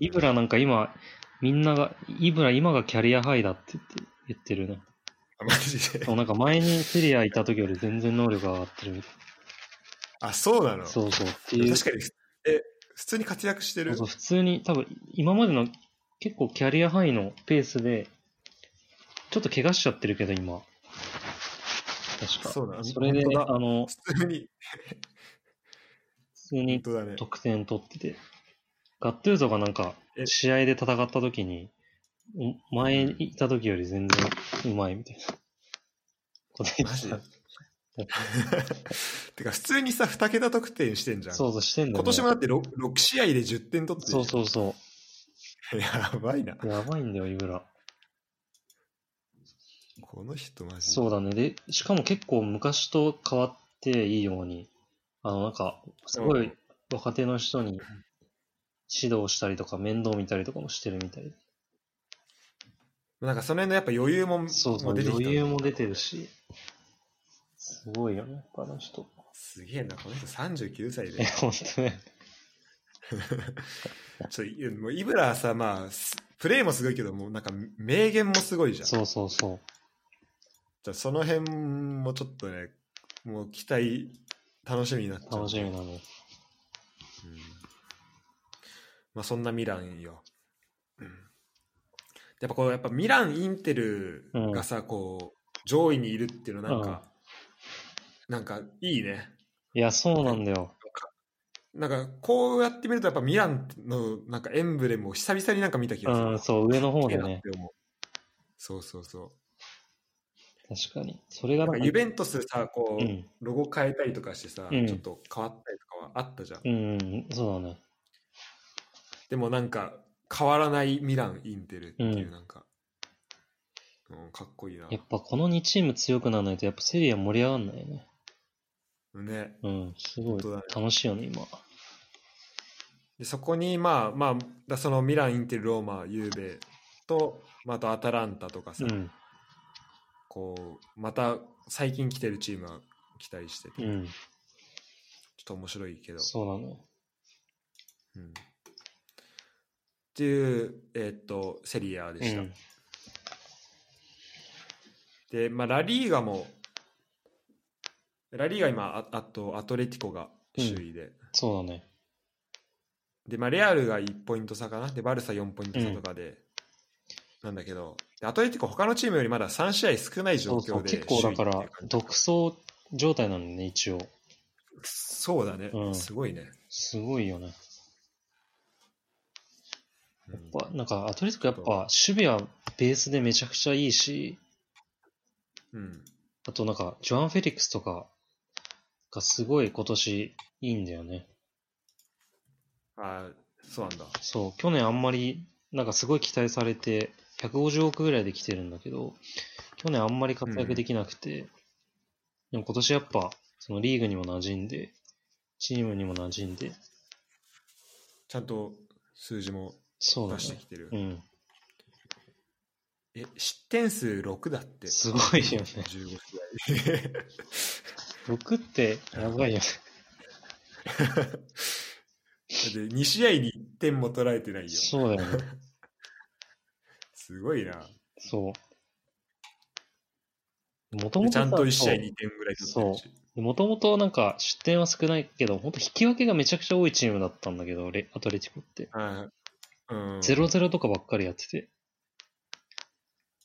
B: イブラなんか今、みんなが、イブラ今がキャリアハイだって言って言ってるね。
A: マジで
B: で。もなんか前にセリアいた時より全然能力が上がってるみたい。
A: あ、 [LAUGHS] そうなの
B: そうそう。っていう。
A: 確かに、え、普通に活躍して
B: そう
A: る
B: そう普通に、多分今までの結構キャリア範囲のペースで、ちょっと怪我しちゃってるけど、今。確か。
A: そうだ
B: それで、
A: 本当
B: あの、
A: 普通に、
B: 普通
A: 本
B: に
A: 当だね。
B: 得点取ってて。ガットゥーゾがなんか、
A: え
B: 試合で戦った時に、お前にいた時より全然うまいみたいな。こと言
A: マ
B: って
A: ジ [LAUGHS]
B: た。
A: てか普通にさ、2桁得点してんじゃん。
B: そうそうしてんだよ、ね。
A: 今年もだって 6, 6試合で10点取ってる。
B: そうそうそう
A: やばいな。
B: う。やばいんだよ、イブラ。
A: この人マジで。
B: そうだね。で、しかも結構昔と変わっていいように、あの、なんか、すご
A: う
B: い
A: ん
B: 若手の人に指導したりとか、面倒見たりとかもしてるみたいで。
A: なんかその辺のやっぱ余裕も
B: そうそ
A: も
B: う、
A: 出てきたん
B: 余
A: だ
B: 裕も出てるし、すごいよね、あの人。
A: すげえな、この人39歳
B: え、
A: で。
B: ほんとね。
A: ちょいやもうイブラはさ、まあ、すプレーもすごいけど、もうなんか名言もすごいじゃん。じ
B: そうそうそう。
A: ゃあその辺もちょっとね、もう期待、楽しみになっちゃう。
B: 楽しみなの。
A: うんまあそんなミランよ。うんやっぱこう、やっぱミラン、インテルがさ、こう、上位にいるっていうのなんか、なんかいいね。
B: いや、そうなんだよ。
A: なんかこうやってみるとやっぱミランのなんかエンブレムを久々になんか見た気がする。
B: うん、そう、上の方
A: いい
B: で
A: なっ
B: ね。
A: て思うそうそうそう。
B: 確かに。それが
A: な
B: な
A: か
B: んんか、
A: ユベントスさ、こう、
B: うん、
A: ロゴ変えたりとかしてさ、
B: うん
A: ちょっと変わったりとかはあったじゃん。
B: うん、そうだね。
A: でもなんか、変わらないミラン、インテルっていうう、
B: ん
A: なんか、うんかっこいいな。
B: やっぱこの2チーム強くならないと、やっぱセリア盛り上がんないよね。
A: ね。
B: うん、すご
A: 本
B: い
A: 当だね
B: 楽しいよね、今。
A: でそこに、まあまあ、だそのミラン、インテル、ローマ、ユーベと、まあ、あとアタランタとかさ、
B: うん、
A: こう、また最近来てるチームは期待してて、
B: う
A: ちょっ
B: ん、
A: と面白いけど。
B: そうなの。
A: うんっていう、えーっと、セリアで
B: う
A: した。
B: ん、
A: で、まあ、ラリーガも、ラリーガ今、ああと、アトレティコが首位で、
B: そうだね。
A: で、まあ、レアルが1ポイント差かな、で、バルサ4ポイント差とかで、なんだけど、でアトレティコ、他のチームよりまだ3試合少ない状
B: そうそ
A: 況
B: う、
A: で
B: 結構だか
A: 首位っ
B: ら
A: ていう感、じ
B: 独走状態なのね、一応。
A: そうだね、
B: うん
A: すごいね。
B: すごいよね。
A: うん
B: やっぱなんか、アトレティコやっぱ、守備はベースでめちゃくちゃいいし、
A: うん、
B: あとなんか、ジョアン・フェリックスとかがすごい今年いいんだよね。
A: ああ、そうなんだ。
B: そう、去年あんまり、なんかすごい期待されて、150億ぐらいで来てるんだけど、去年あんまり活躍できなくて、でも今年やっぱ、そのリーグにも馴染んで、チームにも馴染んで、
A: ちゃんと数字も
B: そうだ
A: 出して
B: ね。
A: きてる。
B: うん。
A: え、失点数6だって。
B: すごいよね
A: 15試合。
B: 6って、やばいよね。
A: で2試合に1点も取られてないよ。
B: そうだよね。
A: すごいな。
B: そう。もと
A: で
B: もと
A: ちゃんと1試合2点ぐらい取ってるし。
B: もともとなんか失点は少ないけど、本当引き分けがめちゃくちゃ多いチームだったんだけど、レアトレティコって。
A: ああうん、
B: 0-0とかばっかりやってて。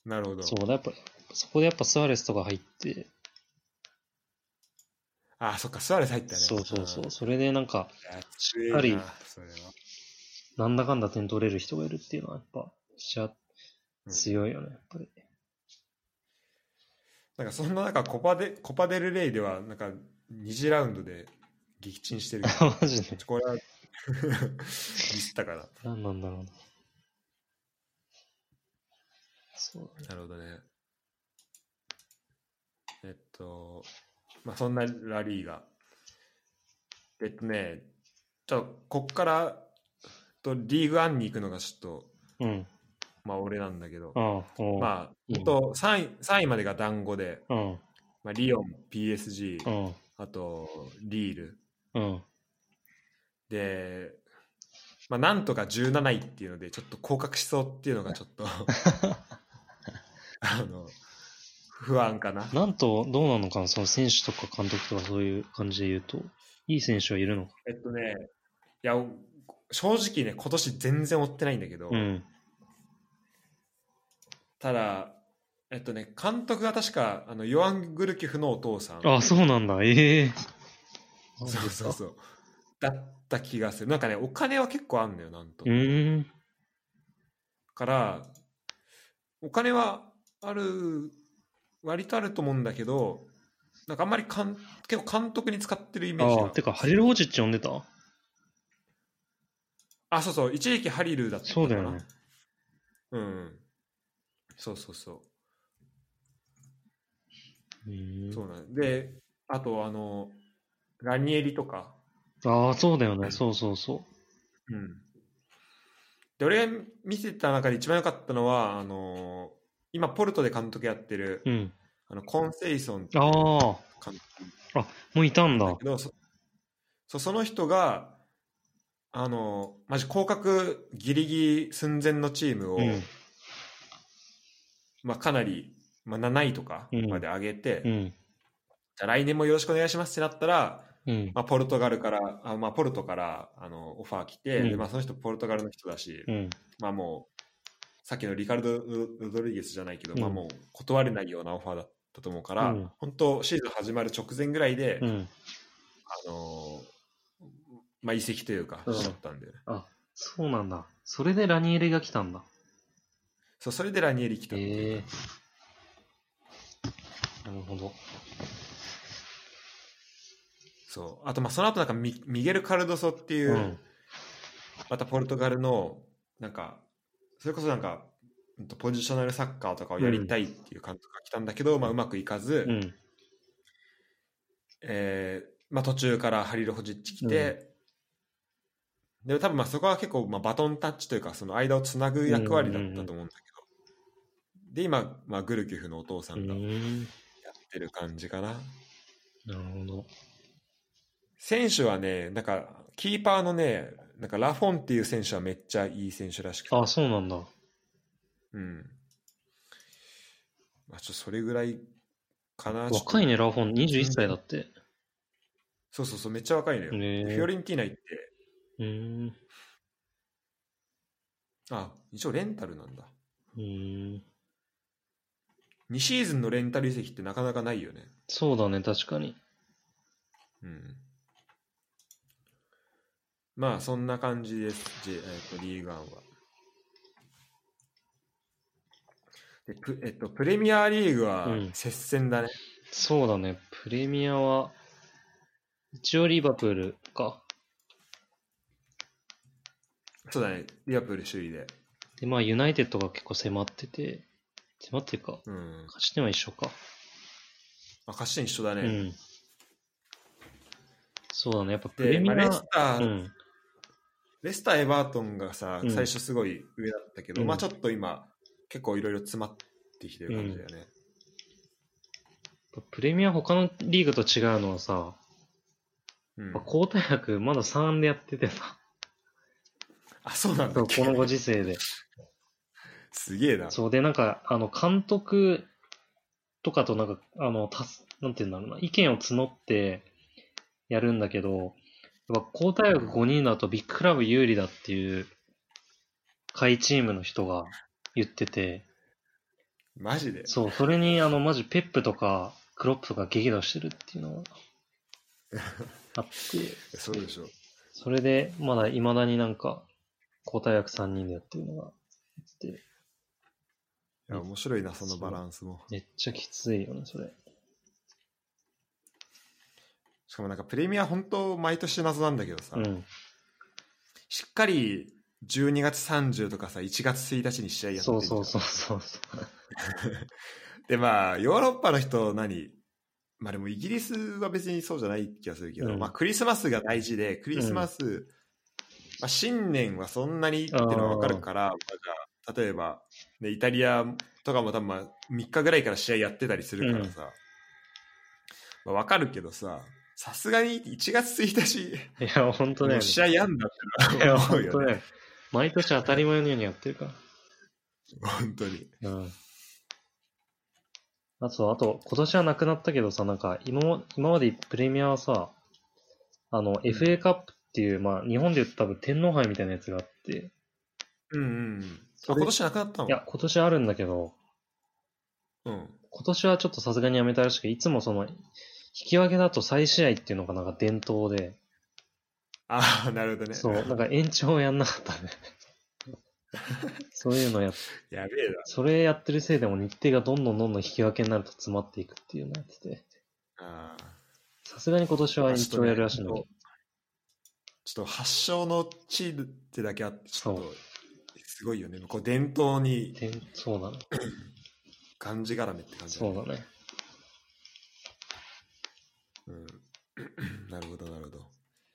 A: なるほど。
B: そうだ、やっぱ、そこでやっぱスアレスとか入って、
A: ああ、そっか、スアレス入ったね。
B: そうそうそ
A: ん
B: う。それでなんか、
A: いや
B: し
A: 強い
B: っ
A: な
B: かり
A: それは
B: なんだかんだ点取れる人がいるっていうのはやっぱ、しちゃ
A: うん
B: 強いよね、やっぱ
A: [LAUGHS]
B: り。
A: なんかそんな中コパデ、コパデルレイでは、なんか2次ラウンドで撃沈してるけど
B: マジ [LAUGHS] で。
A: これはミスったから。
B: 何なんだろうな。そうだね。
A: なるほどね。えっと、まあ、そんなラリーが。えっとね、ちょっとこっからとリーグワンに行くのがちょっと、
B: うん。
A: まあ、俺なんだけど、
B: ああ、おう
A: まあ、
B: いいね
A: ほんと3位 ,3 位までが団子で、
B: うん。
A: まあ、リオン、PSG、
B: うん。
A: あとリール。
B: うん。
A: で、まあ、なんとか17位っていうので、ちょっと降格しそうっていうのがちょっ
B: [LAUGHS]
A: とあの、不安かな。
B: なんと、どうなのかな、その選手とか監督とかそういう感じで言うと、いい選手はいるのか。
A: えっとね、いや、正直ね、今年全然追ってないんだけど、
B: うん。
A: ただ、えっとね、監督が確か、あの、ヨアン・グルキフのお父さん。
B: あ、そうなんだ。ええ
A: そうそうそう。だった気がする。なんかね、お金は結構あんのよ、なんと。
B: うーん。
A: から、お金はある、割とあると思うんだけど、なんかあんまりかん結構監督に使ってるイメージ
B: あ
A: が。
B: あ、てか、ハリル・ホジッチ呼んでた
A: あ、そうそう、一時期ハリルだったか
B: そ
A: な
B: うだよね。。
A: うんうん。そうそうそう。
B: うーん
A: そうなんで、あと、あの、ラニエリとか。
B: ああ、そうだよね。そうそうそ
A: うん。で、俺が見てた中で一番良かったのは、あの、今、ポルトで監督やってる、
B: う。うん。
A: あの、コンセイソンって
B: ああ、も
A: 監督
B: ういたん
A: なんだ
B: だ
A: け。ど、そそうその人が、あの、マジ降格ギリギリ寸前のチームを、
B: うん。
A: まあ、かなり、まあ、7位とかまで上げて、
B: う
A: じ
B: ん。
A: ゃあ来年もよろしくお願いしますってなったら、
B: うん。
A: まあ、ポルトガルから、あまあ、ポルトからあのオファー来て、
B: うん
A: でまあ、その人ポルトガルの人だし、
B: うん。
A: まあもう、さっきのリカルド・ロロドリゲスじゃないけど、
B: うん
A: まあもう断れないようなオファーだったと思うから、
B: うん
A: 本当、シーズン始まる直前ぐらいで、
B: うん。
A: あのーまあ、移籍というか、
B: うん
A: しちゃったんで、
B: あ、そうなんだ。それでラニエレが来たんだ。
A: そうそれでラニエリ来たっていう
B: え
A: か
B: えなるほど。
A: そうあと、まあその後なんかミ、ミゲル・カルドソっていう、
B: うん。
A: またポルトガルの、なんか、それこそなんか、うんとポジショナルサッカーとかをやりたいっていう監督が来たんだけど、まあ、うまくいかず、
B: うん。
A: えーまあ、途中からハリル・ホジッチ来て、で多分まあそこは結構まあバトンタッチというかその間をつなぐ役割だったと思うんだけど、で今、まあ、グルキュフのお父さ
B: うん
A: がやっ
B: ん。
A: てる感じかな、
B: なるほど。
A: 選手はねなんかキーパーのねなんかラフォンっていう選手はめっちゃいい選手らしくて
B: あ、そうなんだ。
A: うんまあ、ちょっとそれぐらいかなちょっと
B: 若いね、ラフォン。21歳だって。
A: そうそうそうめっちゃ若いのよ、
B: ねえ
A: フィオレンティーナ行って
B: うーん。
A: あ一応レンタルなんだ
B: うーん。
A: 2シーズンのレンタル移籍ってなかなかないよね。
B: そうだね、確かに。
A: うん。まあ、そんな感じです、J えっとリーグワンは。でプえっと、プレミアリーグは
B: うん
A: 接戦だね。
B: そうだね、プレミアは、一応リバプール
C: か。
A: そうだね、リアプール首位で。
B: で、まあ、ユナイテッドが結構迫ってて、迫ってるか、
A: うん。
B: 勝ち点は一緒か。
A: まあ、勝ち点一緒だね。
B: うん。そうだね、やっぱプレ
A: で、
B: ミ
A: ま
B: ア、
A: あ、レスター、
B: うん、
A: レスター、エバートンがさ
B: う、ん
A: 最初すごい上だったけど、
B: うん
A: まあちょっと今、結構いろいろ詰まってきてる感じだよね。
B: プレミア他のリーグと違うのはさ、
A: うん
B: やっぱ交代枠まだ3でやっててさ、
A: [LAUGHS] あ、そうなんだっ
B: こ
A: け。
B: のご時世で。
A: [LAUGHS] すげえな。
B: そうで、なんか、あの、監督とかとなんか、あの、たす、なんていうんだろうな、意見を募ってやるんだけど、やっぱ交代枠5人だとビッグクラブ有利だっていう、下位チームの人が言ってて、
A: マジで。
B: そう、それに、あの、マジペップとか、クロップとか激怒してるっていうのがあって、
A: そうでしょ。
B: それで、まだ未だになんか、交代役3人でやってるのが、って
A: いや、面白いな、そのバランスも。
B: めっちゃきついよね、それ。
A: しかもなんかプレミア本当毎年謎なんだけどさ、
B: うん。
A: しっかり12月30とかさ、1月1日に試合やって
B: そ
A: る
B: う
A: じゃん
B: そうそうそうそう。
A: で、まあ、ヨーロッパの人何まあでもイギリスは別にそうじゃない気がするけど、
B: うん
A: まあクリスマスが大事で、クリスマス、まあ新年はそんなにっていうのはわかるから、まあじゃあ例えば、ね、イタリアとかも多分まあ3日ぐらいから試合やってたりするからさ、まあわかるけどさ、さすがに1月1日、
B: いや、本当
A: も
B: だよ
A: う
B: ね。
A: 試合やんだって
B: い
A: の
B: や、
A: は思う
B: 本
A: よ
B: 当
A: ね。
B: だよ。毎年当たり前のようにやってるか
A: 本当に。
B: ら。うん。あと、あと、今年はなくなったけどさ、なんか、今も、今までプレミアはさ、あの、FA カップっていう、まあ、日本で言うと多分天皇杯みたいなやつがあって、
A: うんうん。あ
B: それ
A: 今年なくなったの
B: いや、今年あるんだけど、
A: うん。
B: 今年はちょっとさすがにやめたらしく、いつもその、引き分けだと再試合っていうのがなんか伝統で、
A: ああ、なるほどね。
B: そう、なんか延長をやんなかったね。
A: [LAUGHS]
B: そういうのやっ
A: やべえな。
B: それやってるせいでも日程がどんどんどんどん引き分けになると詰まっていくっていうのやってて。
A: あー
B: さすがに今年は延長やるらしいのに。
A: ちょっと発祥の地ってだけあって、ちょっ
B: そ
A: とすごいよね。こう伝統に
B: てんそうだね。
A: がんじがらめって感じだ
B: そ
A: ね、
B: うだね。
A: うん、なるほど、なるほど。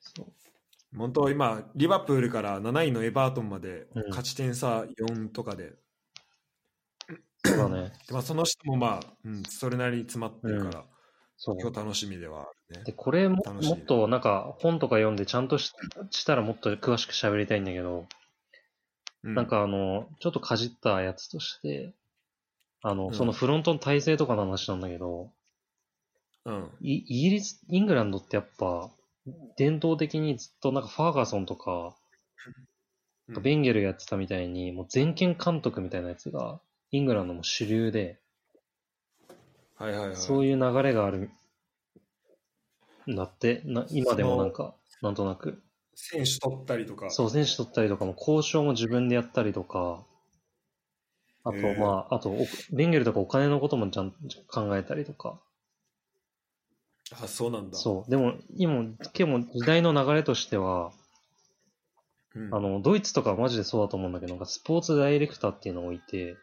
B: そう
A: 本当、今、リバプールから7位のエバートンまで
B: うん
A: 勝ち点差4とかで、
B: そうだね。
A: でまあ、その人もまあ、うん、それなりに詰まってるから、
B: そう。
A: 今日楽しみではあるね
B: で、。これも
A: 楽しい
B: もっとなんか本とか読んでちゃんとししたらもっと詳しく喋りたいんだけど、
A: う
B: なん、かあの、ちょっとかじったやつとして、あの、
A: うん
B: そのフロントの体制とかの話なんだけど、
A: うん、
B: イイギリス、イングランドってやっぱ、伝統的にずっとなんかファーガソンとか、
A: うん
B: ベンゲルやってたみたいに、もう全権監督みたいなやつが、イングランドも主流で、
A: はいはいはい。
B: そういう流れがある、なって、な今でもなんか、なんとなく、
A: 選手取ったりとか、
B: そう、選手取ったりとかも、交渉も自分でやったりとか、あと
A: へ、え
B: まあ、あと、おベンゲルとかお金のこともちゃんちゃん考えたりとか、
A: あそうなんだ。
B: そう、でも、今、結構時代の流れとしては、
A: うん、
B: あの、ドイツとかはマジでそうだと思うんだけど、なんかスポーツダイレクターっていうのを置いて、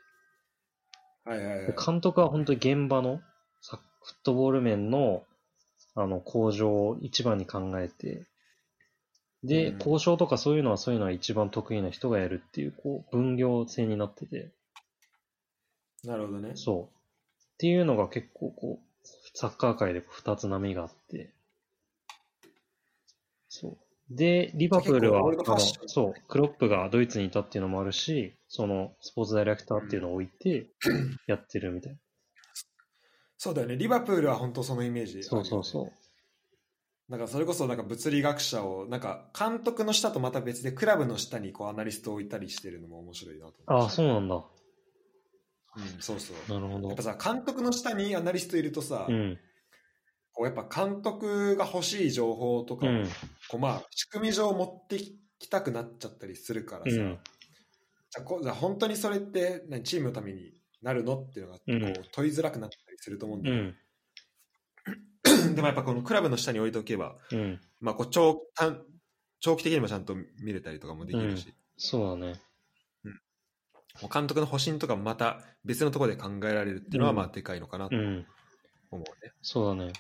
A: はいはいはい
B: で。監督は本当に現場のサッフットボール面のあの向上を一番に考えて、で、
A: うん
B: 交渉とかそういうのはそういうのは一番得意な人がやるっていう、こう、分業制になってて、
A: なるほどね。
B: そう。っていうのが結構こう、サッカー界で二つ波があって、そう。で、リバプールは、
A: 結構オールドファッション
B: あのそう、クロップがドイツにいたっていうのもあるし、その、スポーツダイレクターっていうのを置
A: [LAUGHS]
B: いて、やってるみたいな。
A: そうだよね。リバプールは本当そのイメージ、
B: そうそうそう。。
A: なんかそれこそなんか物理学者をなんか監督の下とまた別でクラブの下にこうアナリストを置いたりしてるのも面白いなと
B: あ
A: 思っ
B: あ、
A: て
B: そうなんだ。
A: うん、そうそう
B: なるほ
A: や
B: ど
A: っぱ。さ監督の下にアナリストいるとさ、
B: うん。
A: こうやっぱ監督が欲しい情報とか
B: う
A: を、
B: ん。
A: こうまあ仕組み上持ってきたくなっちゃったりするからさ、
B: う
A: じ
B: ん。
A: ゃあこじゃあ本当にそれって何チームのためになるのっていうのがこ
B: うん
A: う問いづらくなったりすると思うんだ
B: う
A: よ、
B: ん。
A: [CLEARS THROAT] でもやっぱこのクラブの下に置いておけば、
B: うん。
A: まあ、こう長短長期的にもちゃんと見れたりとかもできるし、
B: そうだね。
A: もう監督の保身とかもまた別のところで考えられるっていうのは
B: うん
A: まあでかいのかなと
B: うん。
A: 思うね。
B: そうだね。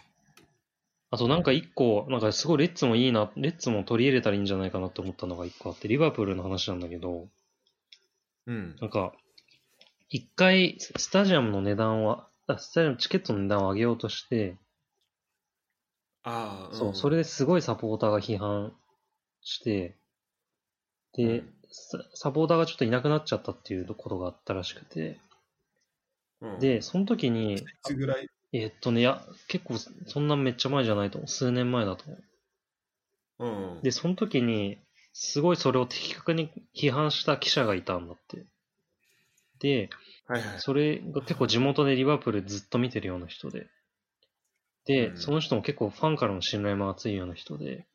B: あとなんか一個、なんかすごいレッツもいいな、レッツも取り入れたらいいんじゃないかなって思ったのが一個あって、リバプールの話なんだけど、
A: うん。
B: なんか、一回、スタジアムの値段は、あスタジアムチケットの値段を上げようとして、
A: ああ、
B: そう、
A: ん
B: それですごいサポーターが批判して、で、
A: うん
B: ササポーターがちょっといなくなっちゃったっていうことがあったらしくて、
A: うん
B: で、その時に、
A: いつぐらい
B: えーっとね、いや、結構、そんなめっちゃ前じゃないと思う。数年前だと思う。
A: うん。
B: で、その時に、すごいそれを的確に批判した記者がいたんだって。で、
A: はいはい。
B: それが結構地元でリバプールずっと見てるような人で。で、
A: うん
B: その人も結構ファンからの信頼も厚いような人で。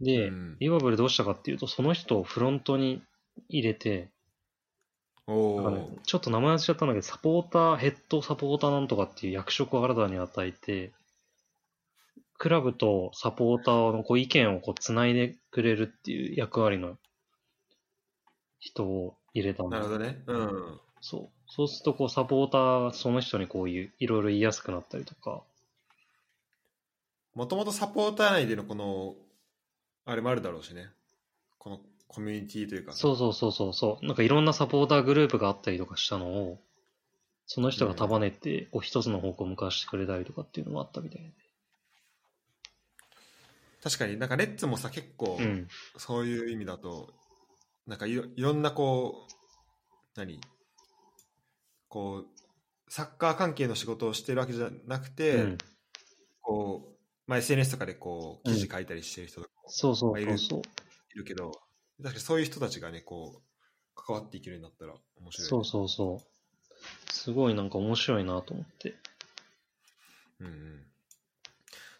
B: で、
A: うん
B: リバプールどうしたかっていうと、その人をフロントに入れて、
A: お
B: なんかね
A: お。
B: ちょっと名前忘れちゃったんだけど、サポーター、ヘッドサポーターなんとかっていう役職を新たに与えて、クラブとサポーターのこう意見をこう繋いでくれるっていう役割の人を入れたんだ
A: なるほどね。うん。
B: そう。そうすると、こう、サポーターがその人にこういう、いろいろ言いやすくなったりとか。
A: もともとサポーター内でのこの、あれもあるだろうしね。このコミュニティというか。
B: そうそうそうそうそう。なんかいろんなサポーターグループがあったりとかしたのを、その人が束ねて、こう、一つの方向を向かわしてくれたりとかっていうのもあったみたいな。
A: 確かになんかレッツもさ、結構、
B: うん。
A: そういう意味だと、なんかいろいろんなこう、何こう、サッカー関係の仕事をしてるわけじゃなくて、
B: うん。
A: こう、まあ、SNS とかでこう、記事書いたりしてる人とかも
B: そうそう
A: まあい
B: そ
A: る
B: うそう。
A: いるけど、確かにそういう人たちがね、こう、関わっていけるようになったら面白い、ね。
B: そうそうそう。すごいなんか面白いなと思って。
A: うんうん、だ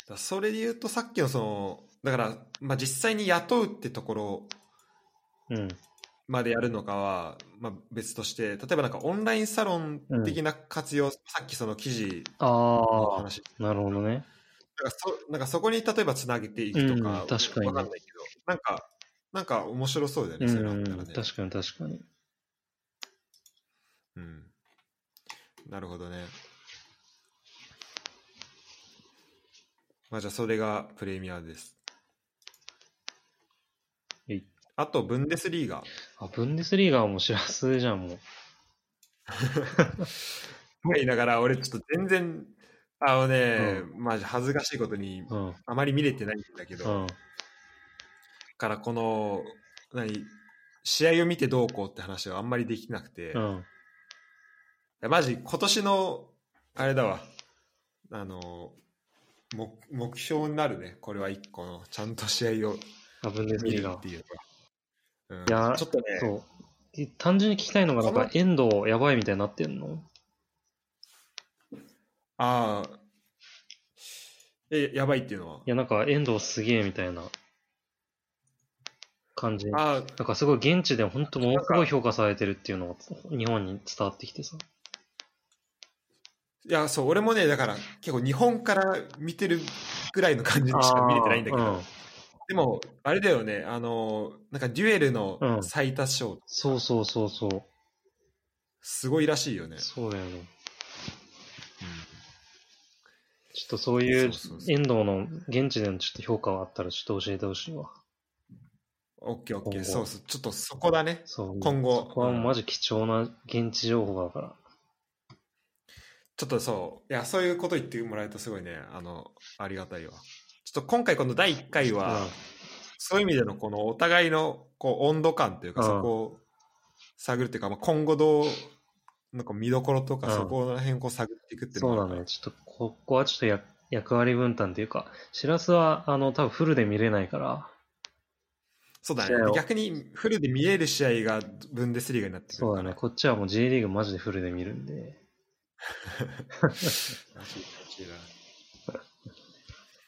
A: からそれで言うとさっきのそのだから、まあ、実際に雇うってところ
B: うん。
A: までやるのかは、まあ、別として例えばなんかオンラインサロン的な活用、さっきその記事の
B: あ
A: 話
B: あ、なるほどね。
A: なんかそなんかそこに例えばつなげていくとか,、
B: うん確かにね
A: わかんないけどなんかなんか面白そうだよね、
B: う
A: そういうのあっ
B: ん
A: たら。ね、
B: 確かに確かに。
A: うん、なるほどねまあじゃあそれがプレミアです
B: はい
A: あとブンデスリーガ
B: あ、ブンデスリーガーも知らせじゃん、もう。
A: と言いながら俺ちょっと全然あのね、まあ恥ずかしいことに
B: うん。うん。
A: あまり見れてないんだけど、だ
B: あ
A: からこの何試合を見てどうこうって話はあんまりできなくて、いやマジ今年のあれだわあの目目標になるねこれは一個のちゃんと試合を
B: ブンデス
A: 見
B: リ
A: る
B: ーガー
A: っ。ていうのが、うん、
B: いやー
A: ちょっとね
B: そう。え単純に聞きたいのが、なん
A: こ
B: か
A: の、
B: 遠藤やばいみたいになってんの
A: ああえやばいっていうのはい
B: や、なんか、遠藤すげえみたいな感じ。な
A: ああ
B: んか、すごい現地で本当ものすごい評価されてるっていうのが、日本に伝わってきてさ。
A: いやそう俺もねだから結構日本から見てるぐらいの感じでしか見れてないんだけど、
B: あーうん
A: でもあれだよねあのなんかデュエル
B: う
A: の
B: ん
A: 最多勝、
B: そうそうそうそう。
A: すごいらしいよね、
B: そうだよね。ちょっとそうい
A: そううそうそう
B: 遠藤の現地でのちょっと評価があったらちょっと教えてほしいわ。
A: オッケーオッケ
B: 今
A: ー
B: 後
A: そうそうちょっとそこだね
B: そう。
A: 今後
B: そこはマジ貴重な現地情報だから。
A: ちょっとそういやそういうこと言ってもらえるとすごいねあのありがたいわちょっと今回この第1回は、そういう意味でのこのお互いのこう温度感というか、
B: うん
A: そこを探るっていうか、まあ、今後どう、なんか見どころとか、
B: うん
A: そこら辺をこう探っていくっていう
B: そう
A: が
B: だね。。ちょっと、ここはちょっとや役割分担というか、シラスは、あの、多分フルで見れないから、
A: そうだ
B: 試合
A: ね
B: を。
A: 逆にフルで見える試合がブンデスリーガになってく
B: そ
A: る
B: う
A: か
B: だね。
A: ら。
B: こっちはもう J リーグマジでフルで見るんで、
A: らしいらしいな
B: こ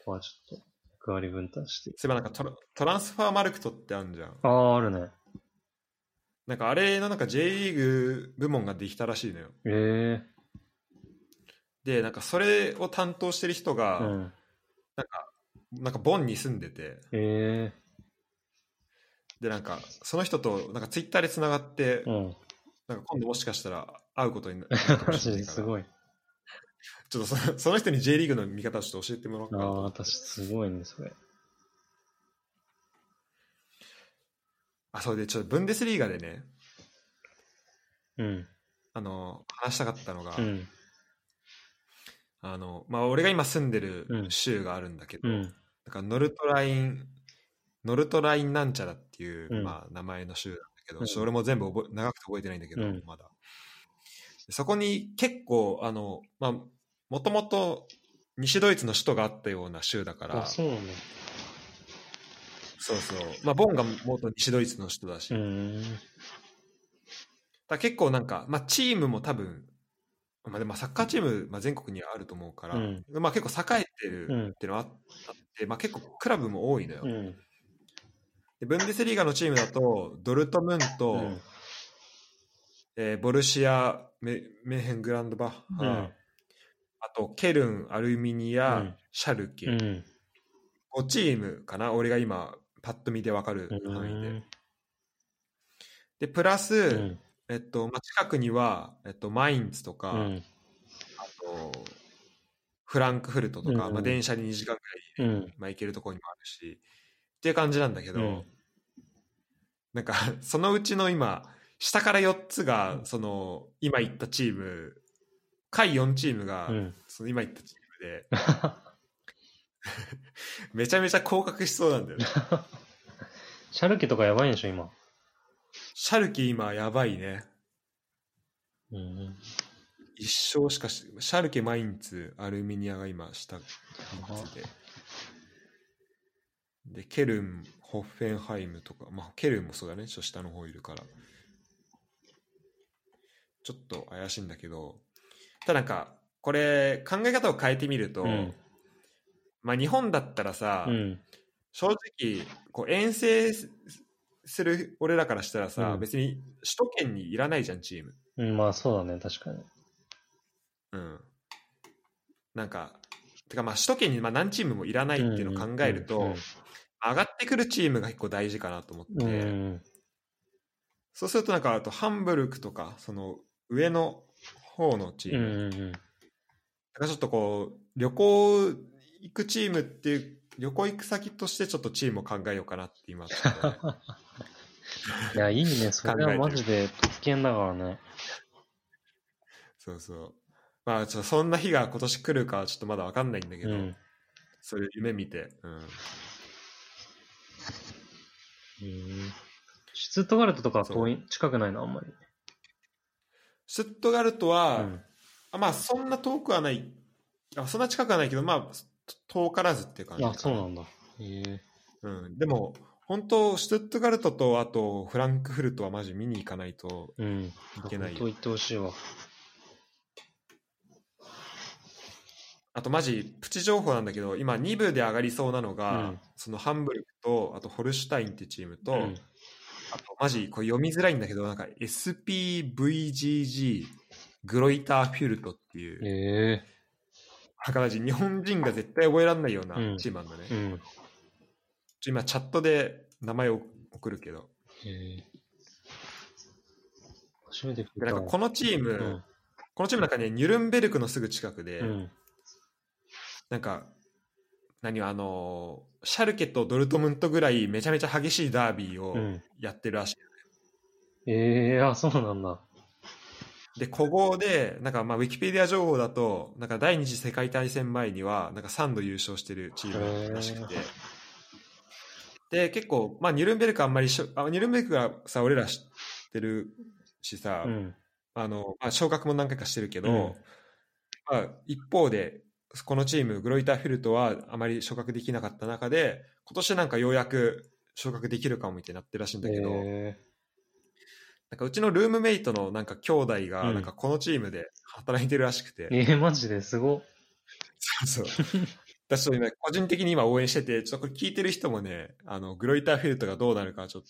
B: こはちょっと役割分担して。
A: そういえばなんかトラトランスファーマルクトってあるじゃん。
B: ああ、あるね。
A: なんかあれのなんか J リーグ部門ができたらしいのよ。
B: ええ
A: で、なんかそれを担当してる人が、
B: うん。
A: なんかボンに住んでて、
B: え
A: で、なんかその人となんかツイッターでつながって
B: え、うん。
A: なんか今度もしかしたら会うことになるかも
B: マ
A: し
B: ジ
A: れない
B: で
A: か
B: [LAUGHS] す
A: ら、
B: ごい。
A: ちょっとそのその人に J リーグの見方をちょっと教えてもらおう
B: あ
A: かなと
B: あ、
A: 思って。
B: 私すごいね、それ。
A: あ、そうで、ちょっとブンデスリーガでね、
B: うん。
A: あの、話したかったのが、
B: うん。
A: あの、まあ、俺が今住んで
B: う
A: る
B: ん
A: 州があるんだけど、
B: うん。
A: なんかノルトライン、ノルトラインなんちゃらっていう、
B: うん
A: まあ、名前の州なんだけど、
B: うん
A: ちょっと俺も全部覚え長くて覚えてないんだけど、
B: うん
A: まだ。そこに結構、あの、まあ、もともと西ドイツの首都があったような州だから、
B: あ、そうなんだ。
A: そうそう。まあ、ボンが元西ドイツの首都だし、
B: う
A: だか
B: ん。
A: ら結構なんか、まあ、チームも多分、まあ、でもサッカーチーム、まあ、全国にはあると思うから、
B: うん
A: まあ、結構栄えてる
B: うん
A: っていうのはあって、まあ、結構クラブも多いのよ。
B: うん。
A: でブンデスリーガのチームだとドルトムント、
B: うん
A: えーボルシアメメーヘングランドバッハ、
B: うん
A: あとケルンアルミニア、
B: うん
A: シャルケ、
B: うん。
A: 5チームかな俺が今パッと見で分かる
B: う
A: 範囲で、
B: ん。
A: でプラス、
B: うん。
A: えっとまあ、近くには、えっと、マインツとか、
B: うん。
A: あとフランクフルトとか、
B: うん
A: まあ、電車に2時間ぐ
B: う
A: らい、
B: ん。
A: まあ、行けるところにもあるしっていう感じなんだけど、
B: うん
A: なんか [LAUGHS] そのうちの今下から4つがその今言ったチーム下位4チームが
B: うん。
A: その今言ったチームでめちゃめちゃ降格しそうなん
B: [LAUGHS]
A: だよね
B: [LAUGHS] シャルケとかやばいんでしょ、今。
A: シャルキ今やばいね
B: うん。
A: 一勝しかしシャルケマインツアルミニアが今下三つででケルンホッフェンハイムとか、まあ、ケルンもそうだねちょっと下の方いるからちょっと怪しいんだけどただなんかこれ考え方を変えてみると、
B: うん。
A: まあ、日本だったらさ、
B: うん。
A: 正直こう遠征すする俺らからしたらさ、
B: うん
A: 別に首都圏にいらないじゃんチーム
B: うん、まあそうだね、確かに。
A: うん、なんか、てかまあ首都圏にまあ何チームもいらないっていうのを考えると、
B: うん
A: 上がってくるチームが結構大事かなと思って、
B: うんうん
A: そうするとなんかあとハンブルクとか、その上の方のチ
B: う
A: ーム、
B: んうん
A: なんかちょっとこう、旅行行くチームっていう、旅行行く先としてちょっとチームを考えようかなって今、ちょっとね
B: [LAUGHS] いや、いい
A: [LAUGHS]
B: ね、それはマジで危険だからね。
A: そうそう。まあちょっとそんな日が今年来るかはちょっとまだ分かんないんだけ
B: う
A: ど、
B: ん。
A: それ夢見て、うん。
B: うんシュツットガルトとかは遠い、近くないな、あんまり。
A: シュットガルトは、
B: うん
A: あまあそんな遠くはないあそんな近くはないけどまあと遠からずっていう感じ
B: あ、そうなんだ。へえ。
A: うん、でも本当シュトゥットガルトとあとフランクフルトはマジ見に行かないと
B: うん。
A: いけない
B: 本当言ってほしいわ。
A: あとマジプチ情報なんだけど今2部で上がりそうなのが、
B: うん
A: そのハンブルクとあとホルシュタインってチームと、
B: うん
A: あとマジこれ読みづらいんだけどなんか SPVGG グロイターフィルトっていう、
B: へえ。
A: なんかマジ日本人が絶対覚えられないような
B: うん
A: チームなんだね、
B: う
A: ちょ
B: ん。
A: 今チャットで名前を送るけど
B: へえ。初めて聞い
A: で
B: た
A: なんかこのチーム、
B: うん
A: このチームなんかね、ニュルンベルクのすぐ近くで、
B: うん。
A: なんか、何あのーシャルケとドルトムントぐらいめちゃめちゃ激しいダービー
B: う
A: を
B: ん。
A: やってるらしい。
B: ええ、あ、そうなんだ。
A: で、古豪で、なんかまあ、ウィキペディア情報だと、なんか第二次世界大戦前には、なんか3度優勝してるチームらしくて
B: へ。
A: で、結構、まあ、ニュルンベルクあんまりしょ、あニュルンベルクがさ、俺ら知ってるしさ、
B: うん。
A: あの、まあ、昇格も何回かしてるけど、
B: うん
A: まあ、一方で、このチーム、グロイターフィルトはあまり昇格できなかった中で、今年なんかようやく昇格できるかもみたいになってるらしいんだけど、
B: へ
A: なんかうちのルームメイトのなんか兄弟が、
B: うん
A: なんかこのチームで働いてるらしくて、
B: え。ええ、マジですご。
A: [LAUGHS] そうそう私と今、個人的に今応援してて、ちょっとこれ聞いてる人もね、あの、グロイターフィルトがどうなるかちょっ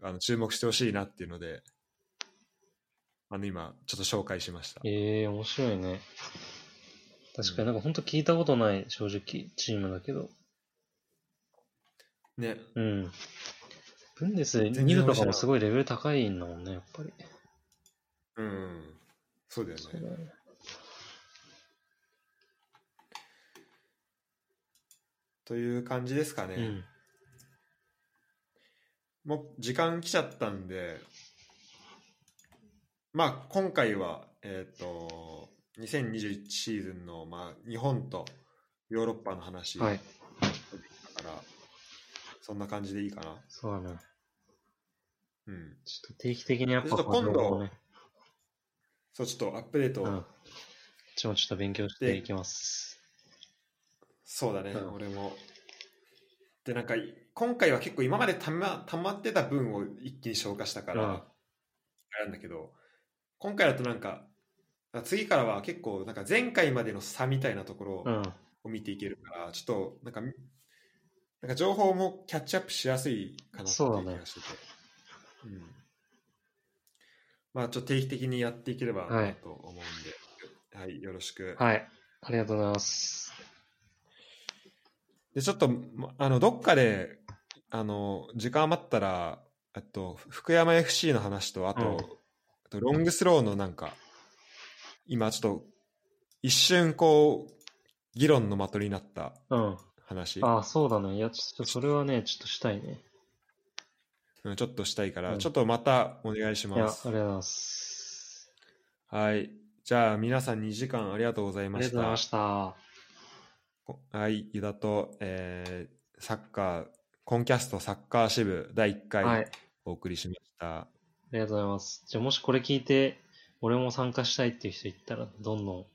A: と、あの、注目してほしいなっていうので、あの、今、ちょっと紹介しました。
B: ええ、面白いね。確かになんか本当聞いたことない、正直、チームだけど。
A: ね。
B: うん。ブンデス
A: 全然
B: 2部とかもすごいレベル高いんだもんね、やっぱり。
A: うん。そうだよ
B: そう
A: ね。
B: だね
A: という感じですかね。
B: うん。
A: もう時間来ちゃったんで、まあ、今回は、えっ、と、2021シーズンの、まあ、日本とヨーロッパの話だ
B: は
A: か
B: い。
A: ら、そんな感じでいいかな。
B: そうだね。
A: うん。
B: ちょっと定期的にやっぱ
A: ちょっと今度
B: この情報をね
A: そう、ちょっとアップデート、
B: うん。こっちもちょっと勉強していきます。
A: そうだね、
B: うん
A: 俺も。で、なんか、今回は結構今までたま溜まってた分を一気に消化したから、
B: うん
A: あれなんだけど、今回だとなんか、次からは結構、なんか前回までの差みたいなところを、
B: うん。
A: を見ていけるから、ちょっとなんか、なんか情報もキャッチアップしやすいかなってい
B: そうだ
A: う
B: ね
A: 気がしてて。うん。まあ、ちょっと定期的にやっていければ
B: はい
A: なと思うんで、はい、よろしく。
B: はい。ありがとうございます。
A: で、ちょっと、まあの、どっかで、あの、時間余ったら、あと、福山 FC の話と、あと、
B: うん
A: あとロングスローのなんか、今ちょっと、一瞬こう、議論の的になった
B: うん。
A: 話。
B: ああ、そうだね。いや、ちょっとそれはね、ちょっとしたいね。
A: うん、ちょっとしたいから、
B: うん
A: ちょっとまたお願いし
B: いや、あり
A: ま
B: がと
A: す
B: う。ございます。
A: はい。じゃあ、皆さん2時間ありがとうござい
B: あ
A: ま
B: りがと
A: し
B: うござい
A: た
B: ま。した。
A: こはい、ユダと、えーサッカー、コンキャストサッカー支部第1
B: はい
A: 回。お送りしました。
B: ありがとうございます。じゃあ、もしこれ聞いて、俺も参加したいっていう人いったら、どんど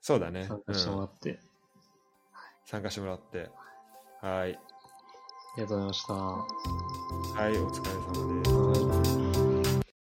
A: そうだね
B: ん参、
A: う
B: 加
A: ん
B: してもらって、
A: 参加してもらって。はい。
B: ありがとうございました。
A: はい、お疲れ様です。